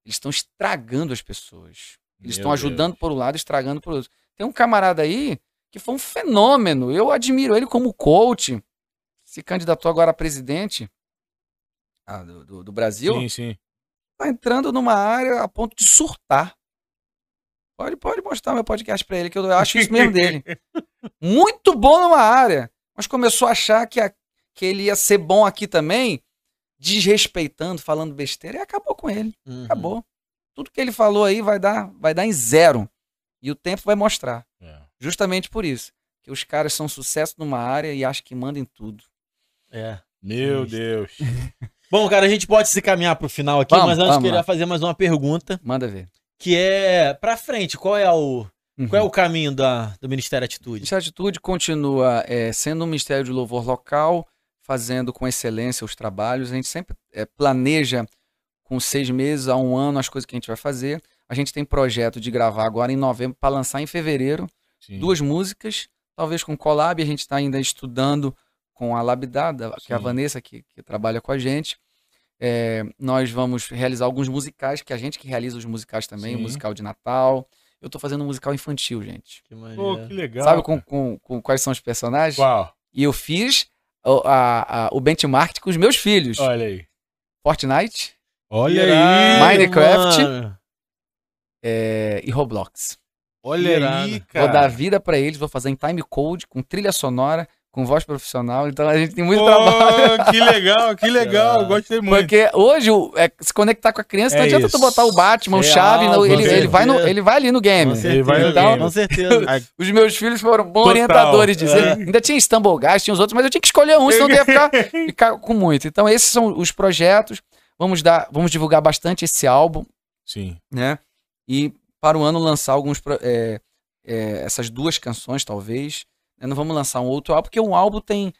Speaker 3: eles estão estragando as pessoas. Eles
Speaker 1: Meu
Speaker 3: estão ajudando
Speaker 1: Deus.
Speaker 3: por um lado, estragando por outro. Tem um camarada aí que foi um fenômeno. Eu admiro ele como coach. Se candidatou agora a presidente ah, do, do- do Brasil
Speaker 1: Sim, sim.
Speaker 3: tá entrando numa área a ponto de surtar. Pode, pode mostrar meu podcast pra ele, que eu acho isso mesmo
Speaker 1: <laughs>
Speaker 3: dele. Muito bom numa área, mas começou a achar que, a- que ele ia ser bom aqui também, desrespeitando, falando besteira, e acabou com ele. Uhum. Acabou. Tudo que ele falou aí vai dar, vai dar em zero. E o tempo vai mostrar.
Speaker 1: É.
Speaker 3: Justamente por isso. Que os caras são sucesso numa área e acham que mandam em tudo.
Speaker 2: É.
Speaker 1: Meu Deus.
Speaker 2: Bom, cara, a gente pode se caminhar pro final aqui,
Speaker 3: Vamos,
Speaker 2: mas antes
Speaker 3: vamos
Speaker 2: queria
Speaker 3: lá.
Speaker 2: fazer mais uma pergunta,
Speaker 3: Manda ver.
Speaker 2: que é pra frente, qual é o Qual é o caminho da, do Ministério Atitude?
Speaker 3: Ministério Atitude continua é, sendo um ministério de louvor local, fazendo com excelência os trabalhos. A gente sempre é, planeja com seis meses a um ano as coisas que a gente vai fazer. A gente tem projeto de gravar agora em novembro para lançar em fevereiro
Speaker 1: Sim.
Speaker 3: duas músicas, talvez com collab. A gente está ainda estudando com a Labidada, que é a
Speaker 1: Sim.
Speaker 3: Vanessa que, que trabalha com a gente. É, nós vamos realizar alguns musicais, que a gente que realiza os musicais também, o
Speaker 1: Sim.
Speaker 3: musical de Natal. Eu tô fazendo um musical infantil, gente.
Speaker 2: Que
Speaker 1: Pô,
Speaker 2: maneiro.
Speaker 1: que legal.
Speaker 3: Sabe com, com, com quais são os personagens?
Speaker 1: Qual?
Speaker 3: E eu fiz o, a- a- o benchmark com os meus filhos.
Speaker 1: Olha aí.
Speaker 3: Fortnite
Speaker 1: Olha
Speaker 2: Irado,
Speaker 1: aí.
Speaker 3: Mine- Minecraft.
Speaker 2: mano.
Speaker 3: é, e Roblox.
Speaker 1: Olha aí,
Speaker 2: Irado.
Speaker 1: cara.
Speaker 3: Vou dar vida pra eles, vou fazer em time code, com trilha sonora, com voz profissional. Então a gente tem muito
Speaker 1: Pô,
Speaker 3: trabalho.
Speaker 1: Que legal, que legal.
Speaker 2: Irado.
Speaker 1: Gostei muito.
Speaker 3: Porque hoje o- é, se conectar com a criança, não
Speaker 1: É
Speaker 3: adianta
Speaker 1: isso.
Speaker 3: tu botar o Batman, o
Speaker 2: Real,
Speaker 3: Chave, não,
Speaker 2: com
Speaker 3: ele, ele, vai no,
Speaker 2: certeza.
Speaker 3: É, ele vai ali no game.
Speaker 2: Com
Speaker 1: Ele vai
Speaker 2: certeza,
Speaker 1: jogar.
Speaker 2: com
Speaker 3: <laughs>
Speaker 2: certeza.
Speaker 3: Os meus filhos foram bons
Speaker 1: Total.
Speaker 3: orientadores disso.
Speaker 1: É.
Speaker 3: Ainda tinha Istanbul Guys, tinha os outros, mas eu tinha que escolher um, senão eu
Speaker 1: <laughs>
Speaker 3: ia ficar, ficar com muito. Então esses são os projetos. Vamos, dar, vamos divulgar bastante esse álbum.
Speaker 1: Sim.
Speaker 3: né? E para o ano lançar alguns pro- é, é, essas duas canções, talvez. né? Não vamos lançar um outro álbum, porque um álbum tem.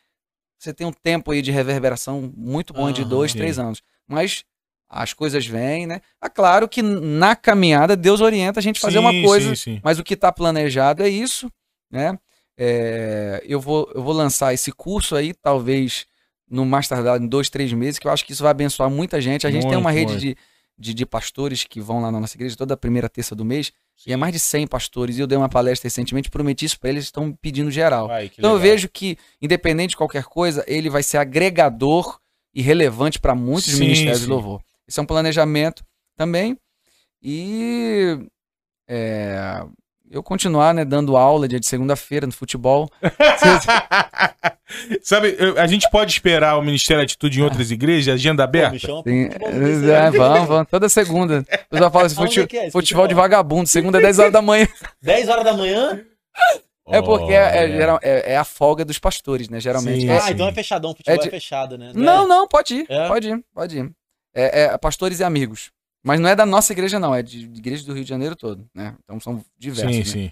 Speaker 3: Você tem um tempo aí de reverberação muito bom, de
Speaker 2: Aham.
Speaker 3: dois,
Speaker 1: Sim.
Speaker 3: três anos. Mas as coisas vêm, né? É claro que na caminhada Deus orienta a gente a fazer
Speaker 1: Sim,
Speaker 3: uma coisa,
Speaker 1: Sim, sim.
Speaker 3: mas o que está planejado é isso, né? É, eu, vou, eu vou lançar esse curso aí, talvez no mais tardar em dois, três meses, que eu acho que isso vai abençoar muita gente. A gente tem
Speaker 1: Muito,
Speaker 3: uma rede
Speaker 1: muito.
Speaker 3: de, de, de pastores que vão lá na nossa igreja toda primeira terça do mês, e é mais de 100 pastores. E eu dei uma palestra recentemente, prometi isso para eles, estão me pedindo geral.
Speaker 1: Vai, que
Speaker 3: então eu
Speaker 1: legal. <laughs>
Speaker 3: vejo que, independente de qualquer coisa, ele vai ser agregador e relevante para muitos
Speaker 1: Sim,
Speaker 3: ministérios de
Speaker 1: sim.
Speaker 3: louvor. Esse é um planejamento também. E é, eu continuar né, dando aula dia de segunda-feira no futebol.
Speaker 1: Sabe, eu- a gente pode esperar o Ministério Atitude em outras igrejas, agenda
Speaker 2: Me
Speaker 1: aberta?
Speaker 2: chama pro
Speaker 3: Sim,
Speaker 2: futebol, você
Speaker 3: é,
Speaker 2: sabe?
Speaker 3: vamos, vamos.
Speaker 2: <laughs>
Speaker 3: Toda segunda. O pessoal fala assim,
Speaker 2: Aonde
Speaker 3: fute-
Speaker 2: é que é esse
Speaker 3: futebol de
Speaker 2: futebol?
Speaker 3: vagabundo, segunda 10 horas
Speaker 1: <laughs>
Speaker 3: da manhã.
Speaker 2: 10 horas da manhã?
Speaker 3: É porque é, é
Speaker 1: Olha.
Speaker 3: geral- é- é a folga dos pastores, né? Geralmente.
Speaker 1: Oh, Sim.
Speaker 3: É-
Speaker 2: Ah, então é fechadão, futebol é,
Speaker 3: de-
Speaker 2: fechado, né?
Speaker 3: Não, não, pode ir.
Speaker 2: É?
Speaker 3: Pode ir, pode ir. É, é pastores e amigos. Mas não é da nossa igreja, não. É de, de igreja do Rio de Janeiro todo, né? Então são diversos.
Speaker 1: Sim,
Speaker 3: né?
Speaker 1: sim.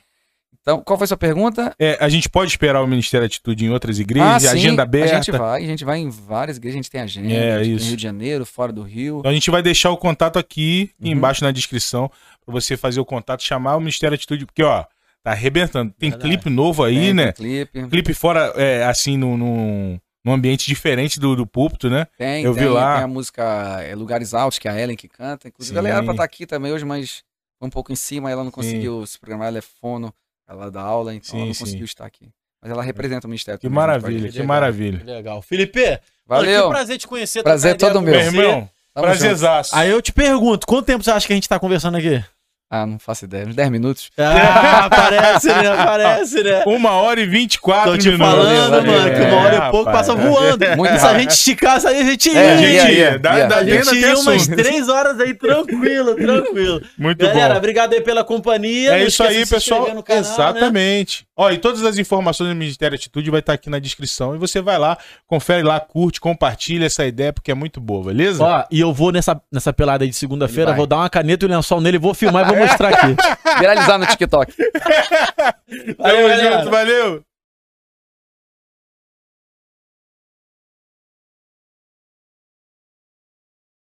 Speaker 3: Então, qual foi a sua pergunta? Ah,
Speaker 1: É, a gente pode esperar o Ministério Atitude em outras
Speaker 2: Ah,
Speaker 1: igrejas, agenda aberta.
Speaker 3: A gente vai, a gente vai em várias igrejas, a gente tem agenda,
Speaker 1: É,
Speaker 3: a gente
Speaker 1: isso.
Speaker 3: tem Rio de Janeiro, fora do Rio.
Speaker 1: Então a gente vai deixar o contato aqui
Speaker 3: Uhum.
Speaker 1: embaixo na descrição pra você fazer o contato, chamar o Ministério Atitude, porque ó, tá arrebentando. Tem
Speaker 2: Verdade.
Speaker 1: clipe novo aí,
Speaker 3: tem,
Speaker 1: né?
Speaker 3: Tem clipe.
Speaker 1: Clipe fora, é, assim, num, num, num ambiente diferente do, do púlpito, né?
Speaker 3: Tem,
Speaker 1: Eu
Speaker 3: tem,
Speaker 1: vi lá.
Speaker 3: tem a música é, Lugares Altos, que é a Ellen que canta. Inclusive, ela era
Speaker 1: Sim.
Speaker 3: pra estar aqui também hoje, mas foi um pouco em cima, ela não conseguiu se programar, ela é fono, ela dá aula, então ela
Speaker 1: Sim,
Speaker 3: não
Speaker 1: sim.
Speaker 3: conseguiu estar aqui. Mas ela representa o Ministério
Speaker 1: Que
Speaker 2: Uhum.
Speaker 3: também, junto com a
Speaker 1: maravilha,
Speaker 3: gente.
Speaker 1: que maravilha.
Speaker 2: Legal. Felipe,
Speaker 3: Valeu!
Speaker 2: que prazer te conhecer.
Speaker 3: Prazer é
Speaker 2: trocar
Speaker 3: todo
Speaker 1: Meu
Speaker 2: ideia
Speaker 3: Meu.
Speaker 2: com você.
Speaker 1: irmão,
Speaker 3: Tamo junto.
Speaker 1: prazerzaço.
Speaker 2: Aí eu te pergunto, quanto tempo você acha que a gente tá conversando
Speaker 1: <laughs>
Speaker 2: aqui?
Speaker 3: Ah, não faço ideia. Uns 10
Speaker 2: <laughs>
Speaker 3: minutos.
Speaker 2: Ah, parece, né? Parece, né?
Speaker 1: Uma hora e vinte e
Speaker 2: Tô
Speaker 1: quatro
Speaker 2: te
Speaker 1: minutos.
Speaker 2: falando,
Speaker 3: valeu,
Speaker 2: mano, que uma hora e
Speaker 1: É,
Speaker 2: pouco
Speaker 1: rapaz.
Speaker 2: passa voando.
Speaker 3: Muito
Speaker 2: Se a gente esticar, isso aí a gente
Speaker 3: É,
Speaker 1: A
Speaker 2: ia,
Speaker 1: gente,
Speaker 2: hein?
Speaker 3: ia,
Speaker 1: ia,
Speaker 3: ia,
Speaker 1: dá,
Speaker 3: ia.
Speaker 1: dá
Speaker 2: A
Speaker 1: pena
Speaker 2: gente
Speaker 1: ter
Speaker 2: ia umas
Speaker 1: assunto.
Speaker 2: três horas aí, tranquilo, tranquilo.
Speaker 1: Muito
Speaker 2: Galera,
Speaker 1: bom.
Speaker 2: obrigado aí pela companhia.
Speaker 1: É
Speaker 2: Não
Speaker 1: isso
Speaker 2: esqueça
Speaker 1: aí,
Speaker 2: de se
Speaker 1: pessoal.
Speaker 2: inscrever no canal, né?
Speaker 1: Exatamente. Ó, e todas as informações do Ministério Atitude vai estar aqui na descrição. E você vai lá, confere lá, curte, compartilha essa ideia, porque é muito boa, beleza?
Speaker 2: Ó, e eu vou nessa, nessa pelada aí de segunda-feira,
Speaker 3: Ele vai.
Speaker 2: vou dar uma caneta e um lençol nele, vou filmar e vou mostrar aqui.
Speaker 3: Viralizar no TikTok.
Speaker 1: Tamo
Speaker 2: Valeu, galera.
Speaker 1: junto, valeu!